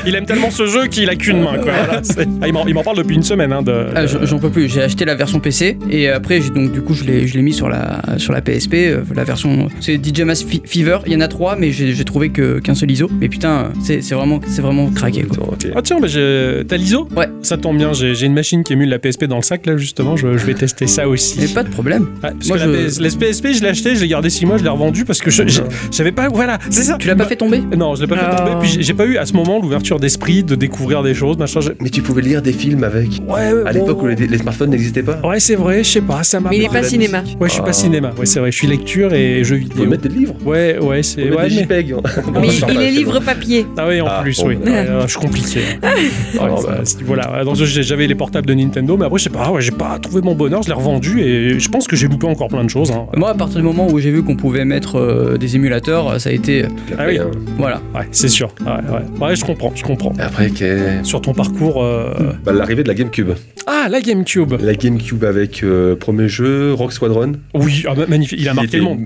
[SPEAKER 2] il aime tellement ce jeu qu'il a qu'une main, quoi. Voilà, c'est- Ah, il m'en il m'en parle depuis une semaine. Hein, de...
[SPEAKER 4] Ah, j'en j'en peux plus, j'ai acheté la version PC et après j'ai- donc du coup je l'ai je l'ai mis sur la sur la PSP, euh, la version c'est DJ Mass Fe- Fever, il y en a trois mais j'ai j'ai trouvé que qu'un seul ISO mais putain euh, c'est c'est vraiment c'est vraiment craqué quoi.
[SPEAKER 1] Attends, ok.
[SPEAKER 2] Ah tiens, bah, j'ai- t'as l'ISO
[SPEAKER 4] Ouais.
[SPEAKER 2] Ça tombe bien, j'ai j'ai une machine qui émule la PSP dans le sac, là, justement, je, je vais tester ça aussi.
[SPEAKER 4] Mais pas de problème.
[SPEAKER 2] Ouais, parce
[SPEAKER 4] moi,
[SPEAKER 2] que la, PS
[SPEAKER 4] je-
[SPEAKER 2] la PSP, je l'ai acheté, je l'ai gardé 6 mois, je l'ai revendu parce que je- je- j'avais pas... Voilà, c'est ça
[SPEAKER 4] Tu l'as pas fait tomber
[SPEAKER 2] Non, je l'ai pas fait
[SPEAKER 4] Ah.
[SPEAKER 2] tomber, puis j'ai- j'ai pas eu à ce moment l'ouver- ouverture d'esprit, de découvrir des choses, machin. j'ai-
[SPEAKER 1] Mais tu pouvais lire des films avec.
[SPEAKER 2] Ouais, ouais,
[SPEAKER 1] À
[SPEAKER 2] bon,
[SPEAKER 1] l'époque où les, les smartphones n'existaient pas.
[SPEAKER 2] Ouais, c'est vrai, je sais pas, ça m'a.
[SPEAKER 3] Mais il est
[SPEAKER 2] marqué.
[SPEAKER 3] pas cinéma.
[SPEAKER 2] Ouais, je suis
[SPEAKER 1] Ah.
[SPEAKER 2] pas cinéma. Ouais, c'est vrai, je suis lecture et jeux
[SPEAKER 1] Tu pouvais
[SPEAKER 2] vidéo.
[SPEAKER 1] mettre des livres.
[SPEAKER 2] Ouais, ouais,
[SPEAKER 1] Tu
[SPEAKER 2] c'est.
[SPEAKER 1] pouvais
[SPEAKER 2] Ouais,
[SPEAKER 1] mettre des
[SPEAKER 2] mais-
[SPEAKER 1] (laughs) JPEG.
[SPEAKER 2] Ah,
[SPEAKER 3] Mais
[SPEAKER 2] je sais
[SPEAKER 3] il
[SPEAKER 1] pas,
[SPEAKER 3] est
[SPEAKER 1] c'est
[SPEAKER 3] livre papier.
[SPEAKER 2] Ah oui, en
[SPEAKER 1] Ah,
[SPEAKER 2] plus,
[SPEAKER 1] bon,
[SPEAKER 2] oui. Ouais,
[SPEAKER 1] bah,
[SPEAKER 2] ouais, je suis
[SPEAKER 1] (laughs)
[SPEAKER 2] compliqué. Ouais,
[SPEAKER 1] bah.
[SPEAKER 2] ça, c'est- voilà, donc j'ai- j'avais les portables de Nintendo, mais après, je sais pas, ouais, j'ai pas trouvé mon bonheur, je l'ai revendu et je pense que j'ai loupé encore plein de choses. hein.
[SPEAKER 4] Moi, à partir du moment où j'ai vu qu'on pouvait mettre euh, des émulateurs, ça a été. euh,
[SPEAKER 1] Tu l'as
[SPEAKER 2] Ah
[SPEAKER 1] payé,
[SPEAKER 2] oui.
[SPEAKER 1] hein.
[SPEAKER 4] voilà.
[SPEAKER 2] Ouais, c'est sûr. Ouais, ouais. Ouais, je comprends, je comprends.
[SPEAKER 1] Après, qu'est-
[SPEAKER 2] Sur ton parcours. euh,
[SPEAKER 1] bah, l'arrivée de la GameCube.
[SPEAKER 2] Ah, la GameCube
[SPEAKER 1] La GameCube avec euh, premier jeu, Rock Squadron.
[SPEAKER 2] Oui, ah, bah, magnifique. Il a
[SPEAKER 1] qui
[SPEAKER 2] marqué
[SPEAKER 1] était
[SPEAKER 2] le monde.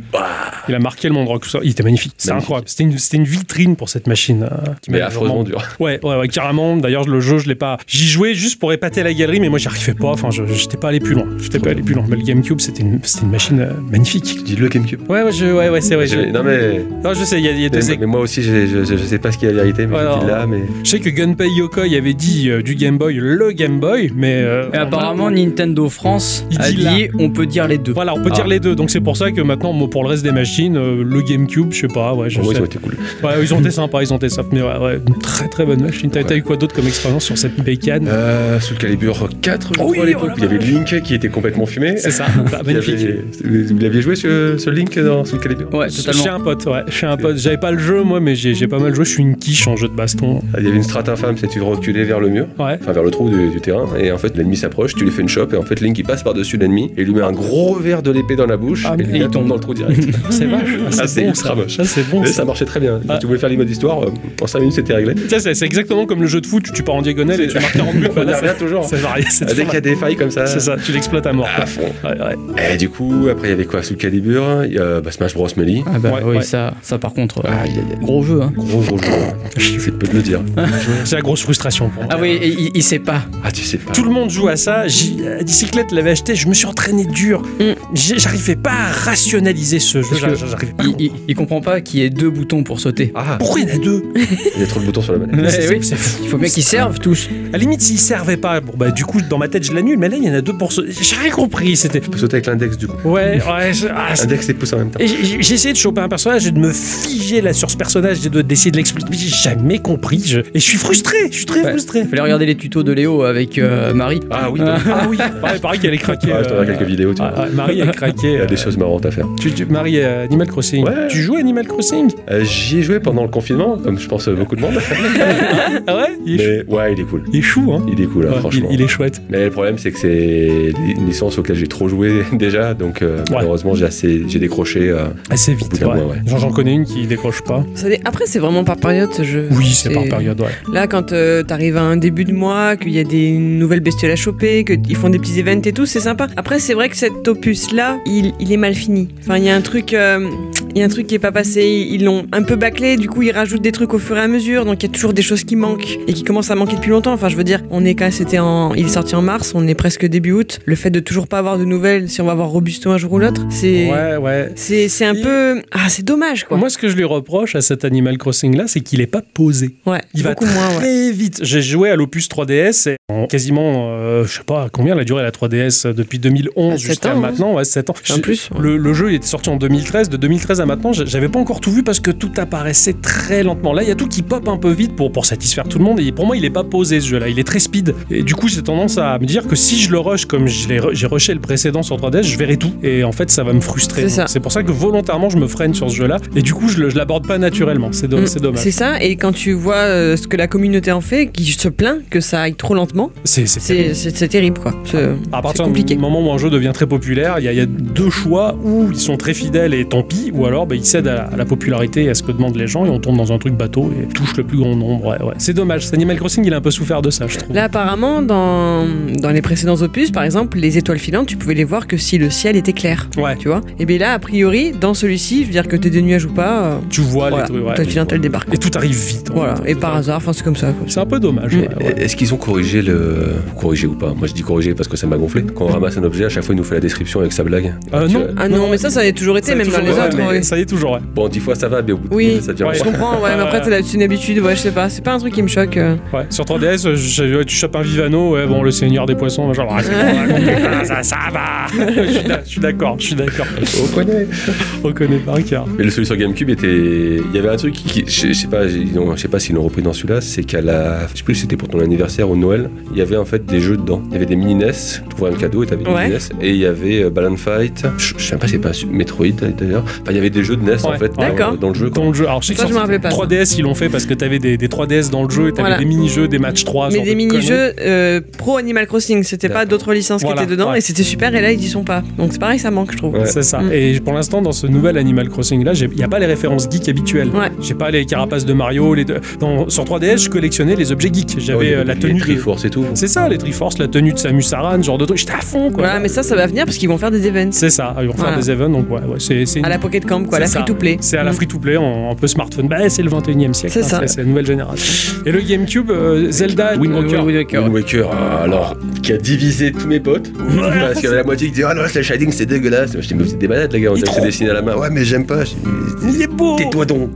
[SPEAKER 2] Il a marqué le monde rock. Il était magnifique. C'est
[SPEAKER 1] Magnifique.
[SPEAKER 2] incroyable. C'était une, c'était une vitrine pour cette machine. euh, qui
[SPEAKER 1] Mais
[SPEAKER 2] m'avait
[SPEAKER 1] affreusement dur. (laughs)
[SPEAKER 2] vraiment- Ouais, ouais, ouais, carrément. D'ailleurs, le jeu, je l'ai pas. J'y jouais juste pour épater la galerie, mais moi, j'y arrivais pas. Enfin, je j'étais pas allé plus loin. J'étais pas allé plus loin. Mais le GameCube, c'était une, c'était une machine euh, magnifique.
[SPEAKER 1] Tu dis le GameCube.
[SPEAKER 2] Ouais, ouais, je- ouais, ouais, c'est vrai. je-
[SPEAKER 1] J'ai- Non mais,
[SPEAKER 2] Non, je sais, il y a, il y a
[SPEAKER 1] mais,
[SPEAKER 2] deux.
[SPEAKER 1] mais moi aussi j'ai- je, je- je sais pas ce qui est la vérité mais
[SPEAKER 2] Ouais,
[SPEAKER 1] je
[SPEAKER 2] non.
[SPEAKER 1] dis là mais
[SPEAKER 2] Je sais que Gunpei Yokoi avait dit euh, du Game Boy le Game Boy, mais. euh,
[SPEAKER 4] Et apparemment, Nintendo France
[SPEAKER 2] Il
[SPEAKER 4] a
[SPEAKER 2] dit
[SPEAKER 4] dit
[SPEAKER 2] là.
[SPEAKER 4] on peut dire les deux.
[SPEAKER 2] Voilà, on peut
[SPEAKER 1] Ah.
[SPEAKER 2] dire les deux. Donc c'est pour ça que maintenant, moi, pour le reste des machines, euh, le GameCube, je sais pas, ouais, je
[SPEAKER 1] pour moi
[SPEAKER 2] sais.
[SPEAKER 1] ça a été cool.
[SPEAKER 2] Ouais, ils ont été sympas, ils ont été sympas. Mais ouais, ouais, une très très bonne machine. T'as t'as eu quoi d'autre comme expérience sur cette bécane
[SPEAKER 1] Euh, sous le calibre 4 je
[SPEAKER 2] Oh
[SPEAKER 1] crois
[SPEAKER 2] oui,
[SPEAKER 1] à
[SPEAKER 2] oh
[SPEAKER 1] l'époque,
[SPEAKER 2] là
[SPEAKER 1] il y avait
[SPEAKER 2] là.
[SPEAKER 1] Link qui était complètement fumé.
[SPEAKER 2] C'est
[SPEAKER 1] (laughs)
[SPEAKER 2] ça, bah,
[SPEAKER 1] Il y
[SPEAKER 2] magnifique.
[SPEAKER 1] avait- Vous l'aviez joué ce, ce Link dans sous le calibre
[SPEAKER 4] Ouais, totalement.
[SPEAKER 2] Chez un pote, ouais, chez un pote. J'avais pas le jeu, moi, mais j'ai j'ai pas mal joué. Je suis une quiche en jeu de baston.
[SPEAKER 1] Ah, Il y avait une strate infâme, c'est tu reculais vers le mur,
[SPEAKER 2] Ouais.
[SPEAKER 1] enfin vers le trou du, du terrain, et en fait l'ennemi s'approche, tu lui fais une chope, et en fait Link il passe par-dessus l'ennemi, et il lui met un gros verre de l'épée dans la bouche,
[SPEAKER 2] Ah,
[SPEAKER 1] et
[SPEAKER 2] merde.
[SPEAKER 1] il tombe dans le trou direct.
[SPEAKER 2] (laughs) C'est vache.
[SPEAKER 1] Ah, c'est
[SPEAKER 2] bon,
[SPEAKER 1] ultra
[SPEAKER 2] ça.
[SPEAKER 1] moche.
[SPEAKER 2] Ah, c'est bon.
[SPEAKER 1] Mais
[SPEAKER 2] ça.
[SPEAKER 1] ça marchait très bien.
[SPEAKER 2] Ah.
[SPEAKER 1] Si tu voulais faire les modes d'histoire, euh, en 5 minutes c'était réglé.
[SPEAKER 2] Tiens, C'est c'est exactement comme le jeu de foot. tu- Tu pars en diagonale et tu marques
[SPEAKER 1] (laughs)
[SPEAKER 2] 40 buts.
[SPEAKER 1] On y
[SPEAKER 2] Voilà,
[SPEAKER 1] revient toujours.
[SPEAKER 2] C'est varié. C'est
[SPEAKER 1] Dès qu'il y a Ah, des euh. Ah. failles comme ça.
[SPEAKER 2] c'est ça, tu l'exploites à mort.
[SPEAKER 1] À fond.
[SPEAKER 2] Ouais, ouais.
[SPEAKER 1] Et du coup, après, il y avait quoi Soul Calibur, euh, bah, Smash Bros. Melee.
[SPEAKER 4] Ah bah
[SPEAKER 2] Ouais,
[SPEAKER 4] oui,
[SPEAKER 2] ouais. Ah,
[SPEAKER 4] ça, ça par contre. euh,
[SPEAKER 1] Aïe, aïe, aïe.
[SPEAKER 4] Gros jeu, hein.
[SPEAKER 1] Gros, gros jeu. C'est peu de le dire.
[SPEAKER 2] C'est la grosse frustration pour moi.
[SPEAKER 4] Ah oui, et il, il sait pas.
[SPEAKER 1] Ah, tu sais pas.
[SPEAKER 2] Tout le monde joue à ça. J- La bicyclette l'avait acheté. Je me suis entraîné dur.
[SPEAKER 3] Mm.
[SPEAKER 2] J'ai- J'arrivais pas à rationaliser ce jeu.
[SPEAKER 4] Parce que
[SPEAKER 2] J'a- J'arrivais pas. à
[SPEAKER 4] Il, il- il comprend pas qu'il y ait deux boutons pour sauter.
[SPEAKER 1] Ah,
[SPEAKER 2] Pourquoi il y en a deux
[SPEAKER 1] il y a trop de boutons sur la manette.
[SPEAKER 4] Ouais,
[SPEAKER 2] C'est-
[SPEAKER 4] oui.
[SPEAKER 2] c'est fou.
[SPEAKER 4] Il faut bien qu'ils servent tous.
[SPEAKER 2] À la limite, s'il servait pas, bon bah du coup, dans ma tête, je l'annule, mais là, il y en a deux pour ce. J'ai rien compris, c'était.
[SPEAKER 1] Tu peux sauter avec l'index du coup.
[SPEAKER 2] Ouais, ouais, je- ah, c'est-
[SPEAKER 1] Index et pouce en même temps.
[SPEAKER 2] Et j'ai- j'ai j'ai essayé de choper un personnage et de me figer là sur ce personnage et de- d'essayer de l'expliquer. mais J'ai jamais compris. je- Et je suis frustré, je suis très
[SPEAKER 4] Ouais.
[SPEAKER 2] frustré.
[SPEAKER 4] Fallait regarder les tutos de Léo avec euh, Marie.
[SPEAKER 1] Ah oui,
[SPEAKER 4] Ah.
[SPEAKER 2] Ah oui, (laughs) ouais, pareil qu'elle est craquée.
[SPEAKER 1] Ah, je te regarde
[SPEAKER 2] euh,
[SPEAKER 1] quelques vidéos. Tu
[SPEAKER 2] ah,
[SPEAKER 1] vois.
[SPEAKER 2] ah, Marie elle est craquée.
[SPEAKER 1] Il y a des
[SPEAKER 2] euh,
[SPEAKER 1] choses marrantes à faire.
[SPEAKER 2] tu, tu- Marie, euh, Animal Crossing.
[SPEAKER 1] Ouais.
[SPEAKER 2] Tu joues à Animal Crossing
[SPEAKER 1] Euh, J'y ai joué pendant le confinement, comme je pense euh, beaucoup de monde.
[SPEAKER 2] Ah ouais Il est, chou-
[SPEAKER 1] Mais ouais, il est cool.
[SPEAKER 2] il est chou, hein
[SPEAKER 1] Il est cool, hein,
[SPEAKER 2] Ouais, il,
[SPEAKER 1] franchement.
[SPEAKER 2] il est chouette.
[SPEAKER 1] Mais le problème, c'est que c'est une licence auquel j'ai trop joué (laughs) déjà, donc euh, malheureusement, j'ai assez, j'ai décroché. euh,
[SPEAKER 2] Assez
[SPEAKER 1] bout
[SPEAKER 2] vite.
[SPEAKER 1] d'un
[SPEAKER 2] ouais.
[SPEAKER 1] mois, ouais.
[SPEAKER 2] Genre, J'en connais une qui décroche pas.
[SPEAKER 3] Ça dé- Après, c'est vraiment par période ce jeu.
[SPEAKER 2] Oui, c'est par période, ouais.
[SPEAKER 3] Là, quand euh, t'arrives à un début de mois, qu'il y a des nouvelles bestioles à choper, qu'ils font des petits events et tout, c'est sympa. Après, c'est vrai que cet opus-là, il, il est mal fini. Enfin, il y a un truc, euh, il y a un truc qui est pas passé. Ils l'ont un peu bâclé. Du coup, ils rajoutent des trucs au fur et à mesure. Donc, il y a toujours des choses qui manquent et qui commencent à manquer depuis longtemps. Enfin, je veux dire, on est quand c'était en, il est sorti en mars, on est presque début août. Le fait de toujours pas avoir de nouvelles, si on va avoir Robusto un jour ou l'autre, c'est,
[SPEAKER 2] Ouais, ouais.
[SPEAKER 3] c'est, c'est un
[SPEAKER 2] Il-
[SPEAKER 3] peu, ah, c'est dommage quoi.
[SPEAKER 2] Moi, ce que je lui reproche à cet Animal Crossing là, c'est qu'il est pas posé.
[SPEAKER 3] ouais,
[SPEAKER 2] Il va
[SPEAKER 3] beaucoup moins. Ouais.
[SPEAKER 2] Très vite. J'ai joué à l'Opus 3DS et en quasiment, euh, je sais pas combien la durée la 3DS euh, depuis 2011
[SPEAKER 3] Ah, sept
[SPEAKER 2] jusqu'à
[SPEAKER 3] ans, hein.
[SPEAKER 2] maintenant, ouais, 7 ans.
[SPEAKER 3] En
[SPEAKER 2] Je-
[SPEAKER 3] plus, ouais.
[SPEAKER 2] Le, le jeu il est sorti en 2013. De 2013 à maintenant, j'a- j'avais pas encore tout vu parce que tout apparaissait très lentement. Là, il y a tout qui pop un peu vite pour, pour satisfaire tout le monde. Et pour moi, il est pas posé ce jeu-là. Il est très speed. Et du coup, j'ai tendance à me dire que si je le rush comme je l'ai re- j'ai rushé le précédent sur 3DS, je verrai tout. Et en fait, ça va me frustrer.
[SPEAKER 3] C'est
[SPEAKER 2] Donc,
[SPEAKER 3] ça.
[SPEAKER 2] C'est pour ça que volontairement, je me freine sur ce jeu-là. Et du coup, je, le- je l'aborde pas naturellement. C'est do-
[SPEAKER 3] Mm.
[SPEAKER 2] c'est dommage.
[SPEAKER 3] C'est ça, et quand tu vois euh, ce que la communauté en fait, qui se plaint que ça aille trop lentement,
[SPEAKER 2] C'est c'est Ah,
[SPEAKER 3] c'est c'est- c'est terrible quoi. C'est
[SPEAKER 2] À
[SPEAKER 3] c'est
[SPEAKER 2] partir
[SPEAKER 3] compliqué.
[SPEAKER 2] du moment où un jeu devient très populaire, il y, a- il y a deux choix où ils sont très fidèles et tant pis, ou alors bah, ils cèdent à la, à la popularité et à ce que demandent les gens et on tombe dans un truc bateau et touche le plus grand nombre. Ouais, ouais. C'est dommage. cet Animal Crossing, il a un peu souffert de ça, je trouve.
[SPEAKER 3] Là apparemment, dans, dans les précédents opus, par exemple, les étoiles filantes, tu pouvais les voir que si le ciel était clair.
[SPEAKER 2] Ouais.
[SPEAKER 3] Tu vois Et bien là, a priori, dans celui-ci, je veux dire que t'es des nuages ou pas, euh,
[SPEAKER 2] Tu vois
[SPEAKER 3] voilà,
[SPEAKER 2] Ah, les trucs. ouais.
[SPEAKER 3] l'étoile filante elle débarque.
[SPEAKER 2] Et tout arrive vite. en
[SPEAKER 3] Voilà,
[SPEAKER 2] fait.
[SPEAKER 3] et par hasard, enfin c'est comme ça quoi.
[SPEAKER 2] C'est un peu dommage. ouais, ouais.
[SPEAKER 1] Est-ce qu'ils ont corrigé le. Corrigé ou pas Moi je dis corrigé parce que ça m'a gonflé. Quand on ramasse un objet, à chaque fois il nous fait la description avec sa blague.
[SPEAKER 2] Euh,
[SPEAKER 1] Tu
[SPEAKER 2] non.
[SPEAKER 1] vois,
[SPEAKER 3] Ah non, mais ça, ça avait toujours été,
[SPEAKER 2] Ça y est,
[SPEAKER 3] même dans
[SPEAKER 2] toujours,
[SPEAKER 3] les
[SPEAKER 2] ouais,
[SPEAKER 3] autres.
[SPEAKER 2] mais
[SPEAKER 3] ouais.
[SPEAKER 2] Ça y est toujours. ouais.
[SPEAKER 1] Bon, dix fois ça va, mais au bout de
[SPEAKER 3] Oui.
[SPEAKER 1] dix, ça devient.
[SPEAKER 2] Ouais.
[SPEAKER 3] Je comprends, ouais, mais après, t'as la- c'est une habitude, ouais, je sais pas. C'est pas un truc qui me choque. euh.
[SPEAKER 2] Ouais. Sur 3DS, euh, j'ai- ouais, tu chopes un Vivano, ouais, bon, le Seigneur des Poissons, genre, ah, c'est
[SPEAKER 3] (laughs)
[SPEAKER 2] bon, ah, ça, ça va. Je suis d'a- je suis d'accord, je suis d'accord.
[SPEAKER 1] (laughs) On connaît.
[SPEAKER 2] On reconnaît par cœur.
[SPEAKER 1] Mais le celui sur GameCube était. Il y avait un truc qui. Je je sais pas, j'ai- ils ont- je sais pas s'ils l'ont l'ont repris dans celui-là, c'est qu'à la. Je sais plus si c'était pour ton anniversaire ou Noël, il y avait en fait des jeux dedans. Il y avait des mini NES, tu ouvrais un cadeau et t'avais des
[SPEAKER 3] Ouais.
[SPEAKER 1] mini NES. Et il y avait euh, Balloon Fight, je, je sais même pas si c'est pas su- Metroid d'ailleurs. Enfin, il y avait des jeux de NES en
[SPEAKER 2] Mm. Ouais.
[SPEAKER 1] fait dans-
[SPEAKER 3] D'accord.
[SPEAKER 1] dans le jeu. quoi.
[SPEAKER 2] Dans le jeu, alors je sais que
[SPEAKER 3] Ça, je me
[SPEAKER 2] sur
[SPEAKER 3] rappelais pas.
[SPEAKER 2] 3DS, ils l'ont fait parce que t'avais des, des 3DS dans le jeu et t'avais
[SPEAKER 3] Voilà.
[SPEAKER 2] des mini-jeux, des matchs 3.
[SPEAKER 3] Mais
[SPEAKER 2] genre
[SPEAKER 3] des
[SPEAKER 2] de conneries.
[SPEAKER 3] mini-jeux euh, pro Animal Crossing, c'était pas
[SPEAKER 1] D'accord.
[SPEAKER 3] d'autres licences
[SPEAKER 2] Voilà,
[SPEAKER 3] qui étaient dedans
[SPEAKER 2] ouais.
[SPEAKER 3] et c'était super et là ils y sont pas. Donc c'est pareil, ça manque je trouve.
[SPEAKER 1] Ouais.
[SPEAKER 2] C'est ça.
[SPEAKER 3] Mm.
[SPEAKER 2] Et pour l'instant, dans ce nouvel Animal Crossing là, il n'y a pas les références geek habituelles.
[SPEAKER 3] Ouais.
[SPEAKER 2] J'ai pas les carapaces de Mario. Les deux. dans- sur 3DS, je collectionnais les objets geeks. J'avais
[SPEAKER 1] Ouais, il y
[SPEAKER 2] euh,
[SPEAKER 1] avait
[SPEAKER 2] la
[SPEAKER 1] des
[SPEAKER 2] tenue. de-
[SPEAKER 1] Oh, Triforce et tout.
[SPEAKER 2] C'est ça, les Triforce, la tenue de Samus Aran, ce genre de truc. J'étais à fond quoi.
[SPEAKER 3] Voilà, mais ça, ça va venir parce qu'ils vont faire des events
[SPEAKER 2] C'est ça. Ils vont faire
[SPEAKER 3] Voilà.
[SPEAKER 2] des events, donc ouais, ouais, c'est c'est une
[SPEAKER 3] à la Pocket Camp quoi, à la
[SPEAKER 2] C'est ça.
[SPEAKER 3] free to play.
[SPEAKER 2] C'est à la
[SPEAKER 3] Mm.
[SPEAKER 2] free to play, un peu smartphone. Bah, c'est le 21 e siècle.
[SPEAKER 3] C'est
[SPEAKER 2] hein,
[SPEAKER 3] ça.
[SPEAKER 2] la nouvelle génération. Et le GameCube, euh, Zelda, Wind
[SPEAKER 4] Euh,
[SPEAKER 2] Waker.
[SPEAKER 4] Wind Waker.
[SPEAKER 1] Wind Waker, euh, alors, qui a divisé tous
[SPEAKER 2] (laughs)
[SPEAKER 1] mes potes. parce qu'il y avait la moitié qui disait Ah non, le shading c'est dégueulasse. Je dis Mais vous êtes des malades, les gars, on
[SPEAKER 2] Il est
[SPEAKER 1] s'est
[SPEAKER 2] trop
[SPEAKER 1] dessiné à la main. Ouais, mais j'aime pas. Je dis, Mais
[SPEAKER 2] Il est beau (laughs)
[SPEAKER 1] Tais-toi donc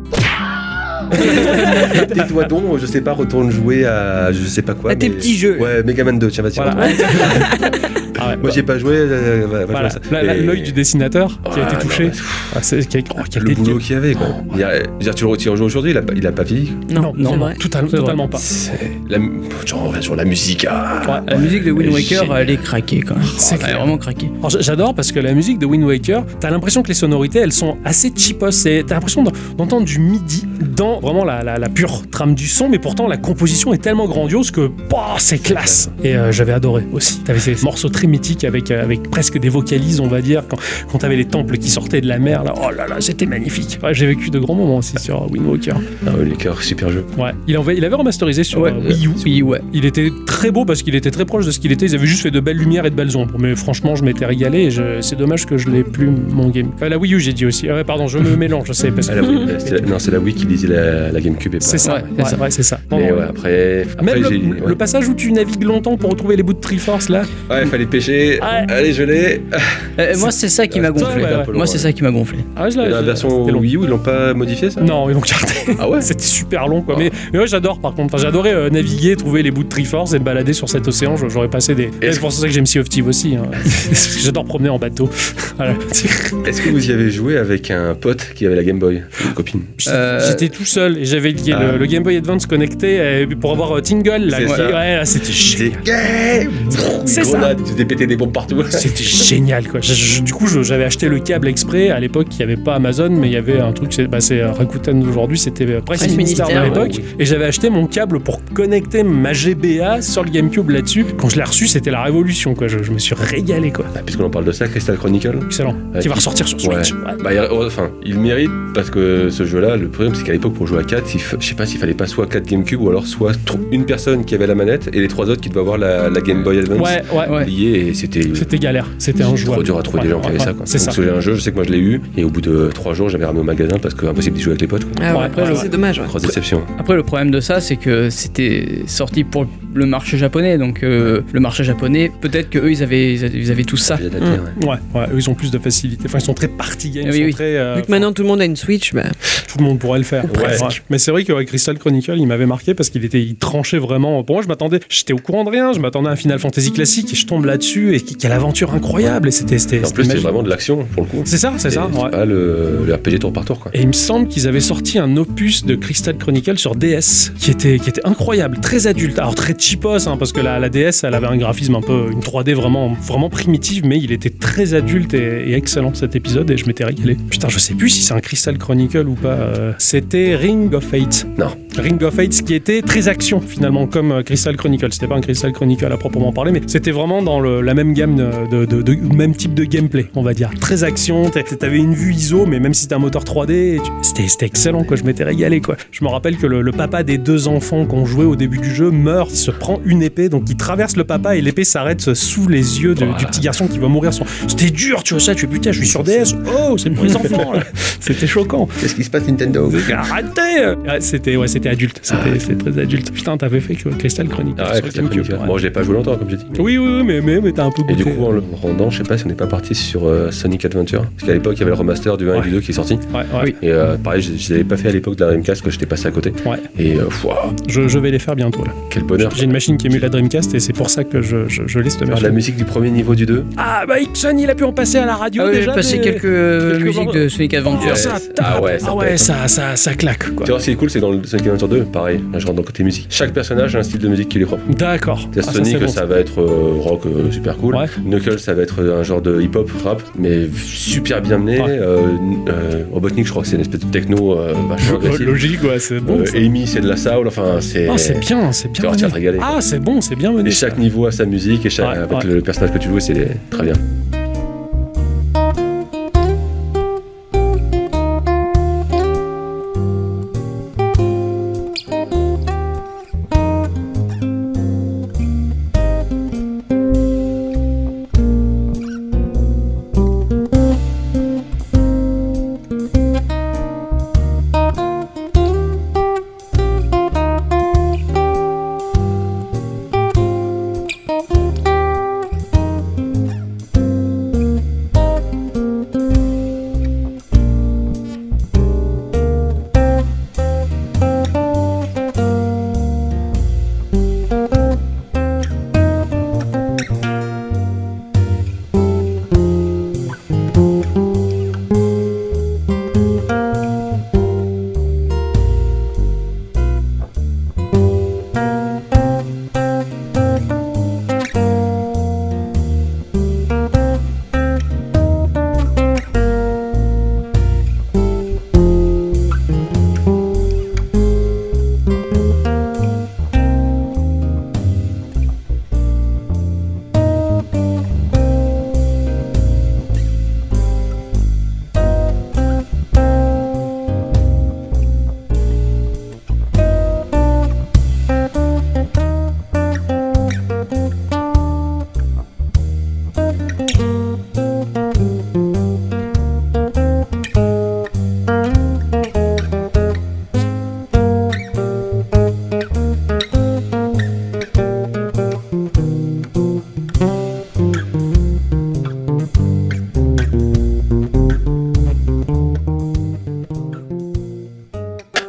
[SPEAKER 1] Tais-toi donc, je sais pas, retourne jouer à je sais pas quoi.
[SPEAKER 3] À tes
[SPEAKER 1] mais-
[SPEAKER 3] petits jeux.
[SPEAKER 1] Ouais, Mega Man 2, tiens, vas-y.
[SPEAKER 2] Voilà.
[SPEAKER 1] retourne.
[SPEAKER 2] (laughs) Ah ouais,
[SPEAKER 1] Moi j'ai pas joué, euh, va, va
[SPEAKER 2] voilà.
[SPEAKER 1] jouer à ça.
[SPEAKER 2] Là, là,
[SPEAKER 1] Et-
[SPEAKER 2] L'œil du dessinateur qui a
[SPEAKER 1] Ah,
[SPEAKER 2] été
[SPEAKER 1] non,
[SPEAKER 2] touché.
[SPEAKER 1] mais
[SPEAKER 2] Ah, c'est- qui a- oh, qui a
[SPEAKER 1] Le
[SPEAKER 2] été-
[SPEAKER 1] boulot qu'il y avait quoi. Il y a- je veux dire, tu le retires aujourd'hui, il a pas- il a pas vieilli.
[SPEAKER 2] Non, non,
[SPEAKER 4] Non, c'est
[SPEAKER 2] non,
[SPEAKER 4] vrai.
[SPEAKER 2] totalement,
[SPEAKER 4] C'est vrai.
[SPEAKER 2] totalement pas.
[SPEAKER 1] C'est la mu- Genre, on revient sur la musique. ah.
[SPEAKER 2] Ouais.
[SPEAKER 4] La musique de Wind
[SPEAKER 1] Elle est
[SPEAKER 4] Waker,
[SPEAKER 1] géniale.
[SPEAKER 4] elle est craquée quand même.
[SPEAKER 2] C'est
[SPEAKER 4] Elle est
[SPEAKER 2] clair.
[SPEAKER 4] vraiment craquée.
[SPEAKER 2] Alors, j- J'adore parce que la musique de Wind Waker, t'as l'impression que les sonorités elles sont assez cheapos. C'est- T'as l'impression d'en- d'entendre du midi dans vraiment la, la- la pure trame du son, mais pourtant la composition est tellement grandiose que bah, c'est classe. Et euh, j'avais adoré aussi. T'avais ces morceaux très mythiques avec, euh, avec presque des vocalises, on va dire, quand, quand t'avais les temples qui sortaient de la mer. Là, oh là là, c'était magnifique. Ouais, J'ai vécu de grands moments aussi sur euh, Wind Waker.
[SPEAKER 1] Ah, Wind Waker, super jeu.
[SPEAKER 2] Ouais. Il, en avait, il avait remasterisé sur
[SPEAKER 4] Ouais.
[SPEAKER 2] euh, Wii U.
[SPEAKER 4] Oui, ouais.
[SPEAKER 2] Il était très beau parce qu'il était très proche de ce qu'il était. Ils avaient juste fait de belles lumières et de belles ombres. Mais franchement, je m'étais régalé. et je- C'est dommage que je l'ai plus mon game. Euh, la Wii U, j'ai dit aussi. Euh, pardon, je me mélange. Je sais parce
[SPEAKER 1] Ah,
[SPEAKER 2] que.
[SPEAKER 1] la Wii, euh, c'était la- non, (laughs) c'est la Wii qui lisait la, la GameCube et pas.
[SPEAKER 2] C'est ça.
[SPEAKER 4] Ouais,
[SPEAKER 2] Ouais,
[SPEAKER 4] c'est ça.
[SPEAKER 2] ouais, c'est ça. Non,
[SPEAKER 1] Mais
[SPEAKER 2] non,
[SPEAKER 1] ouais, après, après
[SPEAKER 2] Même le,
[SPEAKER 1] j'ai-
[SPEAKER 2] le
[SPEAKER 1] ouais.
[SPEAKER 2] passage où tu navigues longtemps pour retrouver les bouts de Triforce là.
[SPEAKER 1] Ouais, fallait pêcher.
[SPEAKER 2] Ouais.
[SPEAKER 1] Allez, je l'ai.
[SPEAKER 4] Euh, moi, c'est ça qui m'a
[SPEAKER 1] Ouais,
[SPEAKER 4] gonflé.
[SPEAKER 2] ouais, ouais.
[SPEAKER 4] Moi, c'est ça qui m'a gonflé.
[SPEAKER 2] Ah, je
[SPEAKER 1] Et La
[SPEAKER 2] je-
[SPEAKER 1] version
[SPEAKER 2] c'était long.
[SPEAKER 1] Wii U, ils l'ont pas modifié ça
[SPEAKER 2] Non, ils l'ont gardé.
[SPEAKER 1] Ah
[SPEAKER 2] (laughs)
[SPEAKER 1] ouais
[SPEAKER 2] C'était super long quoi.
[SPEAKER 1] Ah.
[SPEAKER 2] Mais, mais ouais, j'adore par contre. Enfin, j'adorais euh, naviguer, trouver les bouts de Triforce et me balader sur cet océan. Je- J'aurais passé des.
[SPEAKER 1] Est-ce-
[SPEAKER 2] C'est pour ça que j'aime Sea of Thieves aussi. hein. (laughs) Parce que j'adore promener en bateau. (laughs) Voilà.
[SPEAKER 1] Est-ce que vous y avez joué avec un pote qui avait la Game Boy Une copine
[SPEAKER 4] Euh,
[SPEAKER 2] J'étais tout seul et j'avais lié le,
[SPEAKER 1] Ah.
[SPEAKER 2] le Game Boy Advance connecté euh, pour avoir euh, Tingle. Là,
[SPEAKER 1] C'est
[SPEAKER 2] qui-
[SPEAKER 1] ça.
[SPEAKER 2] ouais, là, c'était
[SPEAKER 1] J'étais.
[SPEAKER 2] génial.
[SPEAKER 1] C'est ça. Tu t'es pété des bombes partout.
[SPEAKER 2] C'était génial quoi. Je- je- du coup, je- j'avais acheté le câble exprès. À l'époque, il n'y avait pas Amazon, mais il y avait un truc, c'est bah, c'est, euh, Rakuten aujourd'hui, c'était euh, Presse
[SPEAKER 3] Presse
[SPEAKER 2] Ministère à
[SPEAKER 3] Ministère,
[SPEAKER 2] l'époque. Et j'avais acheté mon câble pour connecter ma GBA sur le GameCube là-dessus. Quand je l'ai reçu, c'était la révolution quoi. Je, je me suis régalé quoi.
[SPEAKER 1] Bah, (laughs) Puisqu'on en parle de ça, Crystal Chronicle.
[SPEAKER 2] Excellent.
[SPEAKER 1] Ah, Ouais.
[SPEAKER 2] Qui va ressortir sur Switch. Ouais.
[SPEAKER 1] Bah, il- enfin, il mérite parce que ce jeu-là, le problème c'est qu'à l'époque pour jouer à 4, il fa- je sais pas s'il fallait pas soit 4 GameCube ou alors soit tr- une personne qui avait la manette et les trois autres qui devaient avoir la, la Game Boy Advance.
[SPEAKER 2] Ouais, ouais,
[SPEAKER 4] Ouais.
[SPEAKER 1] liée et c'était
[SPEAKER 2] C'était galère. C'était un
[SPEAKER 1] trop dur à trouver des gens qui avaient ça. quoi.
[SPEAKER 2] C'est ça.
[SPEAKER 1] Donc, j'ai un jeu, je sais que moi je l'ai eu et au bout de 3 jours j'avais ramené au magasin parce que impossible d'y jouer avec les potes. quoi.
[SPEAKER 3] Ah ouais,
[SPEAKER 2] Ouais, après,
[SPEAKER 3] ça,
[SPEAKER 2] le-
[SPEAKER 3] c'est dommage. ouais.
[SPEAKER 1] Grosse déception.
[SPEAKER 4] Après, le problème de ça, c'est que c'était sorti pour le marché japonais. Donc, euh, le marché japonais, peut-être qu'eux, ils avaient, ils avaient, ils avaient tout
[SPEAKER 2] Ah.
[SPEAKER 4] ça.
[SPEAKER 1] J'ai adapté, ouais.
[SPEAKER 2] Ouais, ouais, eux, ils ont plus de facilité. Enfin, ils sont très party game,
[SPEAKER 4] Oui,
[SPEAKER 2] ils sont
[SPEAKER 4] oui.
[SPEAKER 2] très, euh,
[SPEAKER 3] Vu que maintenant tout le monde a une Switch, bah,
[SPEAKER 2] tout le monde pourrait le faire.
[SPEAKER 1] Ou presque.
[SPEAKER 2] Ouais. Mais c'est vrai que ouais, Crystal Chronicle, il m'avait marqué parce qu'il était, il tranchait vraiment. Pour moi, je m'attendais, j'étais au courant de rien, je m'attendais à un Final Fantasy classique et je tombe là-dessus et quelle aventure incroyable. Et c'était, c'était,
[SPEAKER 1] En
[SPEAKER 2] c'était
[SPEAKER 1] plus, c'est
[SPEAKER 2] magique.
[SPEAKER 1] vraiment de l'action pour le coup.
[SPEAKER 2] C'est ça, c'est ça.
[SPEAKER 1] Et
[SPEAKER 2] ouais.
[SPEAKER 1] pas le, le RPG tour par tour quoi.
[SPEAKER 2] Et il me semble qu'ils avaient sorti un opus de Crystal Chronicle sur DS qui était, qui était incroyable, très adulte. Alors très cheapos, hein, parce que la, la DS, elle avait un graphisme un peu, une 3D vraiment, vraiment primitive, mais il était très adulte et, et excellent cet épisode et je m'étais régalé. Putain, je sais plus si c'est un Crystal Chronicle ou pas. euh, C'était Ring of Fate.
[SPEAKER 1] Non.
[SPEAKER 2] Ring of Fates qui était très action finalement comme euh, Crystal Chronicle. C'était pas un Crystal Chronicle à proprement parler, mais c'était vraiment dans le, la même gamme de, de- de- de- même type de gameplay, on va dire. Très action, t'a- t'avais une vue ISO, mais même si c'était un moteur 3D, tu- c'était c'était excellent quoi. Je m'étais régalé quoi. Je me rappelle que le, le papa des deux enfants qu'on jouait au début du jeu meurt, il se prend une épée, donc il traverse le papa et l'épée s'arrête sous les yeux de- du petit garçon qui va mourir. Sans... C'était dur, tu vois ça, tu es putain, je suis sur DS. Oh, c'est pour (laughs) les enfants. là. C'était choquant.
[SPEAKER 1] Qu'est-ce qui se passe Nintendo
[SPEAKER 2] Arrêtez Ouais, Ah, C'était ouais, c'était adulte, c'était c'était très adulte. Putain, t'avais fait que Crystal Chronicle.
[SPEAKER 1] Ah ouais,
[SPEAKER 2] sur
[SPEAKER 1] Crystal
[SPEAKER 2] GameCube,
[SPEAKER 1] Chronicle.
[SPEAKER 2] ouais.
[SPEAKER 1] Bon, je l'ai pas joué longtemps comme j'ai dit. mais-
[SPEAKER 2] Oui, oui, oui, mais, mais, mais t'as un peu
[SPEAKER 1] Et
[SPEAKER 2] goûté.
[SPEAKER 1] du coup, en le rendant, je sais pas si on n'est pas parti sur euh, Sonic Adventure. Parce qu'à l'époque, il y avait le remaster du 1 et du
[SPEAKER 2] Ouais.
[SPEAKER 1] 2 qui est sorti.
[SPEAKER 2] Ouais, ouais.
[SPEAKER 4] Oui.
[SPEAKER 1] Et euh, pareil, je, je l'avais pas fait à l'époque de la Dreamcast, que j'étais passé à côté.
[SPEAKER 2] Ouais.
[SPEAKER 1] Et euh, ouah,
[SPEAKER 2] Je, je vais les faire bientôt là.
[SPEAKER 1] quel bonheur.
[SPEAKER 2] J'ai une machine qui émule la Dreamcast et c'est pour ça que je, je, je liste
[SPEAKER 1] Alors, Ah, la musique du premier niveau du 2.
[SPEAKER 2] Ah bah Ixon il a pu en passer à la radio
[SPEAKER 4] Ah oui, j'ai
[SPEAKER 2] déjà.
[SPEAKER 4] passé
[SPEAKER 2] mais-
[SPEAKER 4] quelques,
[SPEAKER 2] quelques
[SPEAKER 4] musiques de Sonic Adventure.
[SPEAKER 2] Oh, ça
[SPEAKER 1] Yes.
[SPEAKER 2] tape.
[SPEAKER 1] Ah ouais, ça
[SPEAKER 2] Ah
[SPEAKER 1] pète, hein.
[SPEAKER 2] ouais ça, ça, ça claque quoi.
[SPEAKER 1] Tu vois, ce qui est cool, c'est dans le Sonic Terminator 2, pareil, là je rentre dans le côté musique. Chaque personnage a un style de musique qui lui est propre.
[SPEAKER 2] D'accord.
[SPEAKER 1] C'est
[SPEAKER 2] Ah, ça,
[SPEAKER 1] Sonic,
[SPEAKER 2] c'est
[SPEAKER 1] ça,
[SPEAKER 2] bon.
[SPEAKER 1] va être euh, rock euh, super cool.
[SPEAKER 2] Ouais.
[SPEAKER 1] Knuckles, ça va être euh, un genre de hip-hop, rap, mais super bien mené.
[SPEAKER 2] Ouais.
[SPEAKER 1] Euh, euh, Robotnik, je crois que c'est une espèce de techno euh, vachement agressive.
[SPEAKER 2] Logique, ouais, c'est bon.
[SPEAKER 1] Euh,
[SPEAKER 2] ça.
[SPEAKER 1] Amy, c'est de la soul, enfin c'est.
[SPEAKER 2] Ah, c'est bien, c'est
[SPEAKER 1] Tu
[SPEAKER 2] bien.
[SPEAKER 1] vas
[SPEAKER 2] mené.
[SPEAKER 1] te régaler.
[SPEAKER 2] Ah, c'est bon, c'est bien mené.
[SPEAKER 1] Et chaque niveau a sa musique et chaque,
[SPEAKER 2] Ouais,
[SPEAKER 1] avec
[SPEAKER 2] ouais.
[SPEAKER 1] le personnage que tu joues, c'est très bien.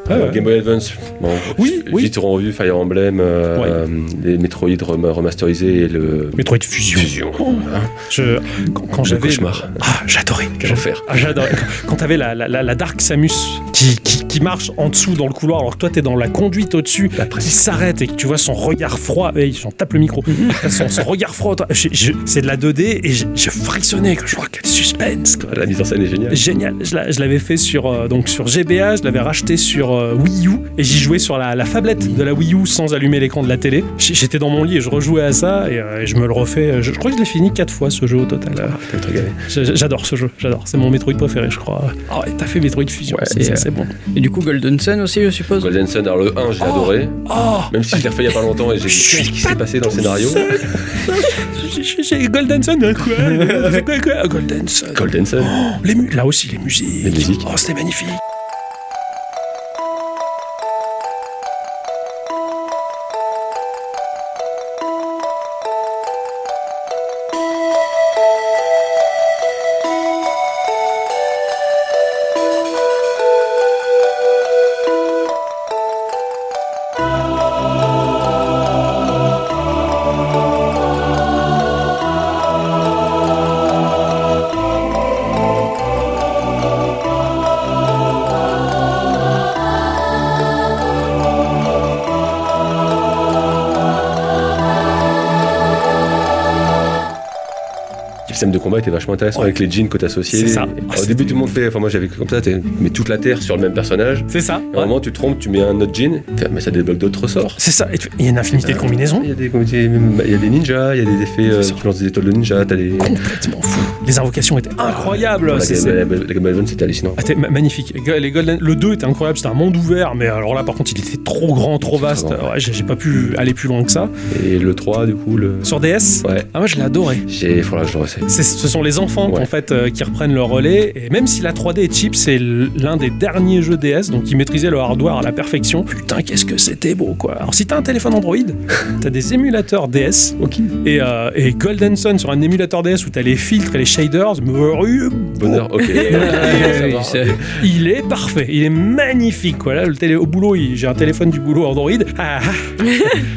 [SPEAKER 2] Ah, ouais.
[SPEAKER 1] Game Boy Advance. Bon,
[SPEAKER 2] Oui,
[SPEAKER 1] v-
[SPEAKER 2] oui.
[SPEAKER 1] Vite revu Fire Emblem, euh,
[SPEAKER 2] Ouais.
[SPEAKER 1] euh, les Metroid rem- remasterisés et le.
[SPEAKER 2] Metroid Fusion. Oh, je- quand quand
[SPEAKER 1] Le
[SPEAKER 2] j'avais.
[SPEAKER 1] cauchemar.
[SPEAKER 2] Ah, j'adorais.
[SPEAKER 1] Quel enfer.
[SPEAKER 2] Ah, j'adore. Quand t'avais la, la, la, la Dark Samus qui, qui, qui marche en dessous dans le couloir, alors que toi t'es dans la conduite au-dessus, qui s'arrête et que tu vois son regard froid. Hey, j'en tape le
[SPEAKER 1] (laughs)
[SPEAKER 2] micro. T'as son, son regard froid. toi. Je- je- C'est de la 2D et je, je frictionnais. Quand je vois quel suspense. quoi.
[SPEAKER 1] La mise en scène est géniale.
[SPEAKER 2] Génial. Je l'a- je l'avais fait sur, euh, donc sur GBA, je l'avais racheté sur euh, Wii U et j'y jouais sur la, la tablette de la Wii U sans allumer l'écran de la télé. J- J'étais dans mon lit et je rejouais à ça et, euh, et je me le refais. Je, je crois que je l'ai fini quatre fois ce jeu au total.
[SPEAKER 1] T'as tout régalé.
[SPEAKER 2] J- j- J'adore ce jeu, j'adore. C'est mon Metroid préféré, je crois. Ah ouais, t'as fait Metroid Fusion,
[SPEAKER 4] Ouais,
[SPEAKER 2] c'est-
[SPEAKER 4] et,
[SPEAKER 2] c'est
[SPEAKER 4] euh,
[SPEAKER 2] c'est bon.
[SPEAKER 4] Et du coup, Golden Sun aussi, je suppose.
[SPEAKER 1] Golden Sun, alors le 1, j'ai adoré.
[SPEAKER 2] Oh
[SPEAKER 1] Même si je l'ai refait il y a pas longtemps et j'ai dit
[SPEAKER 2] Je
[SPEAKER 1] qu'est-ce
[SPEAKER 2] suis
[SPEAKER 1] qui s'est passé dans le scénario.
[SPEAKER 2] J'ai- j'ai- j'ai Golden Sun, hein, quoi, C'est quoi, quoi Golden Sun.
[SPEAKER 1] Golden Sun.
[SPEAKER 2] Oh, les mu- là aussi, les musiques.
[SPEAKER 1] Les musiques.
[SPEAKER 2] Oh, c'était magnifique.
[SPEAKER 1] Le système de combat était vachement intéressant avec les jeans que t'associais.
[SPEAKER 2] C'est ça. Ah,
[SPEAKER 1] Au
[SPEAKER 2] c'était-
[SPEAKER 1] début, tout le monde fait. Enfin, moi j'avais comme ça, t'es- mets toute la terre sur le même personnage.
[SPEAKER 2] C'est ça
[SPEAKER 1] Et à un moment, tu te trompes, tu mets un autre jean, Fais, mais ça débloque d'autres ressorts.
[SPEAKER 2] C'est ça, et tu- il y a une infinité
[SPEAKER 1] Euh,
[SPEAKER 2] de combinaisons.
[SPEAKER 1] Il y a des, il y a des ninjas, il y a des effets, euh,
[SPEAKER 2] C'est ça.
[SPEAKER 1] tu lances des étoiles de ninja, t'as des.
[SPEAKER 2] complètement fou. Les invocations étaient incroyables.
[SPEAKER 1] Ah, La
[SPEAKER 2] c'est-
[SPEAKER 1] Game-
[SPEAKER 2] c'est-
[SPEAKER 1] la- la Game Boy Advance, c'était hallucinant.
[SPEAKER 2] Ah, t'es ma- magnifique. Les Golden- le 2 était incroyable, c'était un monde ouvert, mais alors là par contre il était trop grand, trop vaste.
[SPEAKER 1] Trop grand.
[SPEAKER 2] Ouais, j'ai j'ai pas pu aller plus loin que ça.
[SPEAKER 1] Et le 3, du coup, le.
[SPEAKER 2] Sur DS,
[SPEAKER 1] Ouais.
[SPEAKER 2] ah moi je l'ai adoré.
[SPEAKER 1] J'ai. Faudra que je le ressaye.
[SPEAKER 2] C'est- Ce sont les enfants
[SPEAKER 1] Ouais.
[SPEAKER 2] en fait euh, qui reprennent le relais et même si la 3D est cheap, c'est l'un des derniers jeux DS donc ils maîtrisaient le hardware à la perfection. Putain qu'est-ce que c'était beau quoi. Alors si t'as un téléphone Android, t'as des émulateurs DS
[SPEAKER 1] Ok.
[SPEAKER 2] et, euh, et Golden Sun sur un émulateur DS où t'as les filtres et les shaders. mais-
[SPEAKER 1] Bonheur, (laughs) ok.
[SPEAKER 4] Ouais, Ah, oui,
[SPEAKER 1] Ça va.
[SPEAKER 4] c'est-
[SPEAKER 2] Il est parfait, il est magnifique. Quoi. Là, le télé au boulot, il- j'ai un téléphone du boulot Android. Ah,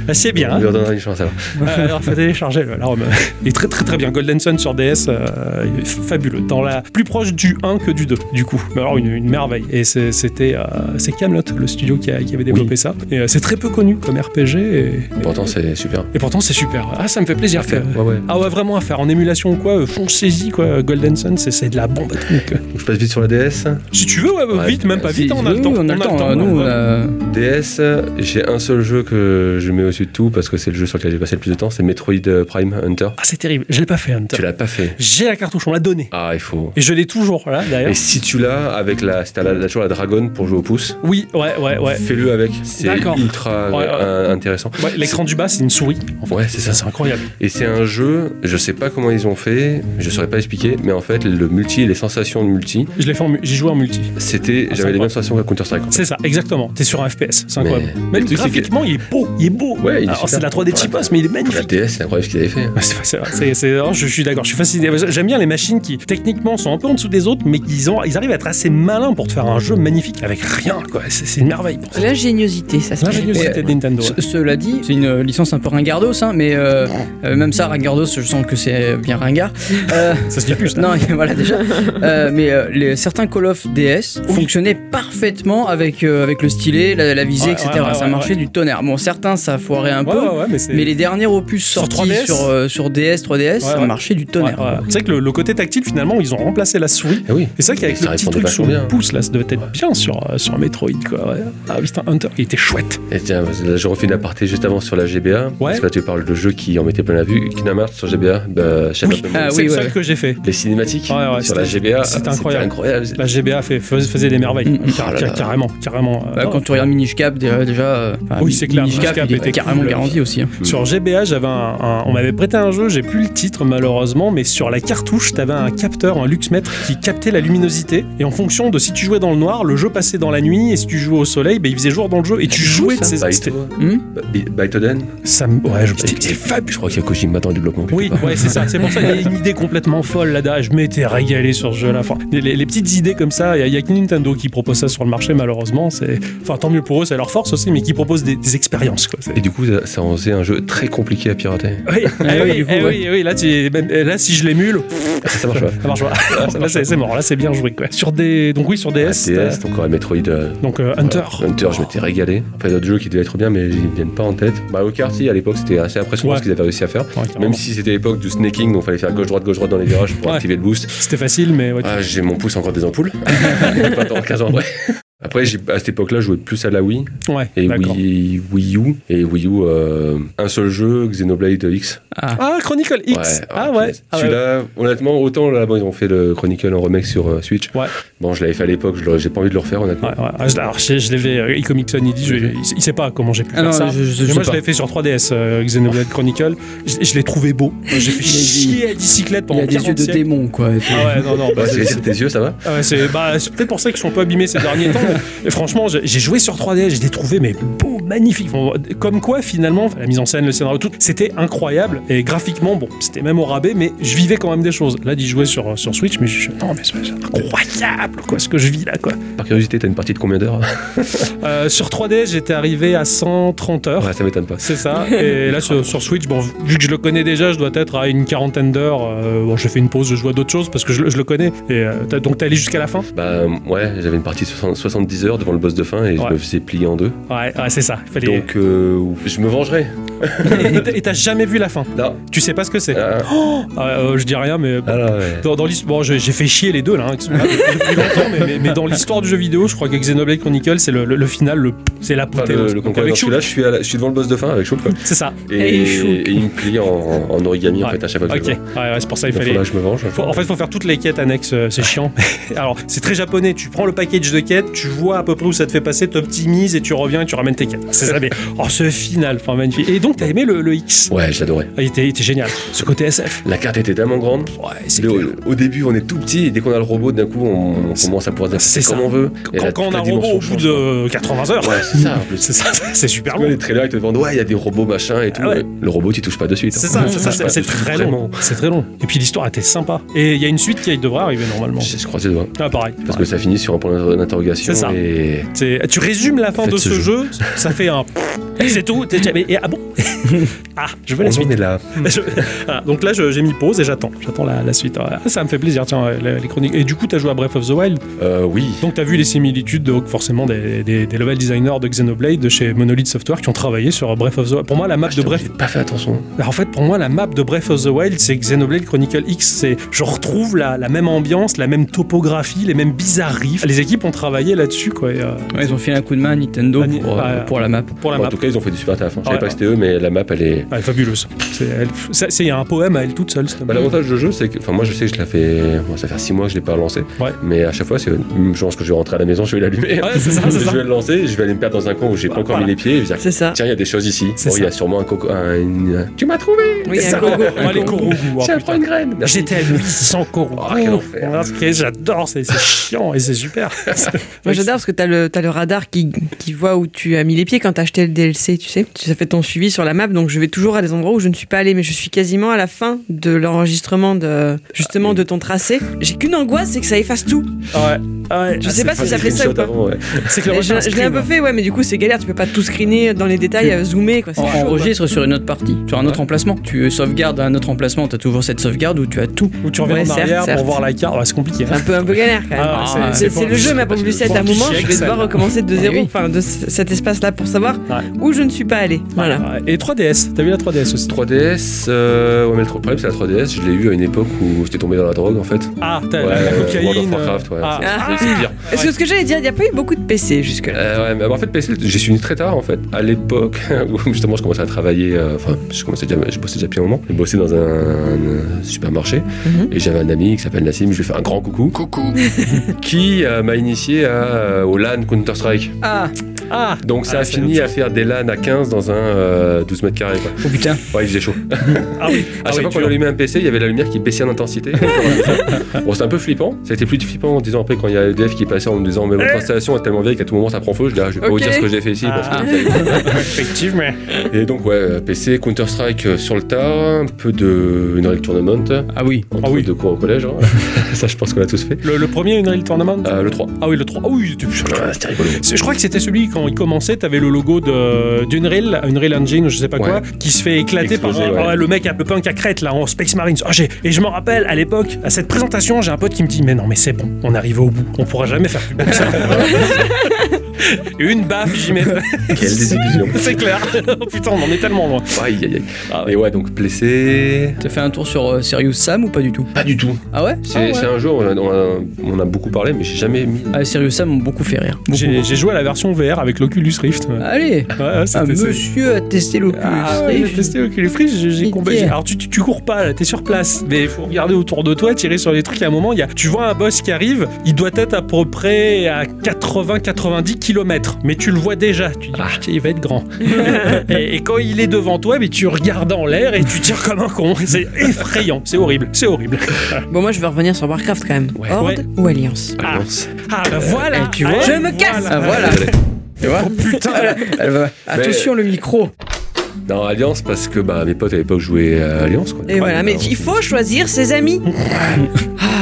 [SPEAKER 2] ah, c'est bien. hein.
[SPEAKER 1] On
[SPEAKER 4] (laughs)
[SPEAKER 1] lui redonnera une chance alors.
[SPEAKER 2] Ah, Alors, faut télécharger le- la ROM. Il est très très très bien. Golden Sun sur DS, euh, il est fabuleux. Dans la plus proche du 1 que du 2, du coup. Mais alors, une, une merveille. Et c'est- c'était euh, c'est Camelot, le studio qui, a- qui avait développé ça. Et euh, c'est très peu connu comme RPG. Et,
[SPEAKER 1] Pourtant, c'est super.
[SPEAKER 2] et pourtant, c'est super. Ah, ça me fait plaisir. Faire.
[SPEAKER 1] Ouais, ouais.
[SPEAKER 2] Ah ouais, vraiment à faire. En émulation ou quoi, euh, foncez-y, quoi. Golden Sun, c'est- c'est de la bombe atomique.
[SPEAKER 1] Donc, je passe vite sur la DS.
[SPEAKER 2] Si tu veux, ouais,
[SPEAKER 1] Ouais.
[SPEAKER 2] vite, même pas
[SPEAKER 4] Si,
[SPEAKER 2] vite, hein, on a
[SPEAKER 4] oui,
[SPEAKER 2] le temps.
[SPEAKER 4] oui, On a le temps. euh,
[SPEAKER 2] ouais,
[SPEAKER 4] Nous, on
[SPEAKER 2] ouais.
[SPEAKER 4] a-
[SPEAKER 1] DS, j'ai un seul jeu que je mets au-dessus de tout parce que c'est le jeu sur lequel j'ai passé le plus de temps, c'est Metroid euh, Prime Hunter.
[SPEAKER 2] Ah, c'est terrible. Je l'ai pas fait, Hunter.
[SPEAKER 1] Tu l'as pas fait.
[SPEAKER 2] J'ai la cartouche, on l'a donnée.
[SPEAKER 1] Ah, il faut.
[SPEAKER 2] Et je l'ai toujours, là, d'ailleurs.
[SPEAKER 1] Et si tu l'as avec la, si t'as la, la- toujours la dragonne pour jouer au pouce,
[SPEAKER 2] Oui, ouais, ouais, ouais.
[SPEAKER 1] fais-le avec. C'est
[SPEAKER 2] D'accord.
[SPEAKER 1] ultra
[SPEAKER 2] Ouais, ouais.
[SPEAKER 1] euh, intéressant.
[SPEAKER 2] Ouais, L'écran du bas, c'est une souris.
[SPEAKER 1] Ouais, c'est ça.
[SPEAKER 2] Ça, c'est incroyable.
[SPEAKER 1] Et c'est un jeu, je sais pas comment ils ont fait, je saurais pas expliquer, mais en fait, le multi, les sensations de multi,
[SPEAKER 2] Je l'ai fait en mu- J'y joué en multi.
[SPEAKER 1] c'était,
[SPEAKER 2] Ah,
[SPEAKER 1] j'avais les
[SPEAKER 2] sympa.
[SPEAKER 1] mêmes sensations qu'à Counter-Strike.
[SPEAKER 2] C'est ça, exactement. T'es sur un FPS, c'est
[SPEAKER 1] Mais-
[SPEAKER 2] incroyable.
[SPEAKER 1] mais
[SPEAKER 2] Même
[SPEAKER 1] le truc, c'est que-
[SPEAKER 2] graphiquement, il est beau, il est beau.
[SPEAKER 1] Ouais, il est
[SPEAKER 2] Alors,
[SPEAKER 1] super.
[SPEAKER 2] c'est de la 3D cheapos, mais il est
[SPEAKER 1] La
[SPEAKER 2] magnifique.
[SPEAKER 1] DS, c'est incroyable ce qu'ils avaient fait. hein.
[SPEAKER 2] C'est vrai, c'est vrai, c'est- c'est- non, je suis d'accord, je suis fasciné. J'aime bien les machines qui, techniquement, sont un peu en dessous des autres, mais ils, ont, ils arrivent à être assez malins pour te faire un jeu magnifique avec rien, quoi. C'est c'est une merveille. pour ça.
[SPEAKER 3] L'ingéniosité, ça se fait.
[SPEAKER 2] L'ingéniosité de Nintendo. ouais.
[SPEAKER 4] Ce- Cela dit, c'est une euh, licence un peu ringardos, hein, mais euh, euh, même ça, ringardos, je sens que c'est euh, bien ringard.
[SPEAKER 2] (laughs)
[SPEAKER 4] Euh,
[SPEAKER 2] hein. Ça se dit plus. là.
[SPEAKER 4] non, (laughs) voilà déjà. Euh, mais euh, les, certains Call of DS
[SPEAKER 2] Oui.
[SPEAKER 4] fonctionnaient parfaitement avec, euh, avec le stylet, la, la visée,
[SPEAKER 2] Ouais,
[SPEAKER 4] etc.
[SPEAKER 2] ouais, ouais,
[SPEAKER 4] ça
[SPEAKER 2] ouais,
[SPEAKER 4] marchait
[SPEAKER 2] ouais.
[SPEAKER 4] du tonnerre. Bon, certains, ça foirait un
[SPEAKER 2] Ouais,
[SPEAKER 4] peu.
[SPEAKER 2] ouais, ouais, mais c'est.
[SPEAKER 4] Mais les derniers opus
[SPEAKER 2] Sur
[SPEAKER 4] sortis
[SPEAKER 2] 3DS?
[SPEAKER 4] sur, euh, sur DS, 3DS, ça
[SPEAKER 2] ouais.
[SPEAKER 4] marchait du
[SPEAKER 2] Ouais,
[SPEAKER 4] tonnerre.
[SPEAKER 2] ouais. Tu sais que le, le côté tactile, finalement, ils ont remplacé la souris.
[SPEAKER 1] Ah oui.
[SPEAKER 2] Et c'est vrai qu'avec
[SPEAKER 1] Ça
[SPEAKER 2] le petit
[SPEAKER 1] répondait
[SPEAKER 2] truc sur
[SPEAKER 1] vachement
[SPEAKER 2] le
[SPEAKER 1] bien.
[SPEAKER 2] pouce, là, ça devait être bien sur, euh, sur Metroid, quoi. ouais. Ah putain, Hunter, il était chouette.
[SPEAKER 1] Et tiens, là, je refais une aparté juste avant sur la GBA. Parce que là, tu parles de jeux qui en mettaient plein la vue. Kingdom Hearts sur GBA, bah, Shadow
[SPEAKER 2] Oui.
[SPEAKER 1] of the Moon.
[SPEAKER 4] Ah
[SPEAKER 2] c'est
[SPEAKER 4] oui,
[SPEAKER 2] le
[SPEAKER 4] ouais,
[SPEAKER 2] seul
[SPEAKER 4] ouais.
[SPEAKER 2] que j'ai fait.
[SPEAKER 1] Les cinématiques
[SPEAKER 2] Ouais, ouais,
[SPEAKER 1] sur la
[SPEAKER 2] c'était-
[SPEAKER 1] GBA,
[SPEAKER 2] c'était
[SPEAKER 1] c'était
[SPEAKER 2] incroyable.
[SPEAKER 1] incroyable.
[SPEAKER 2] La GBA fait, fais- faisait des merveilles.
[SPEAKER 4] Mm, mm.
[SPEAKER 2] Car-
[SPEAKER 1] Oh là
[SPEAKER 2] car-
[SPEAKER 1] là.
[SPEAKER 2] carrément, carrément. euh,
[SPEAKER 4] Bah, quand tu regardes Minish Cap, déjà, euh, enfin,
[SPEAKER 2] Ah Oui, c'est clair,
[SPEAKER 4] Minish
[SPEAKER 2] Minish
[SPEAKER 4] Cap,
[SPEAKER 2] Cap
[SPEAKER 4] il est
[SPEAKER 2] était
[SPEAKER 4] carrément
[SPEAKER 2] cool. euh,
[SPEAKER 4] garanti aussi. hein.
[SPEAKER 2] Sur GBA, j'avais un, un- on m'avait prêté un jeu, j'ai plus le titre malheureusement, mais sur la cartouche, t'avais un capteur, un luxmètre qui captait la luminosité. Et en fonction de si tu jouais dans le noir, le jeu passait dans la nuit, et si tu jouais au soleil, ben, il faisait jour dans le jeu, et
[SPEAKER 4] Ah,
[SPEAKER 2] tu jouais de
[SPEAKER 1] Bah,
[SPEAKER 2] ces c'était-
[SPEAKER 4] Hmm
[SPEAKER 1] Bytoden
[SPEAKER 2] Ça me- Ouais, je me dis, c'est
[SPEAKER 1] C'est fabuleux. Je crois qu'il y a Kojima dans le développement. quelque
[SPEAKER 2] Oui,
[SPEAKER 1] part.
[SPEAKER 2] ouais, c'est ça. C'est pour ça qu'il y (laughs) a une idée complètement folle là derrière. Je m'étais régalé sur ce jeu-là. Enfin, les, les- les petites idées comme ça, il n'y a, que Nintendo qui propose ça sur le marché, malheureusement. C'est... Enfin, tant mieux pour eux, c'est leur force aussi, mais qui propose des, des expériences. Quoi. C'est-
[SPEAKER 1] Et du coup, ça, ça en faisait un jeu très compliqué à pirater.
[SPEAKER 2] Oui, (laughs) eh oui,
[SPEAKER 4] du coup,
[SPEAKER 2] eh
[SPEAKER 4] ouais.
[SPEAKER 2] oui, eh oui, là, tu- ben, eh, là, si je l'émule,
[SPEAKER 1] Ah, Ça marche pas.
[SPEAKER 2] (laughs) ça marche pas. là, c'est, c'est mort, là, c'est bien joué. Quoi. Sur des... Donc, oui, sur
[SPEAKER 1] Ah,
[SPEAKER 2] DS. euh,
[SPEAKER 1] DS, encore Metroid. euh,
[SPEAKER 2] Donc, euh, Hunter.
[SPEAKER 1] voilà. Hunter, je m'étais régalé. Après, d'autres jeux qui devaient être bien, mais ils viennent pas en tête. Mario Kart, si, à l'époque, c'était assez impressionnant
[SPEAKER 2] Ouais.
[SPEAKER 1] ce qu'ils avaient réussi à faire.
[SPEAKER 2] Ouais, carrément.
[SPEAKER 1] Même si c'était l'époque du snaking, donc fallait faire gauche-droite, gauche-droite dans les virages pour
[SPEAKER 2] Ouais.
[SPEAKER 1] activer le boost.
[SPEAKER 2] C'était facile, mais ouais,
[SPEAKER 1] Ah, j'ai mon pouce encore des (laughs) ampoules. J'ai pas tant 15 ans, ouais. Après, j'ai- à cette époque-là, je jouais plus à la Wii
[SPEAKER 2] ouais,
[SPEAKER 1] et
[SPEAKER 2] d'accord.
[SPEAKER 1] Wii, Wii U. Et Wii U, euh, un seul jeu, Xenoblade X.
[SPEAKER 2] Ah, Chronicle X.
[SPEAKER 1] Ouais,
[SPEAKER 2] ah, ouais.
[SPEAKER 1] punaise.
[SPEAKER 2] Ah, ouais.
[SPEAKER 1] Celui-là, honnêtement, autant là, bon, ils ont fait le Chronicle en remake sur euh, Switch.
[SPEAKER 2] Ouais.
[SPEAKER 1] Bon, je l'avais fait à l'époque, je l'aurais- j'ai pas envie de le refaire, honnêtement.
[SPEAKER 2] Ouais, ouais. Ah, je- Alors, je, je l'avais. euh, Icomixon, il dit, je- il, il sait pas comment j'ai pu
[SPEAKER 4] Ah
[SPEAKER 2] faire
[SPEAKER 4] non,
[SPEAKER 2] ça.
[SPEAKER 4] je- je- je
[SPEAKER 2] Mais
[SPEAKER 4] sais
[SPEAKER 2] moi, je
[SPEAKER 4] pas.
[SPEAKER 2] l'avais fait sur 3DS, euh, Xenoblade Chronicle. Je, je l'ai trouvé beau. J'ai fait
[SPEAKER 4] Il y a-
[SPEAKER 2] chier à bicyclette
[SPEAKER 4] Il y
[SPEAKER 2] pendant
[SPEAKER 4] a des
[SPEAKER 2] 40
[SPEAKER 4] yeux de
[SPEAKER 2] siècles.
[SPEAKER 4] démon, quoi. et puis-
[SPEAKER 2] Ah ouais, non, non, bah,
[SPEAKER 1] Ouais,
[SPEAKER 2] c'est-
[SPEAKER 1] c'est c'est tes yeux, ça va
[SPEAKER 2] ah ouais, c'est bah, c'est peut-être pour ça qu'ils sont un peu abîmés ces derniers temps. Et franchement, j'ai j'ai joué sur 3DS, je l'ai trouvé mais beau, magnifique. Bon, comme quoi, finalement, la mise en scène, le scénario, tout, c'était incroyable. Et graphiquement, bon, c'était même au rabais, mais je vivais quand même des choses. Là, d'y jouer sur, sur Switch, mais je suis non, mais c'est c'est incroyable, quoi, ce que je vis là, quoi.
[SPEAKER 1] Par curiosité, t'as une partie de combien d'heures
[SPEAKER 2] Euh, sur 3D, j'étais arrivé à 130 heures.
[SPEAKER 1] Ouais, ça m'étonne pas.
[SPEAKER 2] C'est
[SPEAKER 1] (laughs)
[SPEAKER 2] ça. Et là, sur, sur Switch, bon, vu que je le connais déjà, je dois être à une quarantaine d'heures. Euh, bon, j'ai fait une pause, je joue à d'autres choses parce que je, le- je le connais. Et euh, t'as- donc, t'es allé jusqu'à la fin
[SPEAKER 1] Bah, euh, ouais, j'avais une partie de 60 70 heures devant le boss de fin et
[SPEAKER 2] Ouais.
[SPEAKER 1] je me faisais plier en deux.
[SPEAKER 2] Ouais, ouais, c'est ça. Il fallait...
[SPEAKER 1] Donc, euh, je me vengerai.
[SPEAKER 2] (laughs) Et- et t'as- et t'as jamais vu la fin.
[SPEAKER 1] Là,
[SPEAKER 2] Tu sais pas ce que c'est.
[SPEAKER 1] Ah,
[SPEAKER 2] Ah, euh, je dis rien, mais.
[SPEAKER 1] ah, là, ouais.
[SPEAKER 2] Dans, dans l'histoire, bon, j'ai j'ai fait chier les deux là, hein, qui sont là depuis depuis longtemps, mais, mais- mais dans l'histoire du jeu vidéo, je crois que Xenoblade Chronicles, c'est le, le- le final, le, c'est la
[SPEAKER 1] Pas le,
[SPEAKER 2] potéose.
[SPEAKER 1] le
[SPEAKER 2] Donc
[SPEAKER 1] concret.
[SPEAKER 2] avec
[SPEAKER 1] Donc,
[SPEAKER 2] Shulk,
[SPEAKER 1] celui-là, je suis, à la- je suis devant le boss de fin avec Chouk.
[SPEAKER 2] c'est ça.
[SPEAKER 1] Et,
[SPEAKER 3] Hey, Shulk.
[SPEAKER 1] et il me plie en, en origami en
[SPEAKER 2] Ouais.
[SPEAKER 1] fait à chaque fois que
[SPEAKER 2] Ok,
[SPEAKER 1] je
[SPEAKER 2] ouais,
[SPEAKER 1] le vois.
[SPEAKER 2] ouais, c'est pour ça
[SPEAKER 1] Il
[SPEAKER 2] qu'il fallait.
[SPEAKER 1] faudra que je me venge.
[SPEAKER 2] Faut- en fait, faut faire toutes les quêtes annexes, euh, c'est chiant. (laughs) Alors, c'est très japonais. Tu prends le package de quêtes, tu vois à peu près où ça te fait passer, t'optimises et tu reviens et tu ramènes tes quêtes. C'est ça, mais oh, ce final, enfin magnifique. Et donc, t'as aimé le, le X
[SPEAKER 1] Ouais, j'adorais.
[SPEAKER 2] Ah, il, était, il était génial. Ce côté SF.
[SPEAKER 1] La carte était tellement grande.
[SPEAKER 2] Ouais, c'est
[SPEAKER 1] Le-
[SPEAKER 2] clair.
[SPEAKER 1] au début, on est tout petit et dès qu'on a le robot, d'un coup, on, on
[SPEAKER 2] C'est-
[SPEAKER 1] commence à pouvoir
[SPEAKER 2] c'est
[SPEAKER 1] c'est comme
[SPEAKER 2] ça.
[SPEAKER 1] on veut. Et
[SPEAKER 2] Quand,
[SPEAKER 1] là,
[SPEAKER 2] quand on
[SPEAKER 1] toute
[SPEAKER 2] a un
[SPEAKER 1] la
[SPEAKER 2] robot
[SPEAKER 1] dimension
[SPEAKER 2] au bout
[SPEAKER 1] change.
[SPEAKER 2] de 80 heures,
[SPEAKER 1] Ouais, c'est ça (laughs) en plus.
[SPEAKER 2] c'est ça, (laughs) c'est super
[SPEAKER 1] Tu vois,
[SPEAKER 2] long.
[SPEAKER 1] les trailers, ils te vendent, ouais, il y a des robots machin et tout.
[SPEAKER 2] Ah ouais.
[SPEAKER 1] mais Le robot, tu touches pas de suite. hein.
[SPEAKER 2] C'est
[SPEAKER 1] (laughs)
[SPEAKER 2] ça, c'est ça,
[SPEAKER 1] Touche
[SPEAKER 2] c'est-
[SPEAKER 1] pas
[SPEAKER 2] c'est
[SPEAKER 1] de suite,
[SPEAKER 2] très
[SPEAKER 1] vraiment.
[SPEAKER 2] long. C'est très long. Et puis l'histoire était sympa. Et il y a une suite qui devrait arriver normalement.
[SPEAKER 1] Je, je croise les doigts.
[SPEAKER 2] Ah, pareil.
[SPEAKER 1] Parce que ça finit sur un point d'interrogation.
[SPEAKER 2] C'est ça.
[SPEAKER 1] Et...
[SPEAKER 2] C'est- Tu résumes la fin
[SPEAKER 1] Faites
[SPEAKER 2] de ce
[SPEAKER 1] ce
[SPEAKER 2] jeu, ça fait un. (laughs) et C'est tout. T'es- t'es- mais- et- ah bon (laughs) Ah, je veux la
[SPEAKER 1] On en
[SPEAKER 2] suite.
[SPEAKER 1] est là.
[SPEAKER 2] (laughs) Je- voilà, donc là, je- j'ai mis pause et j'attends. J'attends la, la suite. Ah, ça me fait plaisir, tiens, euh, les, les chroniques. Et du coup, t'as joué à Breath of the Wild.
[SPEAKER 1] Euh, oui.
[SPEAKER 2] Donc, t'as vu les similitudes, de, forcément, des, des- des level designers de Xenoblade, de chez Monolith Software, qui ont travaillé sur Breath of the Wild. Pour moi, la map
[SPEAKER 1] Ah, je
[SPEAKER 2] de
[SPEAKER 1] t'avoue,
[SPEAKER 2] Breath.
[SPEAKER 1] J'ai pas fait attention.
[SPEAKER 2] Alors, En fait, pour moi, la map de Breath of the Wild, c'est Xenoblade Chronicle X. C'est, je retrouve la, la même ambiance, la même topographie, les mêmes bizarreries. Les équipes ont travaillé là-dessus, quoi. et, euh,
[SPEAKER 4] Ouais, ils ont filé un coup de main à Nintendo
[SPEAKER 2] Ah, ni-
[SPEAKER 4] pour, euh,
[SPEAKER 2] ah,
[SPEAKER 4] pour la map.
[SPEAKER 2] pour la
[SPEAKER 1] Bon,
[SPEAKER 2] map. Ah
[SPEAKER 1] en tout cas, ils ont fait du super taf. hein. Je savais
[SPEAKER 2] Ouais.
[SPEAKER 1] pas que c'était eux, mais la map, elle est.
[SPEAKER 2] Ah, elle est fabuleuse. C'est elle- ça- c'est- Il y a un poème à elle toute seule. cette map.
[SPEAKER 1] Bah, L'avantage du jeu, c'est que. Enfin, moi, je sais que je l'ai fait. bon, ça fait 6 mois que je l'ai pas relancé.
[SPEAKER 2] Ouais.
[SPEAKER 1] Mais à chaque fois, c'est. hum, Je pense que je vais rentrer à la maison, je vais l'allumer.
[SPEAKER 2] Ouais, c'est ça, c'est ça.
[SPEAKER 1] (laughs) Je vais le lancer, je vais aller me perdre dans un coin où j'ai pas encore
[SPEAKER 2] Voilà.
[SPEAKER 1] mis les pieds. Et je vais dire,
[SPEAKER 3] C'est ça.
[SPEAKER 1] Tiens, il y a des choses ici.
[SPEAKER 2] C'est
[SPEAKER 1] Bon, il y
[SPEAKER 2] ça.
[SPEAKER 1] a sûrement un coco. un- une- euh, Tu m'as trouvé
[SPEAKER 3] Oui, il y a
[SPEAKER 2] Ça,
[SPEAKER 3] un gogo.
[SPEAKER 2] on va aller Korogu, oh,
[SPEAKER 1] Tiens,
[SPEAKER 2] putain.
[SPEAKER 1] prends une graine Merci.
[SPEAKER 2] J'étais à 800 coraux.
[SPEAKER 1] Oh, quel enfer.
[SPEAKER 2] J'adore, c'est c'est chiant et c'est
[SPEAKER 1] (laughs)
[SPEAKER 2] super.
[SPEAKER 3] Moi j'adore parce que t'as le, t'as le radar qui, qui voit où tu as mis les pieds quand t'as acheté le DLC, tu sais. Ça fait ton suivi sur la map, donc je vais toujours à des endroits où je ne suis pas allée, mais je suis quasiment à la fin de l'enregistrement
[SPEAKER 2] Ah,
[SPEAKER 3] de justement de ton tracé. J'ai qu'une angoisse, c'est que ça efface tout.
[SPEAKER 2] Ouais, ouais. ah,
[SPEAKER 3] Je sais pas si
[SPEAKER 1] Enfin,
[SPEAKER 3] ça fait
[SPEAKER 1] une
[SPEAKER 3] ça ou
[SPEAKER 1] shot
[SPEAKER 3] pas.
[SPEAKER 1] avant, ouais.
[SPEAKER 2] C'est que le
[SPEAKER 3] Mais Je,
[SPEAKER 2] retard
[SPEAKER 3] je l'ai un peu
[SPEAKER 2] screen.
[SPEAKER 3] fait, ouais, mais du coup c'est galère, tu peux pas tout screener dans les détails, euh, zoomer
[SPEAKER 2] Oh,
[SPEAKER 3] quoi. c'est
[SPEAKER 4] On
[SPEAKER 3] chaud, quoi.
[SPEAKER 4] enregistre sur une autre partie, sur un autre emplacement. Tu sauvegardes à un autre emplacement, t'as toujours cette sauvegarde où tu as tout.
[SPEAKER 2] Où tu reviens
[SPEAKER 3] Ouais,
[SPEAKER 2] en
[SPEAKER 3] certes,
[SPEAKER 2] arrière
[SPEAKER 3] certes.
[SPEAKER 2] pour voir la carte. Ouais, c'est compliqué. hein.
[SPEAKER 3] C'est un peu, un peu galère quand même.
[SPEAKER 2] Ah,
[SPEAKER 4] c'est-
[SPEAKER 3] C'est-
[SPEAKER 2] faut-
[SPEAKER 3] c'est le jeu, ma pauvre Lucette. À un
[SPEAKER 2] faut
[SPEAKER 3] moment,
[SPEAKER 2] qu'il
[SPEAKER 3] je vais devoir
[SPEAKER 2] check,
[SPEAKER 3] recommencer de zéro,
[SPEAKER 4] oui.
[SPEAKER 3] enfin de c- cet espace-là pour savoir
[SPEAKER 2] Ah, Ouais.
[SPEAKER 3] où je ne suis pas allée. Voilà.
[SPEAKER 2] ça. Et 3DS, t'as vu la 3DS aussi
[SPEAKER 1] 3DS, euh, ouais, mais le tro- problème c'est la 3DS, je l'ai eu à une époque où j'étais tombé dans la drogue en fait.
[SPEAKER 2] Ah, t'as
[SPEAKER 1] Ouais,
[SPEAKER 2] la
[SPEAKER 1] euh, World of
[SPEAKER 2] cocaïne.
[SPEAKER 1] Warcraft, ouais.
[SPEAKER 2] ah.
[SPEAKER 3] Ah.
[SPEAKER 1] C'est pire.
[SPEAKER 3] Est-ce que ce que j'allais dire, il n'y a pas eu beaucoup de PC jusque-là.
[SPEAKER 1] Euh, ouais, mais en fait, PC, j'y suis venu très tard en fait. À l'époque (laughs) où justement je commençais à travailler, euh, enfin, je commençais déjà, je bossais déjà depuis un moment. Je bossais dans un, un supermarché
[SPEAKER 3] Mhm.
[SPEAKER 1] et j'avais un ami qui s'appelle Nassim, je lui fais un grand coucou. Coucou. qui euh, m'a initié à, euh, au LAN Counter-Strike.
[SPEAKER 4] Ah
[SPEAKER 2] Ah,
[SPEAKER 1] Donc ça
[SPEAKER 2] Ah,
[SPEAKER 1] a
[SPEAKER 2] c'est
[SPEAKER 1] fini
[SPEAKER 2] autre
[SPEAKER 1] à faire des LAN à 15 dans un euh, 12 mètres carrés quoi.
[SPEAKER 4] Oh putain
[SPEAKER 1] Ouais, il faisait chaud.
[SPEAKER 2] ah oui.
[SPEAKER 1] À
[SPEAKER 2] Ah
[SPEAKER 1] chaque
[SPEAKER 2] oui,
[SPEAKER 1] fois qu'on
[SPEAKER 2] tu-
[SPEAKER 1] allumait un PC, il y avait la lumière qui baissait en intensité. bon, c'était un peu flippant. Ça a été plus flippant en disant après quand il y a EDF qui est passé en nous disant mais votre installation est tellement vieille qu'à tout moment ça prend feu. Je dis ah, je vais pas
[SPEAKER 3] Ok.
[SPEAKER 1] vous dire ce que j'ai fait ici. parce que-
[SPEAKER 2] Ah. (laughs) Effectivement.
[SPEAKER 1] Et donc ouais, euh, PC, Counter Strike euh, sur le tas, un peu de Unreal Tournament,
[SPEAKER 4] Ah oui
[SPEAKER 1] un
[SPEAKER 2] Ah oui.
[SPEAKER 1] de cours au collège. hein. ça, je pense qu'on l'a tous fait.
[SPEAKER 2] Le, le premier Unreal Tournament
[SPEAKER 1] Euh, le 3.
[SPEAKER 2] Ah oui, le 3. Ah oui, tu-
[SPEAKER 1] Ouais, C'était rigolo.
[SPEAKER 2] C'est- Je crois que c'était celui quand il commençait, t'avais le logo de- d'Unreal, Unreal Engine, ou je sais pas quoi, qui se fait éclater
[SPEAKER 1] Exploser,
[SPEAKER 2] par un-
[SPEAKER 1] ouais.
[SPEAKER 2] ah, le mec un peu punk à crête là en Space Marines. Ah, j'ai- et je me rappelle à l'époque, à cette présentation, j'ai un pote qui me dit Mais non, mais c'est bon, on arrive au bout, on pourra jamais faire plus beau
[SPEAKER 4] (laughs)
[SPEAKER 2] que ça. Une baffe, j'y mets.
[SPEAKER 1] (laughs)
[SPEAKER 2] (laughs)
[SPEAKER 1] Quelle désillusion.
[SPEAKER 2] c'est clair. (laughs) Oh, Putain, on en est tellement loin.
[SPEAKER 1] Aïe aïe aïe.
[SPEAKER 2] Ah ouais.
[SPEAKER 1] Et ouais, donc PC.
[SPEAKER 4] T'as fait un tour sur euh, Serious Sam ou pas du tout
[SPEAKER 1] Pas du tout.
[SPEAKER 4] Ah ouais
[SPEAKER 1] C'est c'est un jeu, on a, on a- on a beaucoup parlé, mais j'ai jamais mis.
[SPEAKER 4] Ah, Serious Sam m'ont beaucoup fait rire. Beaucoup.
[SPEAKER 2] J'ai j'ai joué à la version VR avec l'Oculus Rift. Ouais,
[SPEAKER 4] Allez
[SPEAKER 2] ouais,
[SPEAKER 4] Un
[SPEAKER 2] c'était- c'est-
[SPEAKER 4] monsieur a testé l'Oculus
[SPEAKER 2] Ah ouais, j'ai testé Oculus Rift, j'ai- j'ai
[SPEAKER 4] Et
[SPEAKER 2] combattu.
[SPEAKER 4] tiens.
[SPEAKER 2] Alors tu, tu, tu cours pas là, t'es sur place, mais faut regarder autour de toi, tirer sur les trucs. À un moment, il y a, tu vois un boss qui arrive, il doit être à peu près à 80-90 km, mais tu le vois déjà. Tu
[SPEAKER 1] Ah.
[SPEAKER 2] dis, putain, il va être
[SPEAKER 3] (laughs)
[SPEAKER 2] grand. et, et quand il est devant toi, mais tu regardes en l'air et tu tires comme un con. C'est effrayant, c'est horrible, c'est horrible.
[SPEAKER 3] Bon, moi je vais revenir sur Warcraft quand même.
[SPEAKER 1] Ouais.
[SPEAKER 3] Horde
[SPEAKER 2] Ouais.
[SPEAKER 3] ou Alliance
[SPEAKER 2] Ah.
[SPEAKER 1] Alliance.
[SPEAKER 2] Ah bah voilà,
[SPEAKER 4] tu vois,
[SPEAKER 2] Ah, Oh,
[SPEAKER 3] je me casse.
[SPEAKER 4] Ah voilà
[SPEAKER 1] Désolé.
[SPEAKER 4] Tu vois
[SPEAKER 2] Putain,
[SPEAKER 4] Elle va- Attention le micro
[SPEAKER 1] Non, Alliance, parce que bah, mes potes à l'époque jouaient à Alliance. Quoi.
[SPEAKER 3] Et Eh voilà, mais il faut choisir ses amis. Ah.
[SPEAKER 2] (laughs)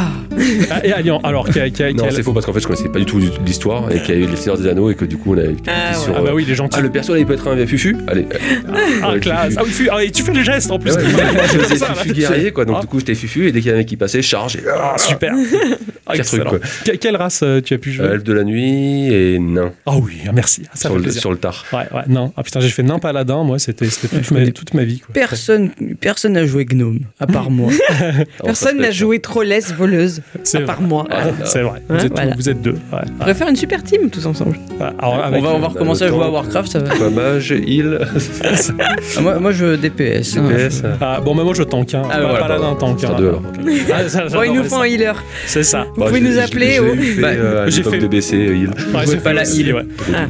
[SPEAKER 2] Ah, et Alliant, alors qui a- qui a- qui
[SPEAKER 1] Non,
[SPEAKER 2] a-
[SPEAKER 1] c'est faux parce qu'en fait, je connaissais pas du tout l'histoire et qu'il y a eu les Seigneurs des Anneaux et que du coup, on avait été
[SPEAKER 3] Ah,
[SPEAKER 1] sur.
[SPEAKER 2] Ah bah
[SPEAKER 1] euh,
[SPEAKER 2] oui, il est gentil.
[SPEAKER 1] Ah, le perso là, il peut être un fufu Allez.
[SPEAKER 2] Ah,
[SPEAKER 1] ouais,
[SPEAKER 2] classe.
[SPEAKER 1] tu-
[SPEAKER 2] Ah oui, tu- ah, et tu fais le geste en plus.
[SPEAKER 1] Ouais, ouais,
[SPEAKER 2] (laughs)
[SPEAKER 1] moi, je faisais
[SPEAKER 2] Ça, là.
[SPEAKER 1] fufu guerrier quoi, donc du coup, j'étais fufu et dès qu'il y a un mec qui passait, je charge et.
[SPEAKER 2] (laughs) Ah, super. Ah,
[SPEAKER 1] Pire truc,
[SPEAKER 2] excellent.
[SPEAKER 1] quoi.
[SPEAKER 2] Que- quelle race euh, tu as pu jouer
[SPEAKER 1] Euh, Elfe de la nuit et nain
[SPEAKER 2] Ah oui, ah, merci. Ah, Ça
[SPEAKER 1] sur
[SPEAKER 2] fait
[SPEAKER 1] le,
[SPEAKER 2] plaisir.
[SPEAKER 1] sur le tard.
[SPEAKER 2] Ouais, ouais, non. Ah putain, j'ai fait nain paladin, moi, c'était c'était toute, ma, toute ma vie. Quoi.
[SPEAKER 4] Personne personne n'a joué Gnome, à part moi.
[SPEAKER 1] Alors, ça,
[SPEAKER 3] Personne
[SPEAKER 1] c'est-
[SPEAKER 3] n'a joué trollesse voleuse,
[SPEAKER 2] C'est
[SPEAKER 3] à
[SPEAKER 2] vrai.
[SPEAKER 3] part moi.
[SPEAKER 1] Ah,
[SPEAKER 2] Ouais, C'est vrai, vous,
[SPEAKER 3] Hein,
[SPEAKER 2] êtes,
[SPEAKER 3] voilà.
[SPEAKER 2] vous êtes deux. Ouais.
[SPEAKER 3] On pourrait faire une super team tous ensemble.
[SPEAKER 2] Ah, alors,
[SPEAKER 4] on
[SPEAKER 2] (laughs) avec-
[SPEAKER 4] va, on va recommencer à jouer à Warcraft, ça va.
[SPEAKER 1] Pas mage, il.
[SPEAKER 4] Ah, moi, moi, je veux DPS. hein.
[SPEAKER 1] PS. euh,
[SPEAKER 2] Ah, bon, mais moi je tank. Hein.
[SPEAKER 4] Ah,
[SPEAKER 2] Pas-
[SPEAKER 4] voilà,
[SPEAKER 2] paladin tank.
[SPEAKER 1] ça
[SPEAKER 2] hein.
[SPEAKER 1] deux alors.
[SPEAKER 2] Ah, ça,
[SPEAKER 3] Bon, il nous
[SPEAKER 2] j'adorais
[SPEAKER 3] faut
[SPEAKER 2] ça.
[SPEAKER 3] un healer.
[SPEAKER 2] C'est ça.
[SPEAKER 3] Vous pouvez nous appeler au-
[SPEAKER 4] Bah,
[SPEAKER 1] J'ai
[SPEAKER 2] j'ai
[SPEAKER 1] fait euh,
[SPEAKER 2] fait-
[SPEAKER 1] de BC, il.
[SPEAKER 2] Ouais,
[SPEAKER 4] jouez
[SPEAKER 2] j'ai
[SPEAKER 4] pas
[SPEAKER 2] fait
[SPEAKER 4] la
[SPEAKER 2] aussi,
[SPEAKER 4] île.
[SPEAKER 2] ouais.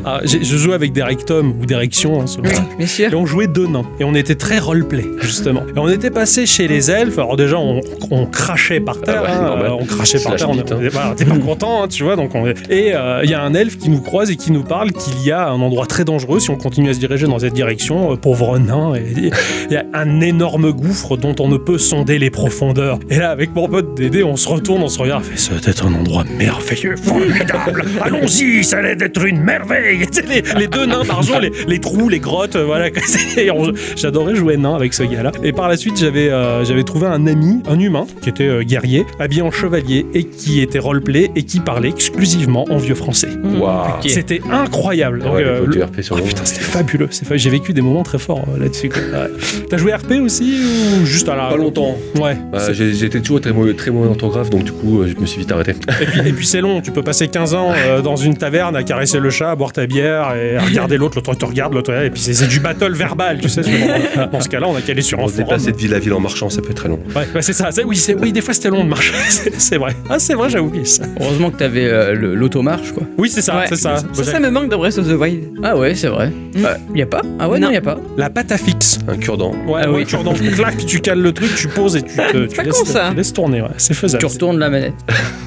[SPEAKER 2] Ah, j'ai- je jouais avec des rectums ou des rections, hein, selon ça.
[SPEAKER 3] Bien sûr.
[SPEAKER 2] Et on jouait deux nains. Et on était très roleplay, justement. Et on était passé chez les elfes. Alors déjà, on, on crachait par terre.
[SPEAKER 1] Ah ouais,
[SPEAKER 2] hein,
[SPEAKER 1] normal.
[SPEAKER 2] on marchait par
[SPEAKER 1] Slash
[SPEAKER 2] terre. on-
[SPEAKER 1] beat, hein.
[SPEAKER 2] voilà, T'es pas content, hein, tu vois. Donc on... Et euh, il y a un elfe qui nous croise et qui nous parle qu'il y a un endroit très dangereux si on continue à se diriger dans cette direction. euh, pauvre nain. Et il y a un énorme gouffre dont on ne peut sonder les profondeurs. Et là, avec mon pote Dédé, on se retourne, on se regarde. on fait, Ça doit être un endroit merveilleux, formidable. Allons-y, ça allait être une merveille. (laughs) Tu sais, les, les deux nains d'argent, les, les trous, les grottes, euh, voilà. (laughs) Et on- J'adorais jouer nain avec ce gars-là. Et par la suite, j'avais euh, j'avais trouvé un ami, un humain, qui était euh, guerrier, habillé en chevalier et qui était roleplay et qui parlait exclusivement en vieux français.
[SPEAKER 1] Waouh.
[SPEAKER 4] Ok.
[SPEAKER 2] C'était incroyable. Donc,
[SPEAKER 1] Ouais, le
[SPEAKER 2] euh,
[SPEAKER 1] côté
[SPEAKER 2] Mm. le-
[SPEAKER 1] RP sur
[SPEAKER 2] Oh
[SPEAKER 1] le
[SPEAKER 2] putain, c'était fabuleux. c'est fa- J'ai vécu des moments très forts euh, là-dessus. quoi. Ouais. T'as joué RP aussi ou juste à la.
[SPEAKER 1] Pas longtemps.
[SPEAKER 2] Ouais.
[SPEAKER 1] Bah,
[SPEAKER 2] C'est-
[SPEAKER 1] j'ai- J'étais toujours très mauvais, très mauvais en orthographe, donc du coup, euh, je me suis vite arrêté.
[SPEAKER 2] et puis, et puis c'est long. Tu peux passer 15 ans euh, dans une taverne à caresser le chat, à boire ta bière et à regarder l'autre. L'autre te regarde, l'autre. Et puis c'est- c'est du battle verbal, tu sais. sur- Dans ce cas-là, on a calé sur un
[SPEAKER 1] On se
[SPEAKER 2] forum.
[SPEAKER 1] déplaçait de ville à ville en marchant, ça peut être très long.
[SPEAKER 2] Ouais, ouais, c'est ça. C'est- Oui, c'est- oui, des fois c'était long de marcher. (laughs) C'est c'est vrai. Ah, c'est vrai, j'ai oublié ça.
[SPEAKER 4] Heureusement que t'avais euh, le- l'automarche, quoi.
[SPEAKER 2] Oui, c'est ça,
[SPEAKER 4] Ouais.
[SPEAKER 2] c'est ça.
[SPEAKER 3] Ça, ça me manque dans Breath of the Wild.
[SPEAKER 4] Ah ouais, c'est vrai.
[SPEAKER 2] Mm.
[SPEAKER 4] Euh, y a pas Ah ouais, non,
[SPEAKER 3] Non.
[SPEAKER 4] y a pas.
[SPEAKER 2] La pâte à fixe.
[SPEAKER 1] Un cure-dent.
[SPEAKER 2] Ouais,
[SPEAKER 4] Ah
[SPEAKER 2] ouais,
[SPEAKER 4] oui.
[SPEAKER 2] tu redans- clac, tu cales le truc, tu poses et tu, te- tu
[SPEAKER 3] pas
[SPEAKER 2] laisses,
[SPEAKER 3] con, ça.
[SPEAKER 2] tu laisses tourner. Ouais, c'est faisable.
[SPEAKER 4] Tu retournes la manette.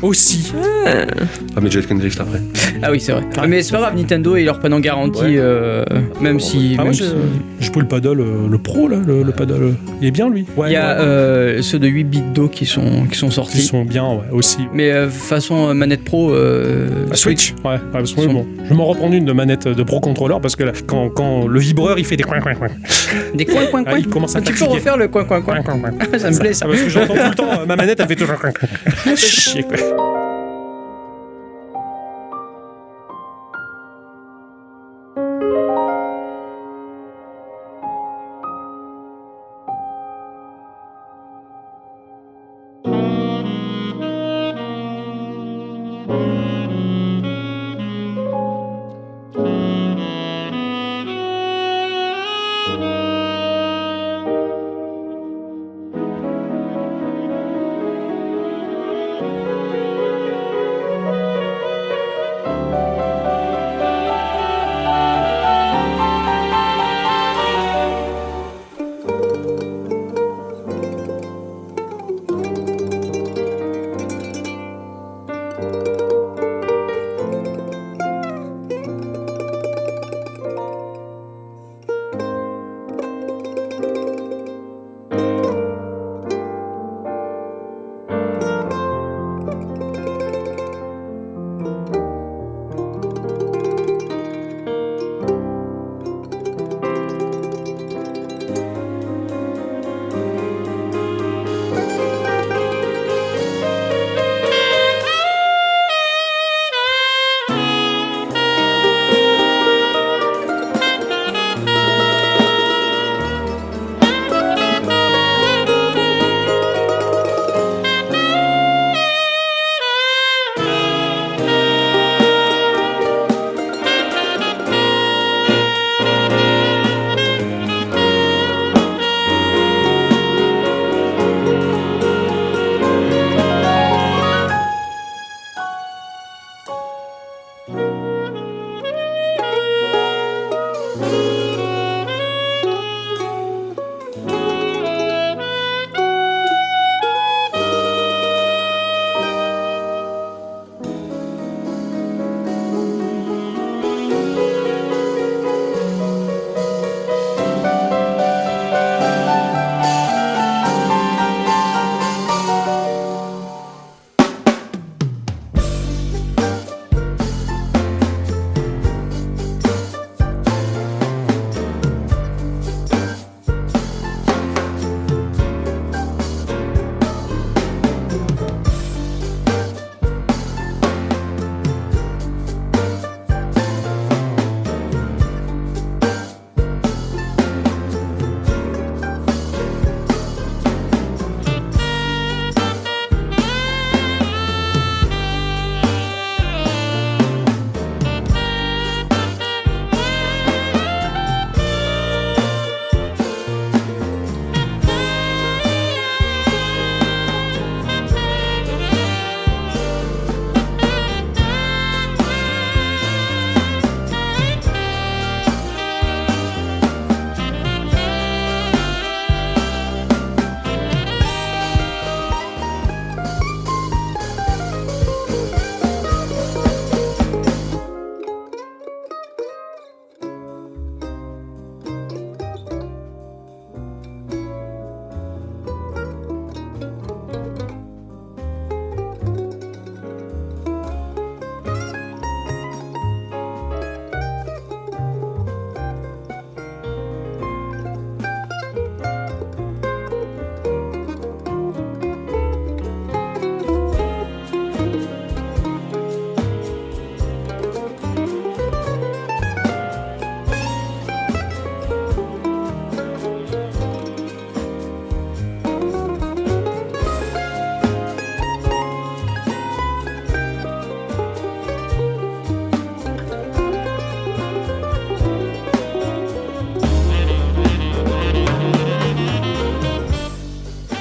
[SPEAKER 2] aussi.
[SPEAKER 1] Ah, mais Jetkin Drift après.
[SPEAKER 4] Ah oui, c'est vrai.
[SPEAKER 2] Ouais.
[SPEAKER 4] Mais c'est pas grave, Nintendo, ils leur prennent en garantie,
[SPEAKER 1] Ouais.
[SPEAKER 4] euh, même si.
[SPEAKER 2] Ah, moi,
[SPEAKER 4] même
[SPEAKER 2] j'ai
[SPEAKER 4] si-
[SPEAKER 2] j'ai pris le paddle, euh, le pro, là, le, le paddle. euh, Il est bien, lui. Ouais,
[SPEAKER 4] Il y a
[SPEAKER 2] ouais,
[SPEAKER 4] euh, ceux de 8 bits d'eau qui sont, qui sont
[SPEAKER 2] Ils
[SPEAKER 4] sortis.
[SPEAKER 2] sont bien, ouais, aussi.
[SPEAKER 4] Mais euh, façon euh, manette pro, euh,
[SPEAKER 2] La Ah, Bah, Switch, ouais, ouais, parce que,
[SPEAKER 4] Ils sont-
[SPEAKER 2] bon, je vais m'en reprends une de manette euh, de pro controller parce que là, quand, quand le vibreur il fait des coins coins coins,
[SPEAKER 4] des coins, coins,
[SPEAKER 2] Ah,
[SPEAKER 4] coins.
[SPEAKER 2] il commence à
[SPEAKER 4] tu peux
[SPEAKER 2] fatiguer.
[SPEAKER 4] refaire le coin, coin, coin.
[SPEAKER 2] Coin, coin, coin.
[SPEAKER 4] ça me plaît
[SPEAKER 2] Ah,
[SPEAKER 4] ça.
[SPEAKER 2] parce que j'entends tout le temps,
[SPEAKER 4] (laughs)
[SPEAKER 2] euh, ma manette elle fait toujours coin coin coin. Chier quoi.
[SPEAKER 7] Thank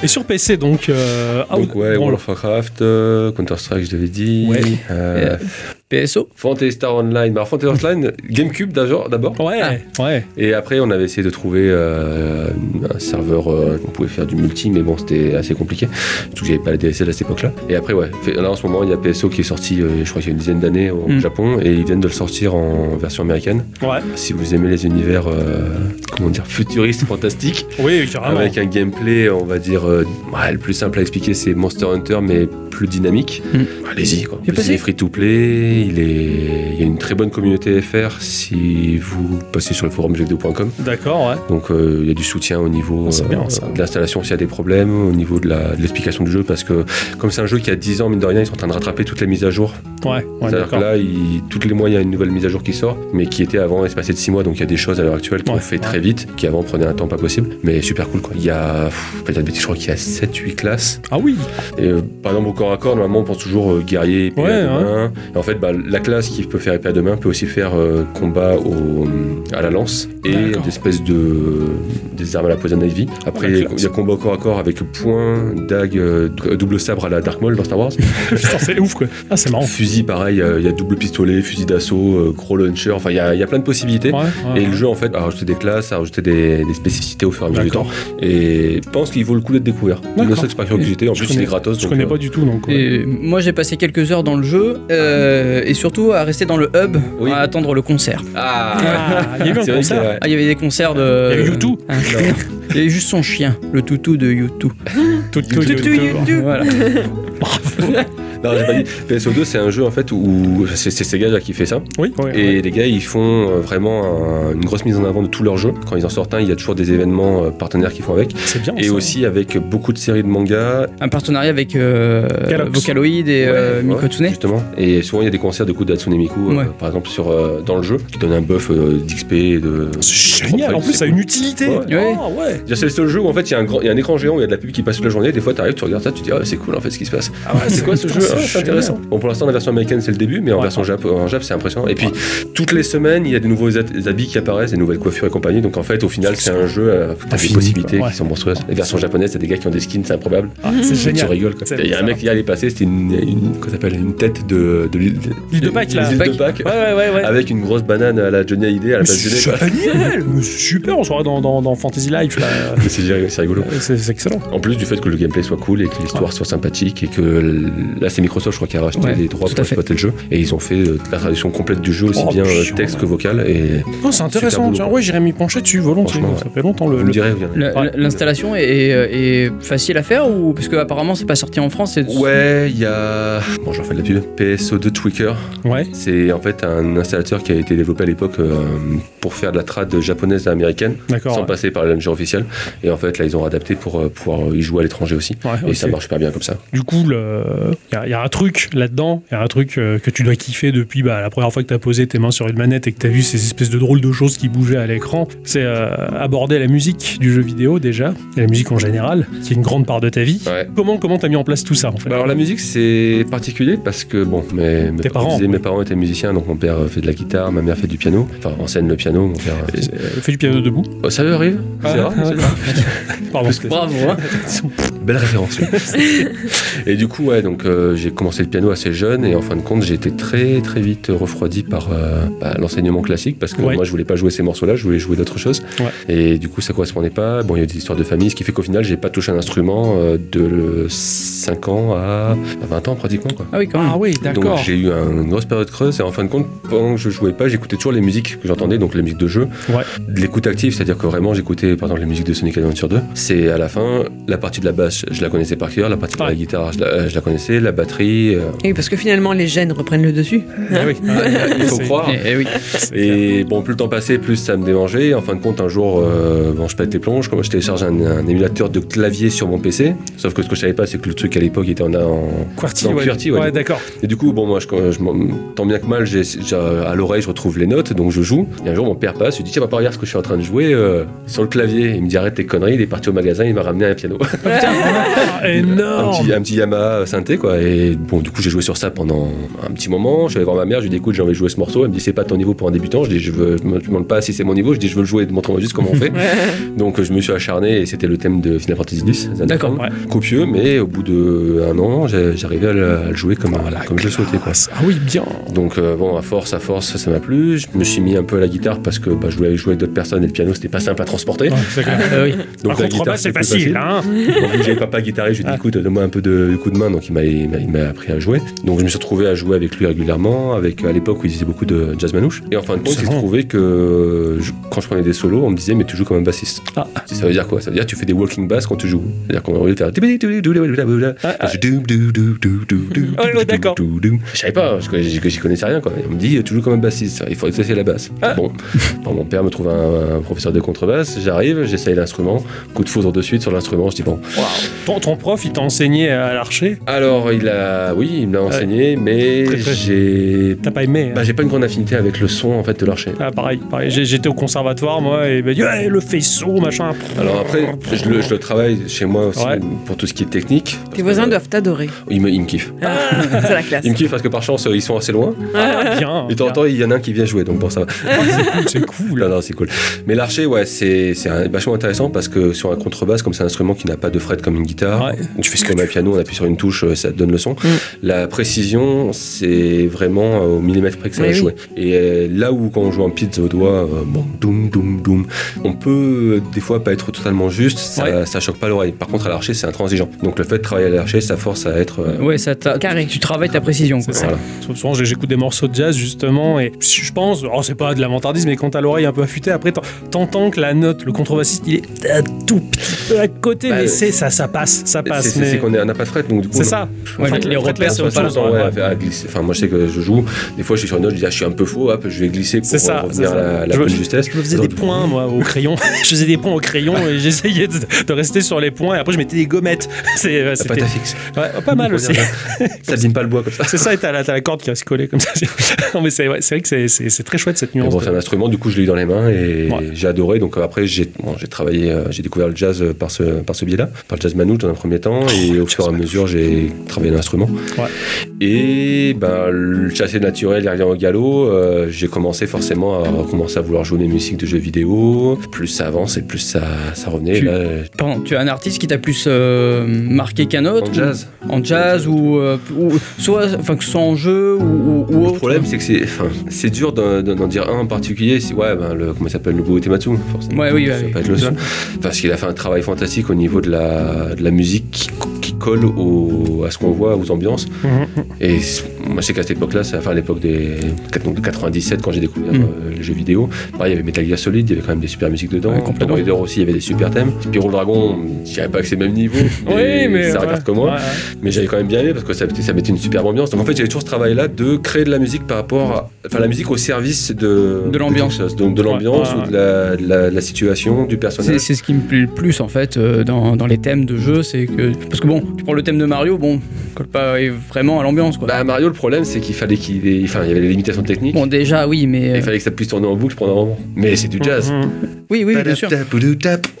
[SPEAKER 2] Et sur PC, donc. euh, ah,
[SPEAKER 1] Donc, ouais,
[SPEAKER 2] bon,
[SPEAKER 1] World of Warcraft, euh, Counter-Strike, je l'avais dit.
[SPEAKER 2] Ouais.
[SPEAKER 1] euh,
[SPEAKER 4] PSO
[SPEAKER 1] Fantasy Star Online. Bah, Fantasy Star Online, Gamecube d'abord. d'abord.
[SPEAKER 2] Ouais,
[SPEAKER 4] Ah.
[SPEAKER 2] ouais.
[SPEAKER 1] Et après, on avait essayé de trouver euh, un serveur euh, qu'on pouvait faire du multi, mais bon, c'était assez compliqué. Surtout que j'avais pas la DSL à cette époque-là. Et après, ouais, fait- là en ce moment, il y a PSO qui est sorti, euh, je crois qu'il y a une dizaine d'années au
[SPEAKER 4] Mm.
[SPEAKER 1] Japon, et ils viennent de le sortir en version américaine.
[SPEAKER 2] Ouais.
[SPEAKER 1] Si vous aimez les univers, euh, comment dire, futuristes, fantastiques,
[SPEAKER 2] Oui, carrément.
[SPEAKER 1] avec un gameplay, on va dire, euh, ouais, le plus simple à expliquer, c'est Monster Hunter, mais plus dynamique.
[SPEAKER 2] Hmm.
[SPEAKER 4] Mm.
[SPEAKER 1] Allez-y, quoi.
[SPEAKER 4] J'ai
[SPEAKER 1] Parce qu'il
[SPEAKER 4] passé-
[SPEAKER 1] est free to play, il, est... il y a une très bonne communauté FR si vous passez sur le forum jeuxvideo.com.
[SPEAKER 2] D'accord, ouais.
[SPEAKER 1] Donc euh, il y a du soutien au niveau euh,
[SPEAKER 2] Ah, c'est bien, ça.
[SPEAKER 1] de l'installation s'il y a des problèmes, au niveau de la- de l'explication du jeu, parce que comme c'est un jeu qui a 10 ans, mine de rien, ils sont en train de rattraper toutes les mises à jour.
[SPEAKER 2] Ouais, ouais,
[SPEAKER 1] C'est-à-dire que
[SPEAKER 2] d'accord.
[SPEAKER 1] là, il- tous les mois, il y a une nouvelle mise à jour qui sort, mais qui était avant espacée de 6 mois, donc il y a des choses à l'heure actuelle qu'on
[SPEAKER 2] Ouais.
[SPEAKER 1] fait très vite, qui avant prenaient un temps pas possible, mais super cool quoi. Il y a, pff, je vais pas dire de bêtises, je crois qu'il y a 7-8 classes.
[SPEAKER 2] Ah oui, (laughs)
[SPEAKER 1] Et euh, par exemple, au corps à corps, normalement, on pense toujours euh, guerrier, épée
[SPEAKER 2] Ouais,
[SPEAKER 1] à deux mains. Et en fait, bah, la classe qui peut faire épée à deux mains peut aussi faire euh, combat au, à la lance et
[SPEAKER 2] D'accord.
[SPEAKER 1] des espèces de des armes à la poison ivy. Après,
[SPEAKER 2] Ah, la
[SPEAKER 1] il
[SPEAKER 2] classe.
[SPEAKER 1] y a combat au corps à corps avec point, dague, euh, d- double sabre à la Dark Maul dans Star Wars.
[SPEAKER 2] Putain, c'est ouf, quoi. Ah, c'est marrant.
[SPEAKER 1] fusil, pareil, euh, il y a double pistolet, fusil d'assaut, euh, gros launcher. Enfin, il y, a- il y a plein de possibilités.
[SPEAKER 2] Ouais, ouais,
[SPEAKER 1] Et le ah, jeu, en fait, a rajouté des classes, a rajouté des, des spécificités au fur et à mesure du temps.
[SPEAKER 2] D'accord.
[SPEAKER 1] Et je pense qu'il vaut le coup d'être découvert. Ne
[SPEAKER 2] D'accord.
[SPEAKER 1] serait-ce que par curiosité, en
[SPEAKER 2] Je
[SPEAKER 1] plus,
[SPEAKER 2] connais-
[SPEAKER 1] il est gratos.
[SPEAKER 2] Je
[SPEAKER 1] donc,
[SPEAKER 2] connais
[SPEAKER 1] euh,
[SPEAKER 2] pas du tout, donc. ouais.
[SPEAKER 4] Et moi j'ai passé quelques heures dans le jeu euh, et surtout à rester dans le hub
[SPEAKER 1] Oui.
[SPEAKER 4] à attendre le concert.
[SPEAKER 2] Ah, il y a eu un
[SPEAKER 1] C'est euh, vrai
[SPEAKER 2] concert.
[SPEAKER 1] que, ouais.
[SPEAKER 4] Ah il y avait des concerts de.
[SPEAKER 2] Il y a euh, eu U2.
[SPEAKER 4] Ah, Il y avait juste son chien, le toutou de YouTube.
[SPEAKER 2] Tout, tout,
[SPEAKER 3] Toutou,
[SPEAKER 2] tout, tout.
[SPEAKER 3] YouTube.
[SPEAKER 4] Voilà.
[SPEAKER 1] Non, j'ai pas dit. PSO2, c'est un jeu en fait où c'est c'est Sega là, qui fait ça.
[SPEAKER 2] Oui, ouais,
[SPEAKER 1] et
[SPEAKER 2] ouais.
[SPEAKER 1] les gars, ils font euh, vraiment un- une grosse mise en avant de tous leurs jeux. Quand ils en sortent un, il y a toujours des événements euh, partenaires qu'ils font avec.
[SPEAKER 2] Ah, c'est bien.
[SPEAKER 1] Et
[SPEAKER 2] ça.
[SPEAKER 1] aussi avec beaucoup de séries de mangas.
[SPEAKER 4] Un partenariat avec euh,
[SPEAKER 2] Galax.
[SPEAKER 4] Vocaloid et euh,
[SPEAKER 1] Ouais,
[SPEAKER 4] Mikotsune.
[SPEAKER 1] Justement. Et souvent, il y a des concerts de coups d'Hatsune Miku, euh,
[SPEAKER 4] Ouais.
[SPEAKER 1] par exemple, sur, euh, dans le jeu, qui donnent un buff euh, d'XP. et De...
[SPEAKER 2] C'est génial. En plus, ça a une utilité.
[SPEAKER 1] Ouais.
[SPEAKER 4] Ouais.
[SPEAKER 2] Ah, ouais.
[SPEAKER 1] C'est le seul jeu où en fait il y, a un grand- il y a un écran géant où il y a de la pub qui passe toute la journée. Des fois, t'arrives, tu regardes ça, tu dis ah, c'est cool en fait ce qui se passe.
[SPEAKER 2] Ah ouais,
[SPEAKER 1] C'est quoi ce
[SPEAKER 2] putain,
[SPEAKER 1] jeu
[SPEAKER 2] ça,
[SPEAKER 1] Ah, C'est intéressant. Bon, pour l'instant, la version américaine, c'est le début, mais en
[SPEAKER 2] Ouais.
[SPEAKER 1] version Jap, euh, en Jap, c'est impressionnant. Et puis, toutes les semaines, il y a de nouveaux at- des habits qui apparaissent, des nouvelles coiffures et compagnie. Donc, en fait, au final, c'est un jeu, euh, t'as des
[SPEAKER 2] Infini,
[SPEAKER 1] possibilités
[SPEAKER 2] quoi. Ouais.
[SPEAKER 1] qui sont monstrueuses. Les versions japonaises, t'as des gars qui ont des skins, c'est improbable.
[SPEAKER 2] Ah, c'est
[SPEAKER 1] Tu
[SPEAKER 2] génial.
[SPEAKER 1] rigoles, quoi.
[SPEAKER 2] C'est
[SPEAKER 1] Il y a un
[SPEAKER 2] bizarre.
[SPEAKER 1] mec qui allait passer, c'était une, une, qu'on s'appelle, une tête de, de l'île de,
[SPEAKER 2] L'île de Pâques, là.
[SPEAKER 1] les îles de Pâques,
[SPEAKER 2] Ouais, ouais, ouais. ouais.
[SPEAKER 1] Avec une grosse banane à la Johnny Hallyday, à la
[SPEAKER 2] Mais
[SPEAKER 1] place
[SPEAKER 2] c'est
[SPEAKER 1] du nez, quoi.
[SPEAKER 2] génial. Mais c'est super, on sera dans, dans, dans Fantasy Life, là.
[SPEAKER 1] C'est c'est rigolo.
[SPEAKER 2] C'est c'est excellent.
[SPEAKER 1] En plus du fait que le gameplay soit cool et que l'histoire soit sympathique et que là c'est Microsoft je crois qui a racheté
[SPEAKER 4] Ouais,
[SPEAKER 1] les droits
[SPEAKER 4] tout
[SPEAKER 1] pour
[SPEAKER 4] à fait.
[SPEAKER 1] exploiter le jeu et ils ont fait euh, la traduction complète du jeu aussi
[SPEAKER 2] Oh,
[SPEAKER 1] bien euh,
[SPEAKER 2] putain,
[SPEAKER 1] texte
[SPEAKER 2] ouais.
[SPEAKER 1] que vocal et
[SPEAKER 2] Non, Oh, c'est intéressant.
[SPEAKER 1] boulot.
[SPEAKER 2] Tiens, ouais, j'irai m'y pencher dessus volontiers.
[SPEAKER 1] Franchement, ouais.
[SPEAKER 2] Ça fait longtemps
[SPEAKER 1] vous me
[SPEAKER 2] le.
[SPEAKER 1] direz. vous verrez.
[SPEAKER 4] La-
[SPEAKER 2] Ouais.
[SPEAKER 4] L'installation est, est- est facile à faire ou parce que apparemment c'est pas sorti en France. c'est-
[SPEAKER 1] Ouais, il y a. Bon, j'en fais de la pub. PSO2 Tweaker.
[SPEAKER 2] Ouais.
[SPEAKER 1] C'est en fait un installateur qui a été développé à l'époque euh, pour faire de la trad japonaise à américaine,
[SPEAKER 2] D'accord.
[SPEAKER 1] sans
[SPEAKER 2] ouais.
[SPEAKER 1] passer par le launcher officiel. Et en fait, là, ils ont adapté pour euh, pouvoir y jouer à l'étranger aussi.
[SPEAKER 2] Ouais,
[SPEAKER 1] Et ça
[SPEAKER 2] ok.
[SPEAKER 1] marche super bien comme ça.
[SPEAKER 2] Du coup, il y, a un truc là-dedans, il y a un truc euh, que tu dois kiffer depuis bah, la première fois que tu as posé tes mains sur une manette et que tu as vu ces espèces de drôles de choses qui bougeaient à l'écran. C'est euh, aborder la musique du jeu vidéo déjà, et la musique en général, qui est une grande part de ta vie.
[SPEAKER 1] Ouais.
[SPEAKER 2] Comment comment t'as mis en place tout ça en fait
[SPEAKER 1] Bah alors la musique c'est particulier parce que bon mes, mes,
[SPEAKER 2] Tes parents,
[SPEAKER 1] disais, mes parents étaient musiciens donc mon père euh, fait de la guitare, ma mère fait du piano, enfin en scène le piano, mon père. euh, fait-
[SPEAKER 2] Euh, Fais du piano debout.
[SPEAKER 1] Oh, ça lui arrive C'est rare,
[SPEAKER 2] Ah,
[SPEAKER 1] c'est (laughs)
[SPEAKER 2] d'accord. Pardon.
[SPEAKER 4] Bravo. hein.
[SPEAKER 1] Belle référence.
[SPEAKER 2] (laughs)
[SPEAKER 1] oui. et du coup, ouais, donc euh, j'ai commencé le piano assez jeune et en fin de compte, j'ai été très très vite refroidi par euh, bah, l'enseignement classique parce que
[SPEAKER 2] Ouais.
[SPEAKER 1] moi, je voulais pas jouer ces morceaux-là, je voulais jouer d'autres choses.
[SPEAKER 2] Ouais.
[SPEAKER 1] Et du coup, ça correspondait pas. Bon, il y a eu des histoires de famille, ce qui fait qu'au final, j'ai pas touché un instrument euh, de 5 ans à à 20 ans pratiquement. Quoi.
[SPEAKER 4] Ah oui quand même.
[SPEAKER 2] Ah oui,
[SPEAKER 1] Donc
[SPEAKER 2] d'accord.
[SPEAKER 1] j'ai eu un- une grosse période creuse et en fin de compte, pendant que je jouais pas, j'écoutais toujours les musiques que j'entendais, donc les musiques de jeu.
[SPEAKER 2] Ouais.
[SPEAKER 1] De L'écoute active, c'est-à-dire que vraiment j'écoutais par exemple les musiques de Sonic Adventure 2. C'est à la fin, la partie de la basse, je la connaissais par cœur, la partie de
[SPEAKER 2] Ouais.
[SPEAKER 1] la guitare, je la, euh, je la connaissais, la batterie, euh,
[SPEAKER 3] Et parce que finalement, les gènes reprennent le dessus.
[SPEAKER 2] Ah oui.
[SPEAKER 1] (laughs) il faut
[SPEAKER 2] C'est-
[SPEAKER 1] croire.
[SPEAKER 4] Eh, eh oui.
[SPEAKER 1] Et bon, plus le temps passait, plus ça me démangeait. Et En fin de compte, un jour, euh, bon, je pète les plonges. Comme je télécharge un, un émulateur de clavier sur mon PC. Sauf que ce que je savais pas, c'est que le truc à l'époque était en, en,
[SPEAKER 2] QWERTY,
[SPEAKER 1] Dans
[SPEAKER 2] ouais.
[SPEAKER 1] QWERTY, ouais,
[SPEAKER 2] ouais,
[SPEAKER 1] du coup. (laughs)
[SPEAKER 2] d'accord.
[SPEAKER 1] Et du coup, bon, moi, je, je m'en- tant bien que mal, j'ai, j'ai- à l'oreille, je retrouve les notes, donc je joue. Et un jour, mon père passe, il dit Tiens, papa, regarde ce que je suis en train de jouer euh, sur le clavier. Il me dit Arrête tes conneries, il est parti au magasin, il m'a ramené un piano.
[SPEAKER 2] Ah,
[SPEAKER 1] (laughs)
[SPEAKER 2] (laughs)
[SPEAKER 1] un,
[SPEAKER 2] Énorme.
[SPEAKER 1] petit, un petit Yamaha synthé, quoi. Et Et bon, du coup, j'ai joué sur ça pendant un petit moment. Je suis allé voir ma mère, je lui ai dit écoute, j'ai envie de jouer ce morceau. Elle me dit c'est pas ton niveau pour un débutant. Je dis je, veux, je me demande pas si c'est mon niveau. Je dis je veux le jouer, montre-moi juste comment
[SPEAKER 2] (laughs)
[SPEAKER 1] on fait. Donc je me suis acharné et c'était le thème de Final Fantasy X. Xenophon.
[SPEAKER 4] D'accord,
[SPEAKER 2] ouais.
[SPEAKER 1] Copieux, mais au bout d'un an, j'ai- j'arrivais à le à le jouer comme,
[SPEAKER 2] Oh,
[SPEAKER 1] comme je le souhaitais. Quoi.
[SPEAKER 2] Ah oui, bien.
[SPEAKER 1] Donc euh, bon, à force, à force, ça m'a plu. Je me suis mis un peu à la guitare parce que bah, je voulais jouer avec d'autres personnes et le piano, c'était pas simple à transporter.
[SPEAKER 2] Ouais, c'est clair.
[SPEAKER 4] Ah oui.
[SPEAKER 2] Par
[SPEAKER 1] Donc la
[SPEAKER 2] contre,
[SPEAKER 1] guitare,
[SPEAKER 2] bah, c'est
[SPEAKER 1] c'était plus
[SPEAKER 2] facile, hein.
[SPEAKER 1] Donc, vu que j'avais papa guitariste, je lui ai dit écoute, donne-moi un peu de, de coup de main. Donc il m'a- il m'a il m'a appris à jouer. Donc je me suis retrouvé à jouer avec lui régulièrement, avec à l'époque où il faisait beaucoup de jazz manouche. Et en fin de compte, il se
[SPEAKER 2] Excellent.
[SPEAKER 1] trouvait que je- quand je prenais des solos, on me disait mais tu joues comme un bassiste.
[SPEAKER 2] Ah.
[SPEAKER 1] Ça veut dire quoi Ça veut dire que tu fais des walking bass quand tu joues. C'est-à-dire qu'on aurait faire.
[SPEAKER 2] Ah, ah,
[SPEAKER 1] Je doum, doum, doum, doum, doum, doum,
[SPEAKER 2] Oh,
[SPEAKER 1] doum,
[SPEAKER 2] d'accord.
[SPEAKER 1] doum, doum. Je savais pas, je connais- j'y j'y connaissais rien quoi. On me dit tu joues comme un bassiste, il faut essayer la basse.
[SPEAKER 2] Ah.
[SPEAKER 1] Bon. Bon, mon père me trouve un, un professeur de contrebasse, j'arrive, j'essaye l'instrument, coup de foudre de suite sur l'instrument, je dis bon.
[SPEAKER 2] ton, ton prof, il t'a enseigné à l'archer.
[SPEAKER 1] Alors il a, oui, il me l'a enseigné,
[SPEAKER 2] Très,
[SPEAKER 1] mais
[SPEAKER 2] très.
[SPEAKER 1] j'ai,
[SPEAKER 2] T'as pas aimé hein.
[SPEAKER 1] bah, j'ai pas une grande affinité avec le son en fait de l'archer.
[SPEAKER 2] Ah, pareil, pareil. J'ai- J'étais au conservatoire, moi, et il m'a dit Ouais, le faisceau, machin.
[SPEAKER 1] Alors après, je le, je le travaille chez moi aussi
[SPEAKER 2] Ouais.
[SPEAKER 1] pour tout ce qui est technique.
[SPEAKER 3] (laughs) Tes voisins doivent t'adorer. Ah,
[SPEAKER 1] Ils me, ils me kiffent.
[SPEAKER 3] C'est la classe.
[SPEAKER 1] Ils me kiffent parce que par chance ils sont assez loin.
[SPEAKER 2] Ah, bien.
[SPEAKER 1] Et de temps en temps, il y en a un qui vient jouer, donc bon ça va.
[SPEAKER 2] Ah, c'est cool.
[SPEAKER 1] Non, non, c'est cool. Mais l'archer, ouais, c'est c'est un- vachement intéressant parce que sur un contrebasse, comme c'est un instrument qui n'a pas de fret comme une guitare,
[SPEAKER 2] Ouais.
[SPEAKER 1] tu fais ce comme un piano, on appuie sur une touche, euh, ça te donne le
[SPEAKER 3] Mm.
[SPEAKER 1] son. La précision, c'est vraiment euh, au millimètre près que ça
[SPEAKER 3] Mais
[SPEAKER 1] va
[SPEAKER 3] oui.
[SPEAKER 1] jouer. Et euh, là où quand on joue en pizza au doigt, euh, bon, doum, doum, doum, on peut euh, des fois pas être totalement juste, ça,
[SPEAKER 2] Ouais.
[SPEAKER 1] ça choque pas l'oreille. Par contre, à l'archer, c'est intransigeant. Donc le fait de travailler à l'archer, ça force à être. euh,
[SPEAKER 4] Ouais, ça t'a-
[SPEAKER 3] Carré.
[SPEAKER 4] Tu travailles ta précision. quoi.
[SPEAKER 2] C'est ça.
[SPEAKER 1] voilà.
[SPEAKER 2] Souvent, j'ai- j'écoute des morceaux de jazz, justement, et je pense, oh, c'est pas de la vantardise, mais quand t'as l'oreille un peu affûtée, après, t'en- t'entends que la note, le contrebassiste, il est un tout petit peu à côté,
[SPEAKER 1] Bah,
[SPEAKER 2] mais
[SPEAKER 1] euh,
[SPEAKER 2] c'est ça, ça passe, ça
[SPEAKER 1] C'est-
[SPEAKER 2] passe.
[SPEAKER 1] C'est c'est
[SPEAKER 2] mais-
[SPEAKER 1] qu'on est- on n'a pas de fret, donc du coup.
[SPEAKER 2] C'est
[SPEAKER 1] on-
[SPEAKER 2] ça.
[SPEAKER 4] Ouais,
[SPEAKER 2] Enfin,
[SPEAKER 4] les
[SPEAKER 2] le
[SPEAKER 4] repères
[SPEAKER 2] fretless,
[SPEAKER 4] sont
[SPEAKER 2] on
[SPEAKER 1] De
[SPEAKER 2] pas
[SPEAKER 1] toute façon,
[SPEAKER 2] là.
[SPEAKER 1] ouais, à- à glisser. Enfin, moi, je sais que je joue. Des fois, je suis sur une note, je dis, ah, je suis un peu faux, hop, je vais glisser pour
[SPEAKER 2] C'est ça, c'est
[SPEAKER 1] revenir
[SPEAKER 2] ça.
[SPEAKER 1] à la, la
[SPEAKER 2] je, me-
[SPEAKER 1] bonne justesse.
[SPEAKER 2] je me faisais des points, moi, au crayon. je faisais des points au crayon et j'essayais de, de rester sur les points. Et après, je mettais des gommettes. (laughs) C'est, euh,
[SPEAKER 1] La pâte
[SPEAKER 2] c'était
[SPEAKER 1] à fixe.
[SPEAKER 2] ouais, pas mal aussi.
[SPEAKER 1] Ça abîme pas le bois comme ça.
[SPEAKER 2] C'est ça, et t'as la, t'as la corde qui reste collée comme ça. (laughs) non, mais c'est, ouais, c'est vrai que c'est, c'est- c'est très chouette cette
[SPEAKER 1] Mais
[SPEAKER 2] nuance.
[SPEAKER 1] bon, c'est un instrument, du coup, je l'ai eu dans les mains et
[SPEAKER 2] Ouais.
[SPEAKER 1] j'ai adoré. Donc, euh, après, j'ai bon, j'ai travaillé, euh, j'ai découvert le jazz euh, par ce, par ce biais-là, par le jazz manouche dans un premier temps. Et au fur et à mesure, j'ai travaillé l'instrument.
[SPEAKER 2] Oh, Ouais.
[SPEAKER 1] Et ben, le chassé naturel, derrière au galop, euh, j'ai commencé forcément à commencer à vouloir jouer des musiques de jeux vidéo. Plus ça avance et plus ça, ça revenait.
[SPEAKER 4] Tu-
[SPEAKER 1] Et là, euh,
[SPEAKER 4] Pardon, tu as un artiste qui t'a plus euh, marqué qu'un autre
[SPEAKER 1] en
[SPEAKER 4] ou-
[SPEAKER 1] jazz.
[SPEAKER 4] En jazz ou, euh, ou- soit, enfin, que ce soit en jeu ou, ou- ou
[SPEAKER 1] Le
[SPEAKER 4] autre.
[SPEAKER 1] problème, c'est que c'est, enfin, c'est dur d'en, d'en dire un en particulier. C'est- ouais, ben, le, comment il s'appelle, Nobuo Uematsu, forcément.
[SPEAKER 4] Ouais, oui,
[SPEAKER 1] ça
[SPEAKER 4] ouais,
[SPEAKER 1] va
[SPEAKER 4] oui.
[SPEAKER 1] pas être le seul. Parce qu'il a fait un travail fantastique au niveau de la, de la musique qui, co- qui colle au, à ce qu'on voit, aux ambiances.
[SPEAKER 2] Mhm.
[SPEAKER 4] Mm-hmm.
[SPEAKER 1] Et c'est- moi, je sais qu'à cette époque-là, c'est enfin, à l'époque des donc, de 97, quand j'ai découvert
[SPEAKER 4] Mhm.
[SPEAKER 1] euh, les jeux vidéo, pareil, il y avait Metal Gear Solid, il y avait quand même des super musiques dedans.
[SPEAKER 4] Ouais,
[SPEAKER 1] Dragon
[SPEAKER 4] complètement.
[SPEAKER 1] Raider aussi, il y avait des super thèmes. Spyro le Dragon, je dirais pas que c'est le même
[SPEAKER 4] (laughs)
[SPEAKER 1] niveau.
[SPEAKER 2] Oui, mais. ouais,
[SPEAKER 1] Ça regarde que moi.
[SPEAKER 2] ouais, ouais.
[SPEAKER 1] Mais j'avais quand même bien aimé parce que ça, mettait- ça mettait une superbe ambiance. Donc en fait, j'avais toujours ce travail-là de créer de la musique par rapport à. Enfin, la musique au service de.
[SPEAKER 4] De l'ambiance.
[SPEAKER 1] quelque chose. Donc de
[SPEAKER 2] Ouais,
[SPEAKER 1] l'ambiance
[SPEAKER 2] ouais,
[SPEAKER 1] ou de la, de la- de la situation, du
[SPEAKER 4] C'est
[SPEAKER 1] personnage.
[SPEAKER 4] c'est ce qui me plaît le plus en fait euh, dans, dans les thèmes de jeu, c'est que parce que bon, tu prends le thème de Mario, bon, colle pas euh, vraiment à l'ambiance quoi.
[SPEAKER 1] Bah, Mario, le problème, c'est qu'il fallait qu'il. ait- Enfin, il y avait les limitations techniques.
[SPEAKER 4] Bon déjà oui, mais
[SPEAKER 1] Et
[SPEAKER 4] euh,
[SPEAKER 1] il fallait que ça puisse tourner en boucle pendant un moment. Mais c'est du jazz.
[SPEAKER 2] Mhm.
[SPEAKER 4] oui oui bien sûr.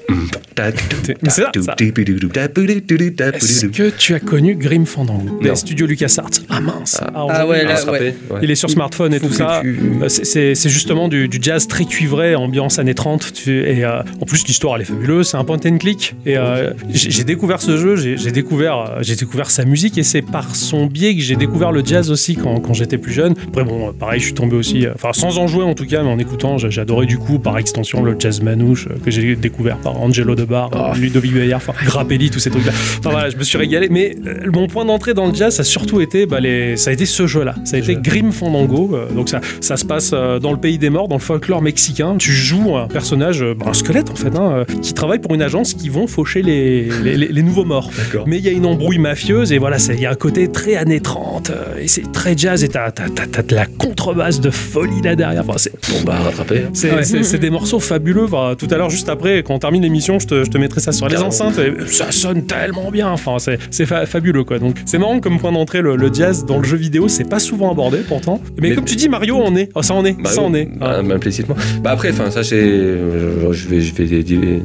[SPEAKER 2] Mais c'est ça, ça. Est-ce que tu as connu Grim Fandango
[SPEAKER 1] Non.
[SPEAKER 2] Les studios LucasArts. Ah mince.
[SPEAKER 1] Ah.
[SPEAKER 2] aujourd'hui,
[SPEAKER 4] Ah ouais,
[SPEAKER 1] Ah,
[SPEAKER 4] là,
[SPEAKER 1] se rappeler, ouais.
[SPEAKER 2] Il est sur smartphone et
[SPEAKER 4] Faut
[SPEAKER 2] tout
[SPEAKER 4] que
[SPEAKER 2] ça.
[SPEAKER 4] tu-
[SPEAKER 2] Euh, c'est- C'est c'est justement du, du jazz très cuivré, ambiance années 30. tu- et euh, en plus, l'histoire elle est fabuleuse. C'est un point and click. Et euh, j'ai j'ai découvert ce jeu, j'ai j'ai découvert, euh, j'ai découvert sa musique et c'est par son biais que j'ai découvert le jazz aussi quand, quand j'étais plus jeune. Après, bon, euh, pareil, je suis tombé aussi, euh, enfin sans en jouer en tout cas, mais en écoutant, j'ai- j'adorais du coup par extension le jazz manouche euh, que j'ai découvert par Angelo Debar,
[SPEAKER 1] Oh.
[SPEAKER 2] Ludovic Bayard, enfin Grappelli, tous ces trucs-là. Enfin voilà, je me suis régalé. Mais euh, mon point d'entrée dans le jazz, ça a surtout été, bah, les... ça a été ce jeu-là. Ça a été Grim Fandango. euh, donc ça, ça se passe euh, dans le pays des morts, dans le folklore mexicain. Tu joues un personnage, euh, bah, un squelette en fait, hein, euh, qui travaille pour une agence qui vont faucher les, les, les- les nouveaux morts. (laughs)
[SPEAKER 1] D'accord.
[SPEAKER 2] Mais il y a une embrouille mafieuse et voilà, c'est- il y a un côté très années 30 euh, et c'est très jazz et t'as t'as- t'as- t'as de la contrebasse de folie là derrière. Enfin, c'est
[SPEAKER 1] Bon, bah, rattrapé.
[SPEAKER 2] c'est
[SPEAKER 4] Ouais.
[SPEAKER 2] c'est- c'est des morceaux fabuleux. Enfin, tout à l'heure, juste après, quand on termine l'émission, je te, te, je te mettrai ça sur les enceintes. Et ça sonne tellement bien. Enfin, c'est c'est fa- fabuleux, quoi. Donc, c'est marrant comme point d'entrée, le, le jazz dans le jeu vidéo, c'est pas souvent abordé pourtant. Mais,
[SPEAKER 1] Mais-
[SPEAKER 2] comme tu dis, Mario, on est. Oh, ça en est.
[SPEAKER 1] Bah,
[SPEAKER 2] ça en
[SPEAKER 1] oui,
[SPEAKER 2] est. Ah.
[SPEAKER 1] bah,
[SPEAKER 2] Ouais.
[SPEAKER 1] implicitement. Bah après, enfin, ça, j'ai, je, je vais, je vais dé-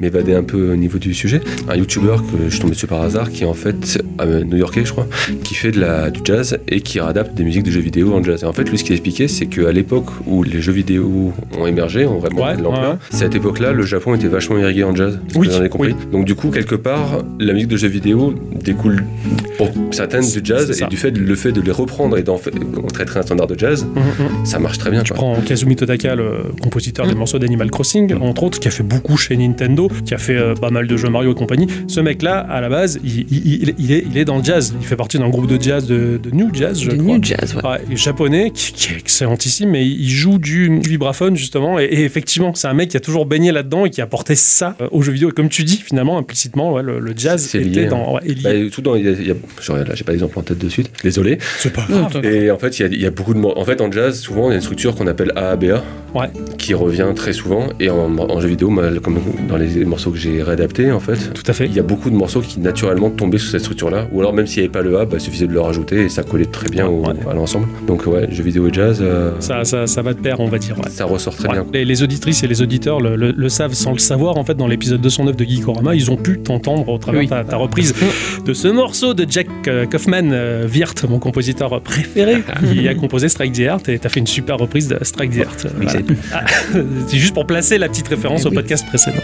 [SPEAKER 1] m'évader un peu au niveau du sujet. Un YouTuber que je suis tombé dessus par hasard, qui est en fait euh, New-Yorkais, je crois, qui fait de la, du jazz et qui réadapte des musiques de jeux vidéo en jazz. Et en fait, lui, ce qu'il expliquait, c'est qu'à l'époque où les jeux vidéo ont émergé, ont vraiment
[SPEAKER 2] Ouais,
[SPEAKER 1] pris de l'ampleur,
[SPEAKER 2] ouais.
[SPEAKER 1] cette époque-là, le Japon était vachement irrigué en jazz.
[SPEAKER 2] Oui,
[SPEAKER 1] vous en avez compris. Donc du coup, quelque part, la musique de jeux vidéo découle pour certaines du
[SPEAKER 2] C'est
[SPEAKER 1] jazz
[SPEAKER 2] ça.
[SPEAKER 1] et du fait, le fait de les reprendre et d'en fa- d'en traiter un standard de jazz,
[SPEAKER 2] Mhm, mhm.
[SPEAKER 1] ça marche très mmh. bien.
[SPEAKER 2] Tu
[SPEAKER 1] quoi.
[SPEAKER 2] prends Kazumi Totaka, le compositeur
[SPEAKER 3] Mmh.
[SPEAKER 2] des
[SPEAKER 6] Mm.
[SPEAKER 2] morceaux d'Animal Crossing,
[SPEAKER 1] Mmh.
[SPEAKER 2] entre autres, qui a fait beaucoup chez Nintendo, qui a fait euh, pas mal de jeux Mario et compagnie. Ce mec-là, à la base, il, il- il- il est, il est dans le jazz. Il fait partie d'un groupe de jazz, de, de New Jazz, je
[SPEAKER 3] de
[SPEAKER 2] crois.
[SPEAKER 3] new jazz, ouais.
[SPEAKER 2] Ouais, il est japonais, qui, qui est excellentissime, mais il joue du, du vibraphone justement. Et, et effectivement, c'est un mec qui a toujours baigné là-dedans et qui a apporté ça euh, aux jeux vidéo. Et comme tu dis, finalement, implicitement, ouais, le, le jazz
[SPEAKER 1] C'est lié,
[SPEAKER 2] était
[SPEAKER 1] hein.
[SPEAKER 2] dans. ouais, est lié.
[SPEAKER 1] Bah, tout dans, il y a- il y a- genre, là, j'ai pas d'exemple en tête de suite, désolé.
[SPEAKER 2] c'est pas
[SPEAKER 4] Non,
[SPEAKER 2] grave.
[SPEAKER 4] t'inquiète.
[SPEAKER 1] Et en fait, il y a, il y a beaucoup de. mo- En fait, en jazz, souvent, il y a une structure qu'on appelle AABA,
[SPEAKER 2] Ouais.
[SPEAKER 1] qui revient très souvent. Et en, en jeu vidéo, mal- comme dans les morceaux que j'ai réadaptés, en fait,
[SPEAKER 2] Tout à fait.
[SPEAKER 1] il y a beaucoup de morceaux qui naturellement tombaient sous cette structure-là. Ou alors, même s'il n'y avait pas le A, bah, il suffisait de le rajouter et ça collait très bien au-
[SPEAKER 2] Ouais.
[SPEAKER 1] à l'ensemble. Donc, ouais, jeu vidéo et jazz, euh,
[SPEAKER 2] Ça,
[SPEAKER 1] ça,
[SPEAKER 2] ça, ça va de pair, on va dire. ouais.
[SPEAKER 1] ressort très
[SPEAKER 2] Ouais.
[SPEAKER 1] bien.
[SPEAKER 2] Les, les auditrices et les auditeurs le, le- le savent sans le savoir. En fait, dans l'épisode 209 de Geekorama, ils ont pu t'entendre au travers
[SPEAKER 4] Oui.
[SPEAKER 2] de ta, ta reprise de ce morceau de Jack euh, Kaufman, euh, Wirth, mon compositeur préféré, qui a composé Strike the Heart. Et t'as fait une super reprise de Strike the Heart. Voilà. Ah, (laughs) C'est juste pour placer la petite référence
[SPEAKER 4] Eh
[SPEAKER 2] au
[SPEAKER 4] oui.
[SPEAKER 2] podcast précédent.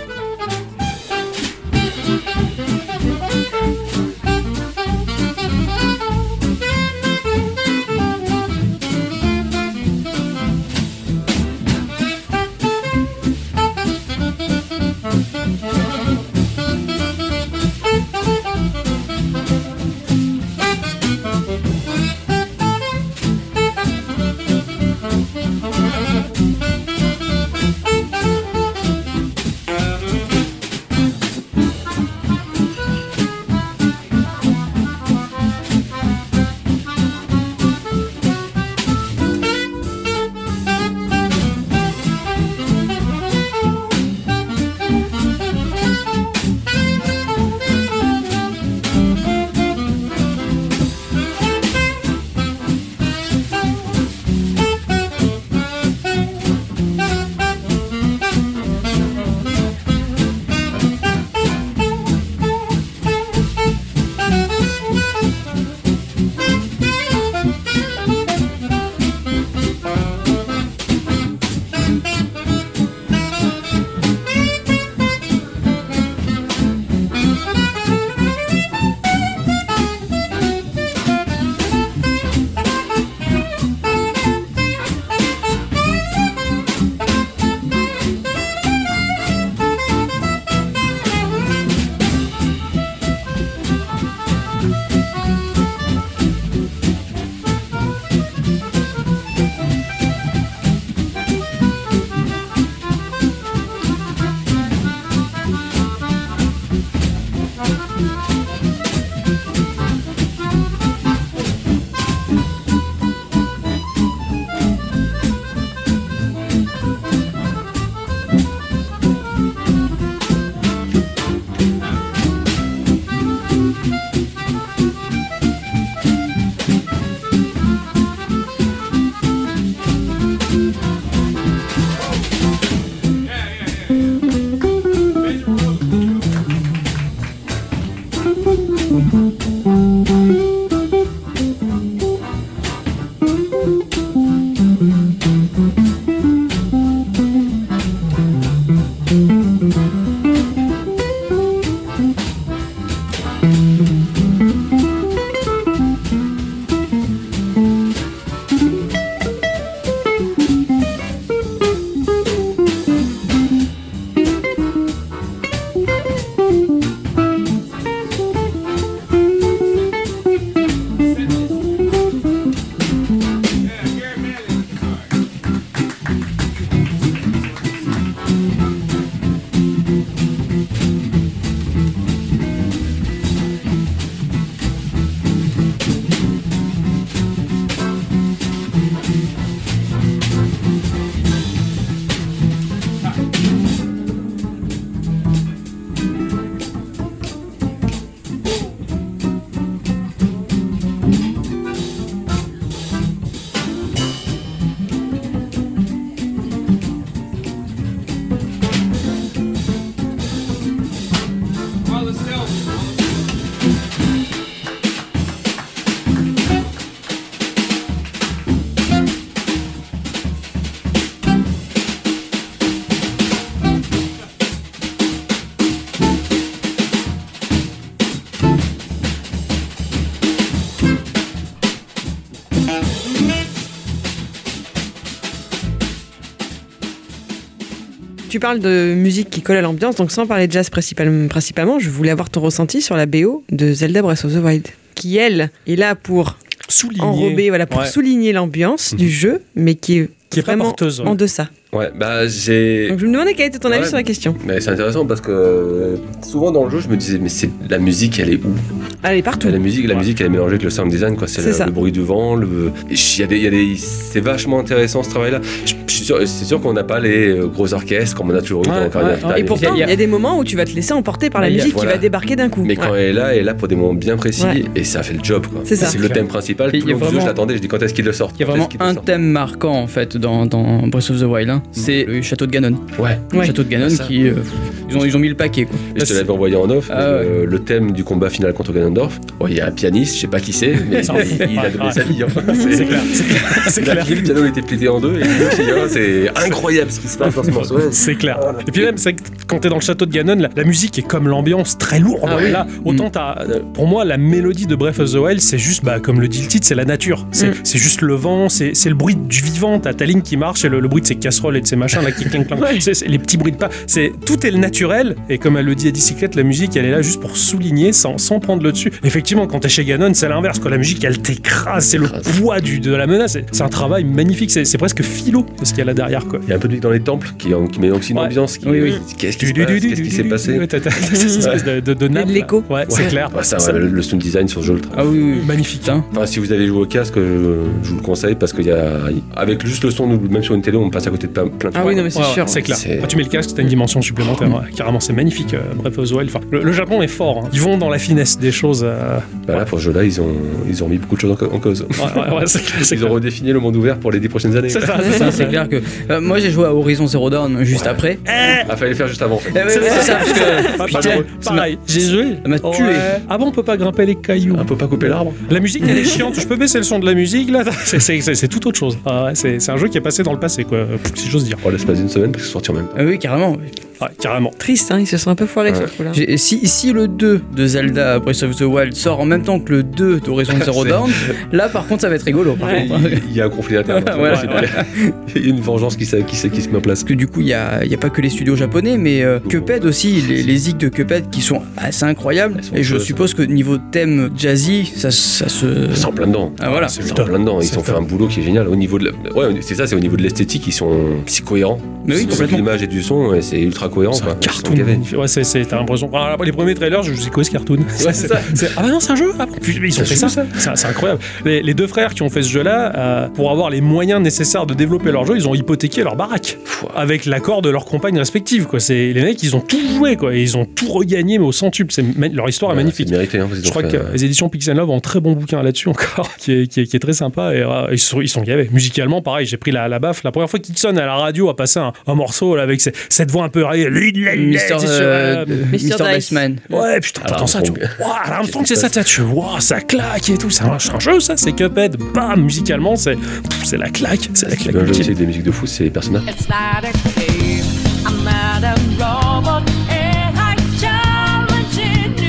[SPEAKER 3] tu parles de musique qui colle à l'ambiance, donc sans parler de jazz principal- principalement, je voulais avoir ton ressenti sur la BO de Zelda Breath of the Wild, qui elle est là pour
[SPEAKER 2] Souligné.
[SPEAKER 3] enrober, voilà, pour
[SPEAKER 2] Ouais.
[SPEAKER 3] souligner l'ambiance
[SPEAKER 2] Mhm.
[SPEAKER 3] du jeu, mais qui est,
[SPEAKER 2] Qui est pas
[SPEAKER 3] vraiment
[SPEAKER 2] porteuse, ouais.
[SPEAKER 3] en deçà.
[SPEAKER 1] Ouais, bah j'ai.
[SPEAKER 3] Donc je me demandais quel était ton avis
[SPEAKER 1] Ouais.
[SPEAKER 3] sur la question.
[SPEAKER 2] Mmh.
[SPEAKER 1] Mais c'est intéressant parce que euh, souvent dans le jeu, je me disais, mais c'est la musique, elle est où
[SPEAKER 3] Allez, partout.
[SPEAKER 1] La musique, la
[SPEAKER 2] Ouais.
[SPEAKER 1] musique, elle est mélangée avec le sound design, quoi. C'est
[SPEAKER 3] C'est
[SPEAKER 1] le,
[SPEAKER 3] ça.
[SPEAKER 1] le bruit du vent, le. il y a des- il y a des- C'est vachement intéressant ce travail-là. Je- je suis sûr- C'est sûr qu'on n'a pas les euh, gros orchestres comme on a toujours eu
[SPEAKER 2] Ouais,
[SPEAKER 1] dans Ocarina
[SPEAKER 2] ouais.
[SPEAKER 1] of Time.
[SPEAKER 3] Et pourtant,
[SPEAKER 4] Il
[SPEAKER 3] il
[SPEAKER 4] y
[SPEAKER 3] y,
[SPEAKER 4] a-
[SPEAKER 3] a des moments où tu vas te laisser emporter par la
[SPEAKER 4] Il y a-
[SPEAKER 3] musique
[SPEAKER 1] voilà.
[SPEAKER 3] qui va débarquer d'un coup.
[SPEAKER 1] Mais quand elle est là, elle est là pour des moments bien précis
[SPEAKER 3] Ouais.
[SPEAKER 1] et ça fait le job. quoi.
[SPEAKER 3] C'est ça.
[SPEAKER 1] C'est le
[SPEAKER 2] Clair.
[SPEAKER 1] thème principal. Tout
[SPEAKER 4] Et il y
[SPEAKER 1] le
[SPEAKER 4] a
[SPEAKER 1] long du jeu,
[SPEAKER 4] vraiment-
[SPEAKER 1] je l'attendais, je dis quand est-ce qu'ils le sortent
[SPEAKER 4] Il y a
[SPEAKER 1] Quand
[SPEAKER 4] vraiment
[SPEAKER 1] est-ce qu'ils le
[SPEAKER 4] un
[SPEAKER 1] sortent
[SPEAKER 4] thème marquant en fait dans, dans Breath of the Wild, hein. c'est le château de Ganon.
[SPEAKER 1] Ouais.
[SPEAKER 4] Le
[SPEAKER 3] Ouais.
[SPEAKER 4] château de Ganon
[SPEAKER 1] Ça.
[SPEAKER 4] qui. euh, ils, ont, ils ont mis le paquet quoi.
[SPEAKER 1] Et je te l'avais envoyé en off. mais
[SPEAKER 4] Ah ouais.
[SPEAKER 1] le, le thème du combat final contre Ganondorf. Bon, il y a un pianiste, je sais pas qui c'est, mais
[SPEAKER 4] (laughs)
[SPEAKER 2] Ça,
[SPEAKER 1] il, il a
[SPEAKER 2] ouais,
[SPEAKER 1] donné
[SPEAKER 2] ouais.
[SPEAKER 1] sa vie. hein.
[SPEAKER 2] C'est clair. c'est clair, C'est
[SPEAKER 1] Il a
[SPEAKER 2] clair.
[SPEAKER 1] dit, le piano était pété en deux et il dit aussi, hein, c'est incroyable ce qui se passe dans ce
[SPEAKER 4] (laughs)
[SPEAKER 1] morceau.
[SPEAKER 2] (laughs) C'est clair. Et puis même, c'est que quand t'es dans le château de Ganon, la, la musique est comme l'ambiance très lourde.
[SPEAKER 4] Ah oui.
[SPEAKER 2] Là, autant t'as- euh, pour moi, la mélodie de Breath of the Wild, c'est juste, bah, comme le dit le titre, c'est la nature. C'est
[SPEAKER 3] Mm.
[SPEAKER 2] c'est juste le vent, c'est c'est le bruit du vivant. T'as ta ligne qui marche et le, le bruit de ses casseroles et de ses machins là qui clink clank. C'est- c'est les petits bruits de pas. C'est tout est le naturel. Et comme elle le dit à bicyclette, la musique, elle est là juste pour souligner sans, sans prendre le dessus. Effectivement, quand t'es chez Ganon, c'est l'inverse. Quand la musique, elle t'écrase, c'est le poids du, de la menace. C'est- C'est un travail magnifique. C'est c'est presque philo ce qu'il y a là derrière quoi.
[SPEAKER 1] Il y a un peu de musique dans les temples qui, qui met aussi une
[SPEAKER 2] Ouais.
[SPEAKER 1] ambiance. Qui,
[SPEAKER 4] Oui, oui.
[SPEAKER 1] Qu'est-ce qui se passe Qu'est-ce qui s'est passé
[SPEAKER 2] Ouais, t'as- t'as- t'as cette espèce de, de, de nappe, là.
[SPEAKER 3] l'écho.
[SPEAKER 2] Ouais, c'est
[SPEAKER 1] Ouais.
[SPEAKER 2] clair.
[SPEAKER 1] Bah, ça,
[SPEAKER 2] Ça-
[SPEAKER 1] ouais, le, le sound design sur le jeu, le travail.
[SPEAKER 4] Ah oui, oui, oui.
[SPEAKER 2] Magnifique.
[SPEAKER 4] Putain.
[SPEAKER 1] Enfin, si vous avez joué au casque, je, je vous le conseille parce qu'il y a. Avec juste le son, nous, même sur une télé, on passe à côté de plein plein de
[SPEAKER 3] Ah
[SPEAKER 1] trucs.
[SPEAKER 3] oui, non, mais c'est
[SPEAKER 2] Ouais, ouais,
[SPEAKER 3] sûr.
[SPEAKER 2] c'est clair.
[SPEAKER 1] C'est-
[SPEAKER 2] Quand tu mets le casque, t'as une dimension supplémentaire. ouais. Carrément, c'est magnifique. euh, Breath of the Wild. Enfin, le, le Japon est fort. hein. Ils vont dans la finesse des choses. euh,
[SPEAKER 1] Bah, là, pour ce jeu-là, ils ont, ils ont mis beaucoup de choses en, co- en (laughs) cause.
[SPEAKER 2] Ouais, ouais, ouais, c'est clair. c'est
[SPEAKER 1] Ils ont
[SPEAKER 2] clair.
[SPEAKER 1] redéfini le monde ouvert pour les 10 prochaines années.
[SPEAKER 2] C'est ça, c'est
[SPEAKER 4] Ça,
[SPEAKER 2] ça.
[SPEAKER 4] c'est clair que. Euh, moi j'ai joué à Horizon Zero Dawn juste après.
[SPEAKER 1] Ah, fallait le faire juste avant.
[SPEAKER 4] Eh ouais, ouais, c'est ça, parce que-
[SPEAKER 2] Ah,
[SPEAKER 4] putain,
[SPEAKER 2] pareil,
[SPEAKER 4] ça m'a-
[SPEAKER 2] pareil, j'ai joué.
[SPEAKER 4] ça m'a tué.
[SPEAKER 2] Ouais. Ah bon, on peut pas grimper les cailloux.
[SPEAKER 1] On peut pas couper l'arbre
[SPEAKER 2] La musique, elle est chiante. Je peux baisser le son de la musique
[SPEAKER 1] (laughs)
[SPEAKER 2] là. C'est- C'est c'est- c'est tout autre chose. Ah ouais, c'est c'est un jeu qui est passé dans le passé, quoi. euh, Si j'ose dire.
[SPEAKER 1] On Oh, laisse passer une semaine parce que c'est sorti en même temps.
[SPEAKER 4] Ah oui, carrément.
[SPEAKER 2] Ouais, carrément.
[SPEAKER 3] Triste, hein, ils se sont un peu foirés
[SPEAKER 1] Ouais.
[SPEAKER 3] sur ce coup-là.
[SPEAKER 4] J'ai- Si, si le 2 de Zelda Breath of the Wild sort en même temps que le 2 (laughs) d'Horizon Zero
[SPEAKER 1] C'est-
[SPEAKER 4] Dawn, là par contre ça va être rigolo. par contre.
[SPEAKER 1] Il, il y a un conflit interne. (laughs)
[SPEAKER 4] Voilà.
[SPEAKER 1] C'est pas- Il y a une vengeance qui, s'est- qui, s'est- qui se met en place.
[SPEAKER 4] Parce que du coup, il n'y a, il y a pas que les studios japonais, mais euh, Cuphead aussi, les, les zigs de Cuphead qui sont assez incroyables.
[SPEAKER 1] Elles sont
[SPEAKER 4] Et je
[SPEAKER 1] chouettes,
[SPEAKER 4] suppose que niveau thème jazzy, ça, ça se.
[SPEAKER 1] Ils sont en plein dedans.
[SPEAKER 4] Ah voilà.
[SPEAKER 1] Ils sont en
[SPEAKER 2] top.
[SPEAKER 1] plein dedans.
[SPEAKER 2] C'est
[SPEAKER 1] Ils ont fait
[SPEAKER 2] top.
[SPEAKER 1] un boulot qui est génial. Au niveau de la- Ouais, c'est ça, c'est au niveau de l'esthétique, ils sont c'est cohérent.
[SPEAKER 4] Mais oui,
[SPEAKER 1] Au niveau de
[SPEAKER 4] complètement.
[SPEAKER 1] l'image et du son, et Oh, bah, c'est ultra cohérent.
[SPEAKER 2] C'est
[SPEAKER 1] quoi.
[SPEAKER 2] un
[SPEAKER 1] Ils sont
[SPEAKER 2] cartoon.
[SPEAKER 1] gavés.
[SPEAKER 2] magnifique. Ouais, c'est, c'est, t'as l'impression. Ah, les premiers trailers, je me suis dit, quoi ce cartoon
[SPEAKER 1] Ouais, c'est ça.
[SPEAKER 2] C'est- (laughs) Ah bah non, c'est un jeu Ah, puis, mais ils ont fait ça, C'est, c'est incroyable. Les, les deux frères qui ont fait ce jeu-là, euh, pour avoir les moyens nécessaires de développer leur jeu, ils ont hypothéqué leur baraque. Avec l'accord de leurs compagnes respectives, quoi. C'est, les mecs, ils ont tout joué, quoi. Et ils ont tout regagné, mais au centuple. C'est, ma- leur histoire
[SPEAKER 1] Ouais,
[SPEAKER 2] est magnifique.
[SPEAKER 1] C'est mérité. hein, parce qu'ils
[SPEAKER 2] Je
[SPEAKER 1] ont
[SPEAKER 2] crois
[SPEAKER 1] fait
[SPEAKER 2] que
[SPEAKER 1] un-
[SPEAKER 2] les éditions Pixel Love ont un très bon bouquin là-dessus encore, (laughs) qui est, qui est- qui est très sympa. Et euh, ils, sont, ils sont gavés. Musicalement, pareil, j'ai pris la, la baffe. La première fois qu'il sonne à la radio a passé un, un morceau là, avec ses- cette voix un peu.
[SPEAKER 4] Mister,
[SPEAKER 2] Mister,
[SPEAKER 4] euh, Mister
[SPEAKER 3] Dice.
[SPEAKER 4] Diceman.
[SPEAKER 2] Ouais, putain,
[SPEAKER 1] Alors,
[SPEAKER 2] t'entends ça, tu
[SPEAKER 1] Armstrong.
[SPEAKER 2] vois. Armstrong, c'est ça, tu vois, tu vois, ça claque et tout. C'est un, c'est un jeu, ça, c'est Cuphead. Bam, musicalement, c'est pff, c'est la claque, c'est Ah, la
[SPEAKER 1] Ce qui est
[SPEAKER 2] claque.
[SPEAKER 1] bien joué aussi
[SPEAKER 2] ultime.
[SPEAKER 1] avec des musiques de fou, c'est les personnages.
[SPEAKER 7] It's not a game. I'm not a robot, and I challenge you.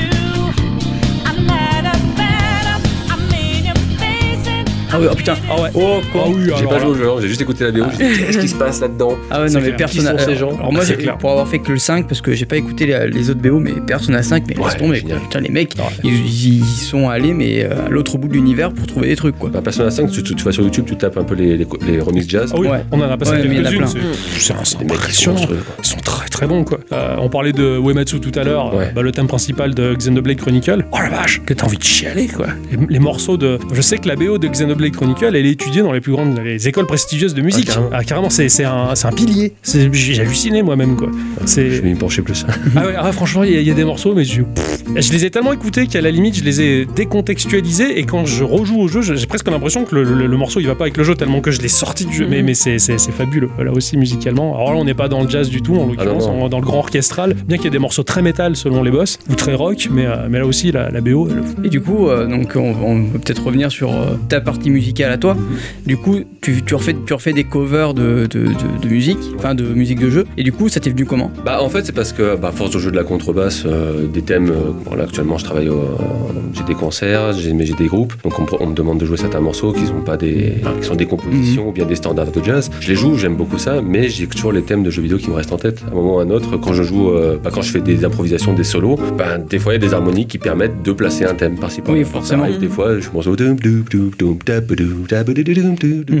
[SPEAKER 7] I'm not a phantom. I'm in your face, and
[SPEAKER 4] Ah oui, oh putain.
[SPEAKER 2] Ah ouais. Oh,
[SPEAKER 1] Ah
[SPEAKER 2] oui,
[SPEAKER 1] J'ai pas joué au jeu, hein, j'ai juste écouté la BO, j'ai dit qu'est-ce qui se
[SPEAKER 2] (laughs)
[SPEAKER 1] passe là-dedans
[SPEAKER 4] Ah ouais,
[SPEAKER 2] C'est
[SPEAKER 4] non, mais
[SPEAKER 2] clair.
[SPEAKER 4] Persona.
[SPEAKER 1] Qui sont ces
[SPEAKER 4] alors-
[SPEAKER 1] gens
[SPEAKER 4] Alors, moi,
[SPEAKER 2] C'est
[SPEAKER 4] j'ai-
[SPEAKER 2] clair.
[SPEAKER 4] pour avoir fait que le 5, parce que j'ai pas écouté la- les autres BO, mais Persona 5, mais
[SPEAKER 1] Ouais,
[SPEAKER 4] laisse tomber.
[SPEAKER 1] génial.
[SPEAKER 4] Putain, les mecs, ils, ils sont allés, mais euh, à l'autre bout de l'univers pour trouver des trucs, quoi.
[SPEAKER 1] Bah, Persona 5, tu, tu- tu vas sur YouTube, tu tapes un peu les, les, les remix jazz.
[SPEAKER 2] Ah oui,
[SPEAKER 4] Ouais.
[SPEAKER 2] on en a passé
[SPEAKER 4] Ouais, mais il y en a
[SPEAKER 2] quelques-unes.
[SPEAKER 4] plein.
[SPEAKER 2] c'est- C'est un- c'est
[SPEAKER 1] Les mecs, ils sont
[SPEAKER 2] impressionnant.
[SPEAKER 1] monstrueux. quoi.
[SPEAKER 2] Ils sont très très bons quoi. Euh, on parlait de Uematsu tout à l'heure,
[SPEAKER 1] Ouais.
[SPEAKER 2] euh, bah, le thème principal de Xenoblade Chronicle. Oh la vache, que t'as envie de chialer quoi. Les, les morceaux de. Je sais que la BO de Xenoblade Chronicle, elle est étudiée dans les plus grandes les écoles prestigieuses de musique.
[SPEAKER 1] Ah, carrément.
[SPEAKER 2] Ah, carrément, c'est c'est un, c'est un pilier. C'est- J'ai halluciné moi-même quoi.
[SPEAKER 1] Ah.
[SPEAKER 2] C'est-
[SPEAKER 1] Je vais m'y pencher plus.
[SPEAKER 2] Ah ouais, ah, franchement, il y, a- il y a des morceaux, mais je, pff, je les ai tellement écoutés qu'à la limite, je les ai décontextualisés. Et quand je rejoue au jeu, j'ai presque l'impression que le, le- le morceau, il va pas avec le jeu tellement que je l'ai sorti du jeu.
[SPEAKER 4] Mhm.
[SPEAKER 2] Mais, mais c'est c'est- c'est fabuleux, là aussi musicalement. Alors là, on n'est pas dans le jazz du tout,
[SPEAKER 4] Ah,
[SPEAKER 2] en l'occurrence,
[SPEAKER 1] non.
[SPEAKER 2] on est dans le grand orchestral. Bien qu'il y ait des morceaux très métal selon les boss, ou très rock, mais, euh, mais là aussi, la, la BO, elle-
[SPEAKER 4] Et du coup, euh, donc on, on peut peut-être revenir sur euh, ta partie comédie musicale à toi. Du coup, tu, tu refais, tu refais des covers de, de, de- de musique, enfin de musique de jeu. Et du coup, ça t'est venu comment
[SPEAKER 1] Bah en fait c'est parce que bah, à force de jeu de la contrebasse, euh, des thèmes, euh, bon, là actuellement je travaille, au- euh, j'ai des concerts, j'ai, mais j'ai des groupes, donc on, me pro- on me demande de jouer certains morceaux qui sont pas des,
[SPEAKER 4] Ah.
[SPEAKER 1] enfin, qui sont des compositions
[SPEAKER 4] Mhm.
[SPEAKER 1] ou bien des standards de jazz. Je les joue, j'aime beaucoup ça, mais j'ai toujours les thèmes de jeux vidéo qui me restent en tête. À un moment ou à un autre, quand je joue, euh, bah, quand je fais des improvisations, des solos, bah, des fois il y a des harmonies qui permettent de placer un thème par-ci par-là.
[SPEAKER 4] Oui,
[SPEAKER 1] Ça
[SPEAKER 4] forcément.
[SPEAKER 1] arrive des fois, je pense au doum, doum, doum, doum, tapadoum, tapadoum, doum, doum.
[SPEAKER 4] (laughs)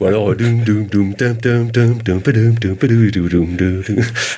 [SPEAKER 1] ou alors euh, doum, doum, doum, tam, tam, tam, tam, padoum, tam, padoum, doum, doum, doum.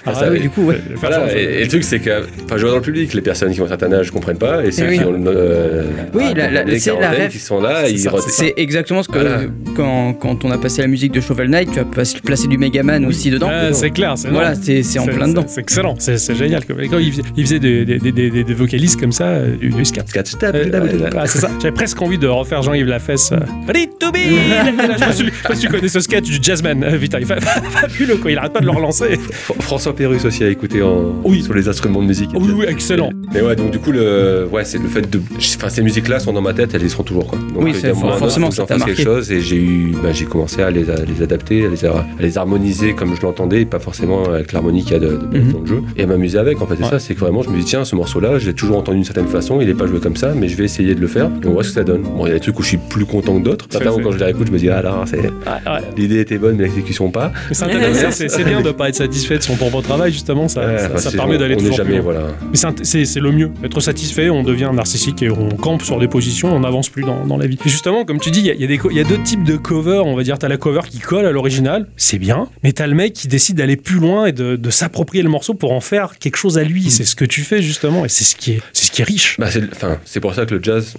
[SPEAKER 2] Ah,
[SPEAKER 1] Ça,
[SPEAKER 2] oui,
[SPEAKER 1] et-
[SPEAKER 4] Du coup, ouais.
[SPEAKER 1] voilà, et, et le truc c'est que, enfin, je vois dans le public, les personnes qui ont un certain âge comprennent pas, et ceux
[SPEAKER 4] Eh oui.
[SPEAKER 1] qui ont euh,
[SPEAKER 4] Oui,
[SPEAKER 1] ah,
[SPEAKER 4] la- la-
[SPEAKER 1] les
[SPEAKER 4] c'est la
[SPEAKER 1] quarantaines
[SPEAKER 4] ref.
[SPEAKER 1] qui sont là,
[SPEAKER 4] C'est
[SPEAKER 1] ils
[SPEAKER 4] ça,
[SPEAKER 1] retrouvent-
[SPEAKER 4] C'est exactement ce que
[SPEAKER 1] Ah, Voilà.
[SPEAKER 4] quand, quand on a passé la musique de Shovel Knight, tu as pas- placé du Megaman aussi dedans.
[SPEAKER 2] Ah, c'est clair, c'est
[SPEAKER 4] voilà, c'est c'est en plein dedans.
[SPEAKER 2] C'est excellent, c'est c'est génial. Comme- Quand il faisait, il faisait des, des, des, des- des vocalises comme ça, euh, du, du ska.
[SPEAKER 1] Quatre steps,
[SPEAKER 2] Euh,
[SPEAKER 1] là,
[SPEAKER 2] euh,
[SPEAKER 1] là.
[SPEAKER 2] ah, c'est ça. J'avais presque envie de refaire Jean-Yves Lafesse. euh, Ready to be (laughs) Je sais pas si- je sais pas si tu connais ce sketch du Jazzman. Euh, Putain, il (laughs) fa- fabuleux quoi. Il arrête pas de le relancer.
[SPEAKER 1] Fr- François Pérus aussi à écouter en...
[SPEAKER 2] Oui.
[SPEAKER 1] sur les instruments de musique.
[SPEAKER 2] (laughs) Oui, oui, excellent.
[SPEAKER 1] Mais ouais, donc du coup, le, ouais, c'est le fait de, enfin, ces musiques-là sont dans ma tête, elles y seront toujours quoi. Donc,
[SPEAKER 4] Oui, c'est-
[SPEAKER 1] évidemment,
[SPEAKER 4] for-
[SPEAKER 1] un autre,
[SPEAKER 4] forcément,
[SPEAKER 1] faut que
[SPEAKER 4] ça
[SPEAKER 1] j'en
[SPEAKER 4] t'a
[SPEAKER 1] fasse
[SPEAKER 4] marqué.
[SPEAKER 1] quelque chose et j'ai eu, bah, j'ai commencé à les, à les adapter, à les, à les harmoniser comme je l'entendais, et pas forcément avec l'harmonie qu'il y a de, de base
[SPEAKER 4] Mhm.
[SPEAKER 1] dans le jeu, et à m'amuser avec. En fait, c'est
[SPEAKER 2] Ouais.
[SPEAKER 1] ça, c'est que vraiment, je me dis tiens, ce morceau-là, je l'ai toujours entendu d'une certaine façon, il est pas joué comme ça, mais je vais essayer de le faire. Et on voit ce que ça donne. Bon, il y a des trucs où je suis plus content que d'autres. Certains,
[SPEAKER 2] c'est-
[SPEAKER 1] quand je les réécoute, je me dis ah là, c'est,
[SPEAKER 2] Ah, ouais.
[SPEAKER 1] l'idée était bonne, mais l'exécution pas.
[SPEAKER 2] Mais c'est intéressant, c'est- c'est bien de pas être satisfait de son propre travail justement. Ça,
[SPEAKER 1] Ouais,
[SPEAKER 2] ça-
[SPEAKER 1] Euh, enfin,
[SPEAKER 2] ça
[SPEAKER 1] c'est-
[SPEAKER 2] permet
[SPEAKER 1] on-
[SPEAKER 2] d'aller
[SPEAKER 1] on est
[SPEAKER 2] toujours plus
[SPEAKER 1] jamais,
[SPEAKER 2] loin.
[SPEAKER 1] voilà.
[SPEAKER 2] Mais c'est int- c'est c'est le mieux. Être satisfait, on devient narcissique et on campe sur des positions, on n'avance plus dans, dans la vie. Et justement, comme tu dis, il y a, il y a des co- il y a deux types de covers. On va dire, t'as la cover qui colle à l'original, c'est bien, mais t'as le mec qui décide d'aller plus loin et de, de s'approprier le morceau pour en faire quelque chose à lui. C'est ce que tu fais justement et c'est ce qui est, c'est ce qui est riche.
[SPEAKER 1] Bah, c'est, enfin, c'est pour ça que le jazz,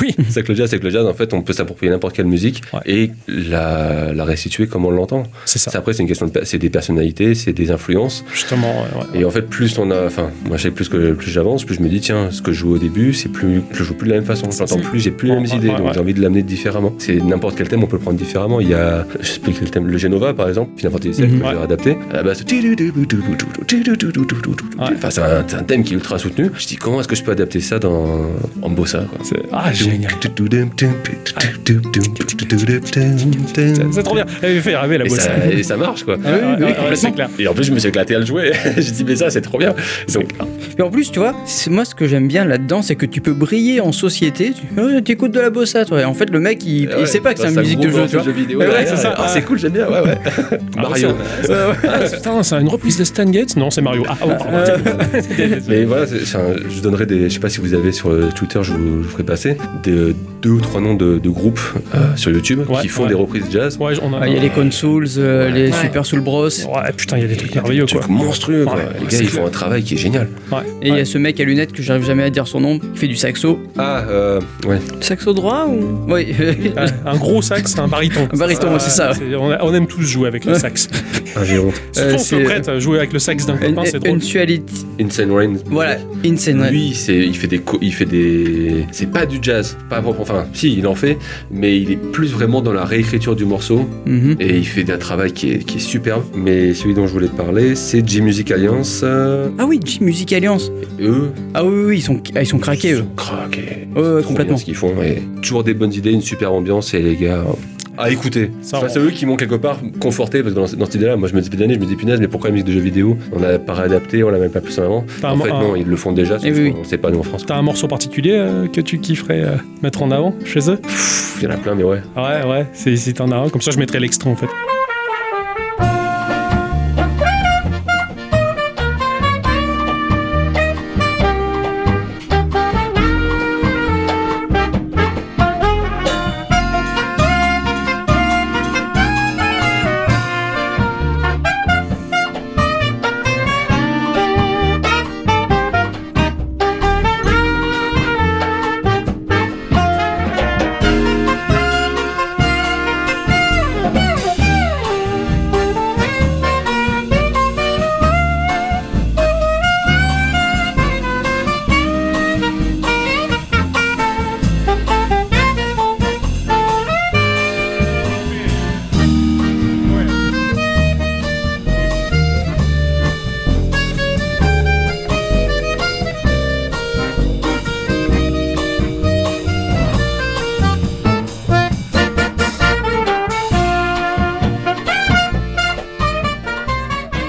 [SPEAKER 2] Oui.
[SPEAKER 1] (laughs) C'est que le jazz, c'est que le jazz, en fait, on peut s'approprier n'importe quelle musique
[SPEAKER 2] Ouais.
[SPEAKER 1] et la, la restituer comme on l'entend.
[SPEAKER 2] C'est ça,
[SPEAKER 1] C'est- Après, c'est une question de, per- c'est des personnalités, c'est des influences.
[SPEAKER 2] justement. ouais, ouais.
[SPEAKER 1] Et en fait, plus on a, enfin, moi, je sais que plus que plus j'avance, plus je me dis, tiens, ce que je joue au début, c'est plus, je joue plus de la même façon. J'entends plus, j'ai plus les
[SPEAKER 2] Ouais,
[SPEAKER 1] mêmes
[SPEAKER 2] ouais,
[SPEAKER 1] idées,
[SPEAKER 2] ouais,
[SPEAKER 1] donc
[SPEAKER 2] ouais.
[SPEAKER 1] j'ai envie de l'amener différemment. C'est n'importe quel thème, on peut le prendre différemment. Il y a, je sais plus quel thème, le Genova, par exemple, Final Fantasy VII,
[SPEAKER 4] Mhm.
[SPEAKER 1] que j'ai adapté. À la base, enfin, c'est un, c'est un thème qui est ultra soutenu. Je dis, comment est-ce que je peux adapter ça dans, en bossa, quoi.
[SPEAKER 2] C'est- Ah, génial. C'est- C'est trop bien. Elle avait fait rêver la
[SPEAKER 1] Et
[SPEAKER 2] bosse.
[SPEAKER 1] ça, et ça marche quoi.
[SPEAKER 4] oui, oui,
[SPEAKER 2] Ah, ouais,
[SPEAKER 4] complètement.
[SPEAKER 2] c'est clair.
[SPEAKER 1] Et en plus, je me suis éclaté à le jouer. (laughs) J'ai dit, mais ça, c'est trop bien. Donc,
[SPEAKER 4] Et en plus, tu vois, c'est- moi ce que j'aime bien là-dedans, c'est que tu peux briller en société. Tu oh, t'écoutes de la bossa, toi. Et en fait, le mec, il, il sait
[SPEAKER 1] bah,
[SPEAKER 4] pas que c'est une musique de
[SPEAKER 1] hein,
[SPEAKER 4] jeu, tu vois.
[SPEAKER 1] vidéo.
[SPEAKER 2] Ouais, ouais,
[SPEAKER 1] derrière.
[SPEAKER 2] c'est ça.
[SPEAKER 1] Ah, c'est cool, j'aime bien. Ouais, ouais.
[SPEAKER 2] Ah,
[SPEAKER 1] Mario.
[SPEAKER 2] (laughs) Ah, putain, c'est une reprise de Stan Gates Non, c'est Mario. Ah, oh, pardon.
[SPEAKER 1] Mais voilà, c'est- c'est un- je donnerai des. Je sais pas si vous avez sur euh, Twitter, je vous, je vous ferai passer des, euh, deux ou trois noms de, de groupes euh, sur YouTube
[SPEAKER 2] Ouais,
[SPEAKER 1] qui font
[SPEAKER 2] ouais.
[SPEAKER 1] des reprises jazz.
[SPEAKER 2] Ouais, on a.
[SPEAKER 4] Ah, Il y a les consoles, euh, les
[SPEAKER 3] Ouais.
[SPEAKER 4] Super Soul Bros. Et
[SPEAKER 2] Ouais, putain, il y a des trucs
[SPEAKER 1] Il y a des
[SPEAKER 2] merveilleux, quoi.
[SPEAKER 1] trucs monstrueux. quoi.
[SPEAKER 2] Ouais,
[SPEAKER 1] les
[SPEAKER 2] ouais,
[SPEAKER 1] gars,
[SPEAKER 2] c'est
[SPEAKER 1] ils
[SPEAKER 2] clair.
[SPEAKER 1] font un travail qui est génial.
[SPEAKER 2] Ouais.
[SPEAKER 4] il y
[SPEAKER 2] Ouais.
[SPEAKER 4] a ce mec à lunettes que j'arrive jamais à dire son nom, qui fait du saxo.
[SPEAKER 1] Ah, euh, ouais.
[SPEAKER 3] (laughs) Saxo droit ou
[SPEAKER 4] Oui, (laughs)
[SPEAKER 2] Ouais, Euh, un gros sax, c'est un baryton.
[SPEAKER 4] Un baryton, ouais, c'est ça, ouais.
[SPEAKER 2] on, a- on aime tous jouer avec le sax.
[SPEAKER 1] Ah, j'ai honte.
[SPEAKER 2] Surtout, on se
[SPEAKER 4] c'est-
[SPEAKER 2] le prête, euh, jouer avec le sax d'un copain, c'est drôle.
[SPEAKER 4] Unsuality.
[SPEAKER 1] Insane Rain.
[SPEAKER 4] Voilà, Insane. ouais.
[SPEAKER 1] Lui, c'est, il fait des, co- il fait des, c'est pas du jazz, pas propre. Enfin, si, il en fait, mais il est plus vraiment dans la réécriture du morceau
[SPEAKER 4] Mhm.
[SPEAKER 1] et il fait un travail qui est, qui est superbe. Mais celui dont je voulais te parler, c'est J-Music Alliance. euh,
[SPEAKER 4] Ah oui, J-Music Alliance.
[SPEAKER 1] eux,
[SPEAKER 4] Ah oui, oui, oui, ils sont, ah, ils sont craqués, eux.
[SPEAKER 1] Craqués.
[SPEAKER 4] Ouais, ouais,
[SPEAKER 1] Trop
[SPEAKER 4] complètement.
[SPEAKER 1] bien Ce qu'ils font. Et toujours des bonnes idées, une super ambiance et les gars. euh, À écouter.
[SPEAKER 2] Ça,
[SPEAKER 1] Enfin,
[SPEAKER 2] on-
[SPEAKER 1] c'est eux qui m'ont quelque part conforté parce que dans, dans cette idée-là, moi je me dis depuis des années, je me dis punaise, mais pourquoi la musique de jeux vidéo On l'a pas réadapté, on l'a même pas plus en avant.
[SPEAKER 2] T'as un
[SPEAKER 1] en fait,
[SPEAKER 2] mo- un-
[SPEAKER 1] non, ils le font déjà, sauf
[SPEAKER 4] ah. Eh oui,
[SPEAKER 1] qu'on sait pas nous en France.
[SPEAKER 2] T'as un morceau particulier euh, que tu kifferais euh, mettre en avant chez eux
[SPEAKER 1] Pff, Il y en a plein, mais ouais.
[SPEAKER 2] Ouais, ouais, c'est- si t'en as un, comme ça je mettrais l'extrait en fait.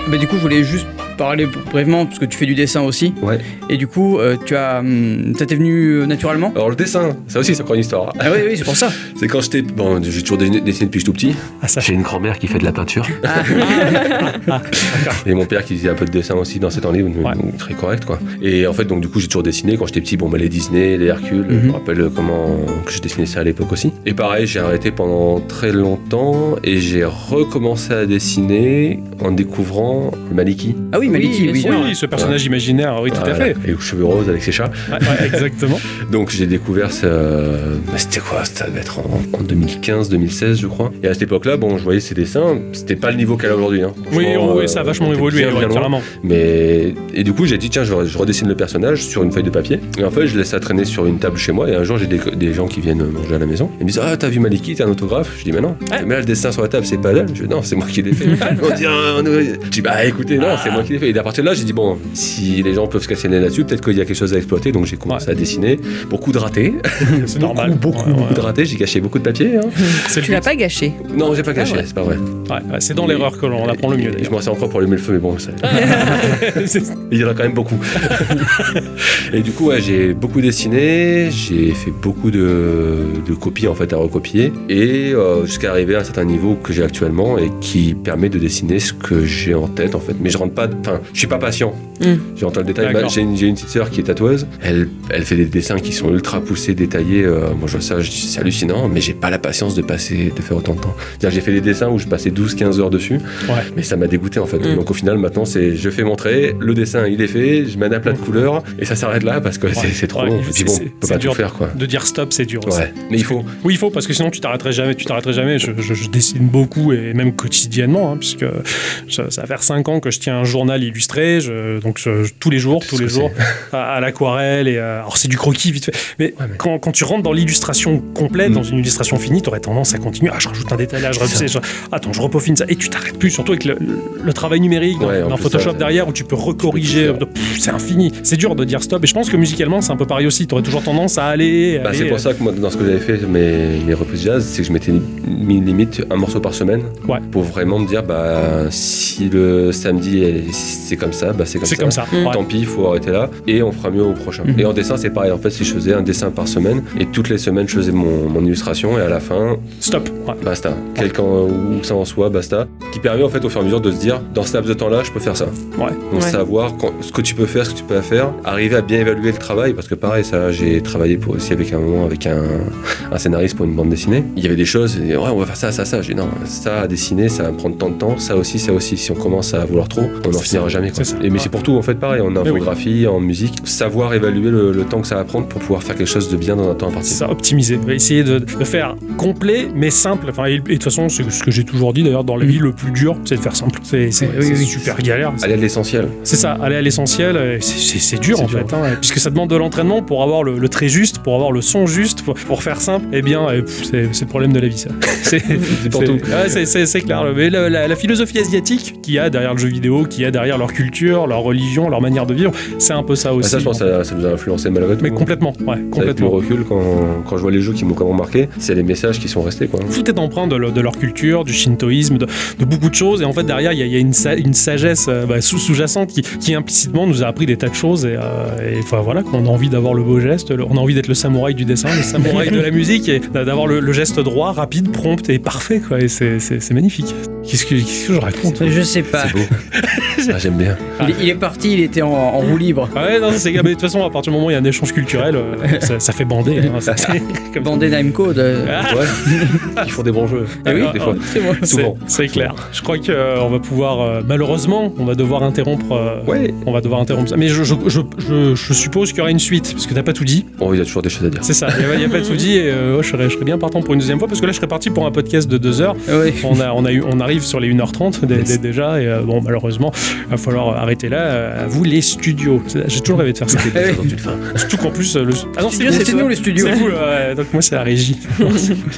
[SPEAKER 4] Bah, du coup, je voulais juste parler brièvement, parce que tu fais du dessin aussi.
[SPEAKER 1] Ouais.
[SPEAKER 4] Et du coup, euh, tu as. hum, ça t'est venu euh, naturellement
[SPEAKER 1] Alors le dessin, ça aussi c'est encore une histoire. hein.
[SPEAKER 4] Ah oui, oui,
[SPEAKER 2] (laughs)
[SPEAKER 4] c'est pour ça.
[SPEAKER 1] C'est quand j'étais... Bon, j'ai toujours dessiné dessiné depuis que je suis tout petit.
[SPEAKER 2] Ah, ça,
[SPEAKER 1] J'ai une grand-mère qui fait de la peinture. et mon père qui faisait un peu de dessin aussi dans ses temps libres, donc
[SPEAKER 2] Ouais.
[SPEAKER 1] très correct quoi. Et en fait, donc du coup, j'ai toujours dessiné quand j'étais petit. Bon, bah, les Disney, les Hercule, je
[SPEAKER 4] Mhm.
[SPEAKER 1] me rappelle euh, comment que je dessinais ça à l'époque aussi. Et pareil, j'ai arrêté pendant très longtemps et j'ai recommencé à dessiner en découvrant Maliki.
[SPEAKER 4] Ah oui, Maliki,
[SPEAKER 6] bien
[SPEAKER 4] oui.
[SPEAKER 6] sûr.
[SPEAKER 2] oui, ce personnage imaginaire, oui, tout à
[SPEAKER 1] Voilà.
[SPEAKER 2] fait.
[SPEAKER 1] Et aux cheveux roses avec ses chats.
[SPEAKER 2] Ouais, ouais, exactement.
[SPEAKER 1] Donc j'ai découvert ça. bah, C'était quoi Ça devait être en, 2015-2016, je crois. Et à cette époque-là, bon, je voyais ses dessins. C'était pas le niveau qu'elle a aujourd'hui. hein.
[SPEAKER 2] Oui,
[SPEAKER 1] Franchement,
[SPEAKER 2] oui,
[SPEAKER 1] euh,
[SPEAKER 2] ça a vachement
[SPEAKER 1] on était
[SPEAKER 2] évolué,
[SPEAKER 1] bien,
[SPEAKER 2] ouais,
[SPEAKER 1] bien loin.
[SPEAKER 2] carrément.
[SPEAKER 1] Mais et du coup, j'ai dit tiens, je, je redessine le personnage sur une feuille de papier. Et en fait, je laisse ça traîner sur une table chez moi. Et un jour, j'ai des, des gens qui viennent manger à la maison. Ils me disent ah, t'as vu Maliki, t'as un autographe Je dis mais non.
[SPEAKER 2] Ouais.
[SPEAKER 1] Mais là, le dessin sur la table, c'est pas d'elle. Je dis non, c'est moi qui l'ai
[SPEAKER 2] (laughs)
[SPEAKER 1] fait. On dit, Ah, on est- je dis bah écoutez, non, c'est moi
[SPEAKER 2] Ah.
[SPEAKER 1] qui l'ai fait. Et à partir de là, j'ai dit bon, si les gens peuvent se casser les nez là-dessus, peut-être qu'il y a quelque chose à exploiter. Donc j'ai commencé à dessiner beaucoup de ratés,
[SPEAKER 2] C'est normal.
[SPEAKER 1] beaucoup,
[SPEAKER 2] Ouais, ouais.
[SPEAKER 1] beaucoup de ratés. J'ai gâché beaucoup de papier. hein.
[SPEAKER 2] C'est le
[SPEAKER 3] Tu l'as pas gâché.
[SPEAKER 1] Non, j'ai pas gâché,
[SPEAKER 3] ouais.
[SPEAKER 1] c'est pas vrai.
[SPEAKER 2] Ah Ouais, ouais, c'est dans l'erreur que l'on apprend le mieux.
[SPEAKER 1] Et Je (laughs)
[SPEAKER 2] d'ailleurs. (laughs)
[SPEAKER 1] m'en sers encore pour allumer le feu, mais bon, ça.
[SPEAKER 2] C'est-
[SPEAKER 1] Il y en a quand même beaucoup. (laughs) et du coup, ouais, j'ai beaucoup dessiné, j'ai fait beaucoup de, de copies en fait à recopier, et euh, jusqu'à arriver à un certain niveau que j'ai actuellement et qui permet de dessiner ce que j'ai en tête en fait. Mais je rentre pas, enfin, je suis pas patient.
[SPEAKER 3] Mm.
[SPEAKER 1] J'ai rentre dans le détail.
[SPEAKER 2] D'accord.
[SPEAKER 1] Bah, j'ai une, j'ai une petite sœur qui est tatoueuse. Elle, elle fait des dessins qui sont ultra poussés, détaillés. euh, moi, je vois ça, je dis, c'est hallucinant, mais j'ai pas la patience de passer, de faire autant de temps. C'est-à-dire, j'ai fait des dessins où je passais 12-15 heures dessus. Mais ça m'a dégoûté en fait.
[SPEAKER 3] Mm.
[SPEAKER 1] Donc au final, maintenant, c'est je fais mon trait, le dessin il est fait, je mets un plat de couleurs et ça s'arrête là parce que c'est c'est trop
[SPEAKER 2] Ouais,
[SPEAKER 1] long. Et
[SPEAKER 2] c'est-
[SPEAKER 1] puis bon,
[SPEAKER 2] c'est-
[SPEAKER 1] on peut
[SPEAKER 2] c'est
[SPEAKER 1] pas
[SPEAKER 2] dur.
[SPEAKER 1] tout faire quoi.
[SPEAKER 2] De dire stop, c'est dur. aussi.
[SPEAKER 1] Ouais. Mais il faut.
[SPEAKER 2] Oui, il faut parce que sinon tu t'arrêterais jamais. Tu t'arrêterais jamais. Je, je- je dessine beaucoup et même quotidiennement, hein, puisque ça, ça va faire 5 ans que je tiens un journal illustré. je- donc je- je- tous les jours,
[SPEAKER 1] Tu sais
[SPEAKER 2] tous
[SPEAKER 1] ce
[SPEAKER 2] les
[SPEAKER 1] que
[SPEAKER 2] jours, à, à l'aquarelle et à- alors c'est du croquis vite fait. Mais
[SPEAKER 1] Ouais, mais-
[SPEAKER 2] Quand, quand tu rentres dans l'illustration complète,
[SPEAKER 1] Mm.
[SPEAKER 2] dans une illustration finie, t'aurais tendance à continuer. Ah, je rajoute un détail là, je rajoute. je- Attends, je repaufine ça et tu t'arrêtes plus. Surtout avec le, le travail numérique dans,
[SPEAKER 1] Ouais, en
[SPEAKER 2] dans
[SPEAKER 1] plus,
[SPEAKER 2] Photoshop
[SPEAKER 1] ça, c'est-
[SPEAKER 2] derrière où tu peux recorriger. euh,
[SPEAKER 1] faire.
[SPEAKER 2] Pff, C'est infini. C'est dur de dire stop. Et je pense que musicalement c'est un peu pareil aussi. T'aurais toujours tendance à aller.
[SPEAKER 1] Bah,
[SPEAKER 2] aller, euh,
[SPEAKER 1] c'est pour ça que moi, dans ce que j'avais fait, mes, mes reprises jazz, c'est que je m'étais mis limite un morceau par semaine
[SPEAKER 2] Ouais.
[SPEAKER 1] pour vraiment me dire bah si le samedi est- c'est comme ça, bah c'est comme
[SPEAKER 2] C'est
[SPEAKER 1] ça.
[SPEAKER 2] comme ça.
[SPEAKER 3] Mm.
[SPEAKER 2] ouais. Mm-hmm.
[SPEAKER 1] Tant pis, il faut arrêter là et on fera mieux au prochain.
[SPEAKER 4] Mhm.
[SPEAKER 1] Et en dessin, c'est pareil. En fait, si je faisais un dessin par semaine et toutes les semaines, je faisais mon- mon illustration et à la fin,
[SPEAKER 2] Stop. Ouais.
[SPEAKER 1] Basta. Quelqu'un euh, où ça en soit, basta. Qui permet en fait au fur et à mesure de se dire, dans ce laps de temps-là, je peux faire ça.
[SPEAKER 2] Ouais.
[SPEAKER 1] Donc
[SPEAKER 3] Ouais.
[SPEAKER 1] savoir quand- ce que tu peux faire, ce que tu peux pas faire, arriver à bien évaluer le travail, parce que pareil, ça, j'ai travaillé pour, aussi avec un moment avec un, un scénariste pour une bande dessinée. Il y avait des choses, et, ouais, on va faire ça, ça, ça. J'ai dit, non, ça à dessiner, ça va me prendre tant de temps, ça aussi, ça aussi. Si on commence à vouloir trop, on n'en
[SPEAKER 2] C'est
[SPEAKER 1] finira
[SPEAKER 2] ça.
[SPEAKER 1] jamais. Quoi.
[SPEAKER 2] C'est ça.
[SPEAKER 1] Et mais
[SPEAKER 2] Ouais.
[SPEAKER 1] c'est pour tout en fait pareil, en
[SPEAKER 2] oui.
[SPEAKER 1] infographie, en musique, savoir évaluer le, le temps que ça va prendre pour pouvoir faire quelque chose de bien dans un temps imparti.
[SPEAKER 2] ça optimiser essayer de, de faire complet mais simple enfin, et, et de toute façon c'est ce que j'ai toujours dit d'ailleurs dans la
[SPEAKER 4] Mm.
[SPEAKER 2] vie le plus dur c'est de faire simple c'est c'est-
[SPEAKER 4] Oui, oui,
[SPEAKER 2] c'est
[SPEAKER 4] oui.
[SPEAKER 2] super galère
[SPEAKER 1] Aller à l'essentiel.
[SPEAKER 2] c'est ça aller à l'essentiel euh, c'est- c'est c'est dur
[SPEAKER 4] C'est
[SPEAKER 2] en
[SPEAKER 4] dur.
[SPEAKER 2] fait hein, puisque ça demande de l'entraînement pour avoir le, le trait juste pour avoir le son juste pour, pour faire simple et bien euh, pff, c'est c'est le problème de la vie ça (laughs) c'est
[SPEAKER 1] (laughs) C'est pour
[SPEAKER 2] c'est-
[SPEAKER 1] tout.
[SPEAKER 2] ouais, c'est- c'est c'est clair. Mais la, la- la philosophie asiatique qu'il y a derrière le jeu vidéo, qu'il y a derrière leur culture, leur religion, leur manière de vivre, c'est un peu ça
[SPEAKER 1] Ah,
[SPEAKER 2] aussi. hein.
[SPEAKER 1] ça, je pense que ça, ça nous a influencé malgré tout.
[SPEAKER 2] mais
[SPEAKER 1] hein.
[SPEAKER 2] complètement, ouais,
[SPEAKER 1] Avec le
[SPEAKER 2] complètement.
[SPEAKER 1] recul, quand, quand je vois les jeux qui m'ont vraiment marqué, c'est les messages qui sont restés. Quoi.
[SPEAKER 2] tout est empreint de, le- de leur culture, du shintoïsme, de, de beaucoup de choses. Et en fait, derrière, il y a, il y a une, sa- une sagesse euh, bah, sous- sous-jacente qui, qui implicitement nous a appris des tas de choses. Et, euh, et, enfin voilà, qu'on a envie d'avoir le beau geste, le- on a envie d'être le samouraï du dessin, le samouraï de la musique, et d'a- d'avoir le, le geste droit, rapide, prompt et parfait. Quoi. Et c'est- c'est c'est magnifique. Qu'est-ce que, qu'est-ce que je raconte
[SPEAKER 4] Je sais pas.
[SPEAKER 2] (laughs)
[SPEAKER 1] C'est beau. Ah, J'aime bien.
[SPEAKER 4] Il, est- il est parti, il était en, en roue libre.
[SPEAKER 2] Ah Ouais, non, c'est mais de toute façon, à partir du moment où il y a un échange culturel, euh, ça, ça fait bander. hein, ça- c'est- (laughs) comme-
[SPEAKER 4] Bandé Name Code. euh,
[SPEAKER 1] Ouais. (laughs) Ils font des bons jeux.
[SPEAKER 2] Ah oui.
[SPEAKER 1] des fois.
[SPEAKER 4] C'est moi.
[SPEAKER 2] c'est-
[SPEAKER 1] souvent.
[SPEAKER 2] C'est clair. Je crois qu'on va pouvoir, euh, malheureusement, on va devoir interrompre euh,
[SPEAKER 1] Ouais.
[SPEAKER 2] On va devoir interrompre ça. Mais je, je, je, je- je suppose qu'il y aura une suite, parce que t'as pas tout dit.
[SPEAKER 1] Oh, il y a toujours des choses à dire.
[SPEAKER 2] C'est ça, il n'y a, pas tout dit. Et, euh, ouais, je, serais, je serais bien partant pour une deuxième fois, parce que là, je serais parti pour un podcast de deux heures.
[SPEAKER 4] Ouais.
[SPEAKER 2] On, a, on, a eu, on arrive sur les 1h30 dé- dé- déjà, et euh, bon, malheureusement, il va falloir arrêter là. Euh, à vous, les studios. C'est- J'ai toujours rêvé de faire ça.
[SPEAKER 4] Ah oui.
[SPEAKER 2] (laughs) Surtout qu'en plus, euh, le. Ah non, c'est
[SPEAKER 4] Studio,
[SPEAKER 2] vous,
[SPEAKER 4] c'est nous le studio.
[SPEAKER 2] C'est vous, euh, donc moi, c'est la régie. (laughs)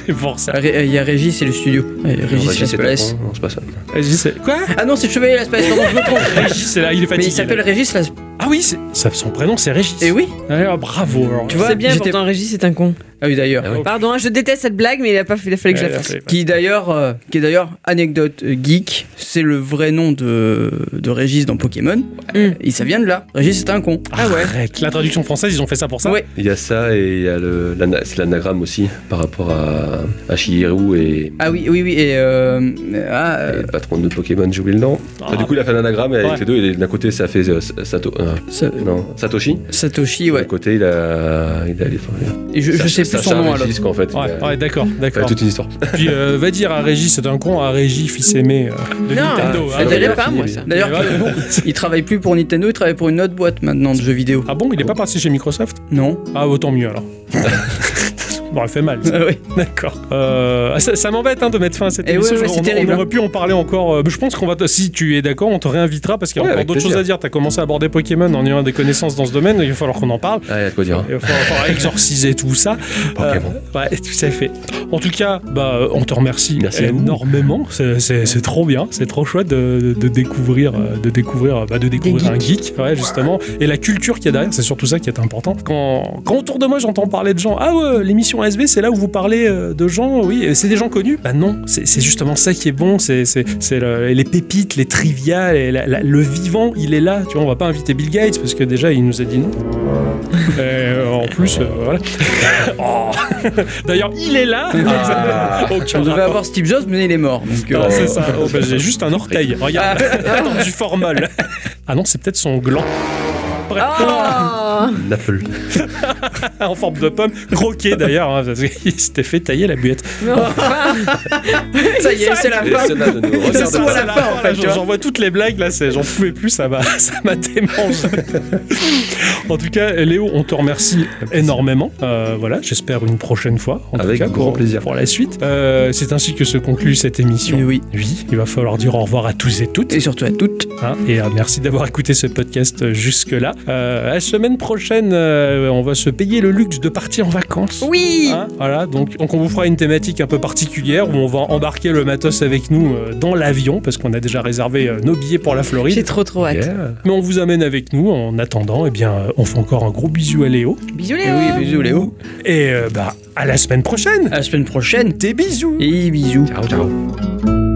[SPEAKER 2] c'est pour ça.
[SPEAKER 4] Ah, Ré- euh, Il y a Régis, c'est le studio. Ouais, Régis,
[SPEAKER 1] Régis,
[SPEAKER 4] Régis
[SPEAKER 1] c'est
[SPEAKER 4] Laspalès.
[SPEAKER 1] Non, c'est pas ça.
[SPEAKER 2] Régis, c'est- Quoi (laughs)
[SPEAKER 4] (laughs) Ah non, c'est le chevalier Laspalès, pardon, je me trompe.
[SPEAKER 2] Régis, c'est là, il est
[SPEAKER 4] Mais il
[SPEAKER 2] fatigué.
[SPEAKER 4] s'appelle
[SPEAKER 2] là.
[SPEAKER 4] Régis Las-
[SPEAKER 2] Ah oui, c'est- ça- son prénom c'est Régis.
[SPEAKER 4] Et oui,
[SPEAKER 2] Ouais, ah, bravo. alors.
[SPEAKER 4] tu vois,
[SPEAKER 3] c'est bien,
[SPEAKER 4] j'étais-
[SPEAKER 3] pourtant Régis c'est un con.
[SPEAKER 4] Ah oui, d'ailleurs.
[SPEAKER 1] Ah oui.
[SPEAKER 3] Pardon, hein, je déteste cette blague, mais il a pas fait, il a fallu que je
[SPEAKER 2] Ouais,
[SPEAKER 3] la
[SPEAKER 2] là,
[SPEAKER 3] fasse.
[SPEAKER 2] c'est-
[SPEAKER 4] Qui d'ailleurs, euh, qui est d'ailleurs anecdote euh, geek, c'est le vrai nom de, de Régis dans Pokémon.
[SPEAKER 3] Mm.
[SPEAKER 4] Et ça vient de là. Régis, c'est un con. Ah ouais.
[SPEAKER 2] Arrête, La traduction française, ils ont fait ça pour ça.
[SPEAKER 4] Ouais.
[SPEAKER 1] Il y a ça et il y a le- l'ana- c'est l'anagramme aussi par rapport à, à Shigeru et,
[SPEAKER 4] Ah oui, oui, oui. Et euh, ah,
[SPEAKER 1] et
[SPEAKER 4] euh,
[SPEAKER 1] le patron de Pokémon, j'ai oublié le nom.
[SPEAKER 2] Ah,
[SPEAKER 1] Enfin, du coup, il a fait l'anagramme avec
[SPEAKER 2] Ouais.
[SPEAKER 1] les deux. Et d'un côté, ça fait euh, Sato- euh,
[SPEAKER 4] Sa-
[SPEAKER 1] non, Satoshi.
[SPEAKER 4] Satoshi,
[SPEAKER 1] De
[SPEAKER 4] ouais.
[SPEAKER 1] l'autre côté, il a. Il a enfin,
[SPEAKER 4] Et je, je sais plus son nom à l'autre.
[SPEAKER 1] Régis, quoi, en fait.
[SPEAKER 2] Ouais,
[SPEAKER 1] Il a-
[SPEAKER 2] ouais, d'accord,
[SPEAKER 1] Enfin,
[SPEAKER 2] d'accord.
[SPEAKER 1] toute une histoire.
[SPEAKER 2] Puis euh, va dire à Régis, c'est un con, à Régis, fils aimé euh, de
[SPEAKER 3] Non,
[SPEAKER 2] Nintendo. Ah,
[SPEAKER 1] je
[SPEAKER 2] hein.
[SPEAKER 1] dirais
[SPEAKER 3] dirais
[SPEAKER 1] il a
[SPEAKER 3] pas,
[SPEAKER 1] fini,
[SPEAKER 3] moi,
[SPEAKER 1] lui.
[SPEAKER 3] ça.
[SPEAKER 4] Ah, D'ailleurs, il travaille plus pour Nintendo, il travaille pour une autre boîte maintenant de jeux vidéo.
[SPEAKER 2] Ah bon, il est pas passé chez Microsoft
[SPEAKER 4] Non
[SPEAKER 2] Ah, autant mieux
[SPEAKER 4] (laughs)
[SPEAKER 2] alors. bon, elle fait mal. ça.
[SPEAKER 4] Ah oui.
[SPEAKER 2] D'accord. Euh, ah, ça ça m'embête hein, de mettre fin à cette
[SPEAKER 4] Eh ouais,
[SPEAKER 2] émission.
[SPEAKER 4] ouais,
[SPEAKER 2] Je-
[SPEAKER 4] c'est
[SPEAKER 2] on,
[SPEAKER 4] terrible,
[SPEAKER 2] on aurait pu en parler encore. euh, mais je pense qu'on va. te- Si tu es d'accord, on te réinvitera parce qu'il y a
[SPEAKER 1] Ouais,
[SPEAKER 2] encore
[SPEAKER 1] avec
[SPEAKER 2] d'autres
[SPEAKER 1] plaisir.
[SPEAKER 2] choses à dire. T'as commencé à aborder Pokémon en ayant des connaissances dans ce domaine. Il va falloir qu'on en parle.
[SPEAKER 1] Ah, il y a de quoi dire. hein.
[SPEAKER 2] Il va falloir, falloir exorciser tout ça.
[SPEAKER 1] Pokémon.
[SPEAKER 2] Euh, ouais, tout à fait. En tout cas, bah, euh, on te remercie
[SPEAKER 1] Merci à vous.
[SPEAKER 2] énormément. C'est- C'est c'est trop bien, c'est trop chouette de, de découvrir, euh, de découvrir, bah, de découvrir un geek, ouais, justement. Et la culture qu'il y a derrière, c'est surtout ça qui est important. Quand, quand autour de moi j'entends parler de gens, ah ouais, l'émission ASB, c'est là où vous parlez euh, de gens, oui, et c'est des gens connus. Bah non, c'est c'est justement ça qui est bon, c'est c'est- c'est le- les pépites, les trivia, les- la- la- le vivant, il est là. Tu vois, on va pas inviter Bill Gates parce que déjà il nous a dit non. Euh, en plus, euh, voilà. (laughs) Oh. (laughs) D'ailleurs, il est là. (laughs) Aucun
[SPEAKER 4] On devait
[SPEAKER 2] rapport.
[SPEAKER 4] avoir Steve Jobs, mais il est mort. Donc,
[SPEAKER 2] Ah,
[SPEAKER 4] euh,
[SPEAKER 2] c'est ça. Oh, bah, J'ai juste un orteil. Regarde,
[SPEAKER 4] Ah.
[SPEAKER 2] Attends, du formol. Ah non, c'est peut-être son gland. Bref, Ah,
[SPEAKER 3] Ah
[SPEAKER 1] L'Apple.
[SPEAKER 2] en forme de pomme, croqué d'ailleurs, hein, parce qu'il (laughs) s'était fait tailler la buette.
[SPEAKER 3] Mais enfin
[SPEAKER 4] ça y est, c'est la
[SPEAKER 1] Et
[SPEAKER 4] fin.
[SPEAKER 1] cela ne nous
[SPEAKER 4] C'est
[SPEAKER 1] regarde
[SPEAKER 4] ça,
[SPEAKER 1] pas.
[SPEAKER 4] la fin, en fait, tu vois.
[SPEAKER 2] J'en vois toutes les blagues là, c'est- j'en pouvais plus, ça m'a, (laughs) ça m'a démangé. en tout cas, Léo, on te remercie énormément. Euh, voilà, j'espère une prochaine fois. En tout
[SPEAKER 1] Avec
[SPEAKER 2] cas,
[SPEAKER 1] grand
[SPEAKER 2] pour-
[SPEAKER 1] plaisir.
[SPEAKER 2] Pour la suite, Euh, c'est ainsi que se conclut cette émission.
[SPEAKER 4] Et oui.
[SPEAKER 2] Oui, il va falloir dire au revoir à tous et toutes.
[SPEAKER 4] Et surtout à toutes.
[SPEAKER 2] hein, et euh, merci d'avoir écouté ce podcast euh, jusque-là. Euh, à la semaine prochaine, euh, on va se payer le luxe de partir en vacances.
[SPEAKER 3] Oui
[SPEAKER 2] Hein, voilà, donc, donc on vous fera une thématique un peu particulière où on va embarquer le matos avec nous euh, dans l'avion parce qu'on a déjà réservé euh, nos billets pour la
[SPEAKER 3] J'ai
[SPEAKER 2] Floride.
[SPEAKER 3] trop trop hâte.
[SPEAKER 1] Yeah.
[SPEAKER 2] Mais on vous amène avec nous. En attendant, eh bien, euh, on fait encore un gros bisou à Léo
[SPEAKER 3] Bisous
[SPEAKER 4] Et
[SPEAKER 3] Léo
[SPEAKER 4] Eh oui, bisous Léo.
[SPEAKER 2] et euh, bah à la semaine prochaine.
[SPEAKER 4] À la semaine prochaine.
[SPEAKER 2] Des bisous.
[SPEAKER 4] Et bisous.
[SPEAKER 1] Ciao, ciao.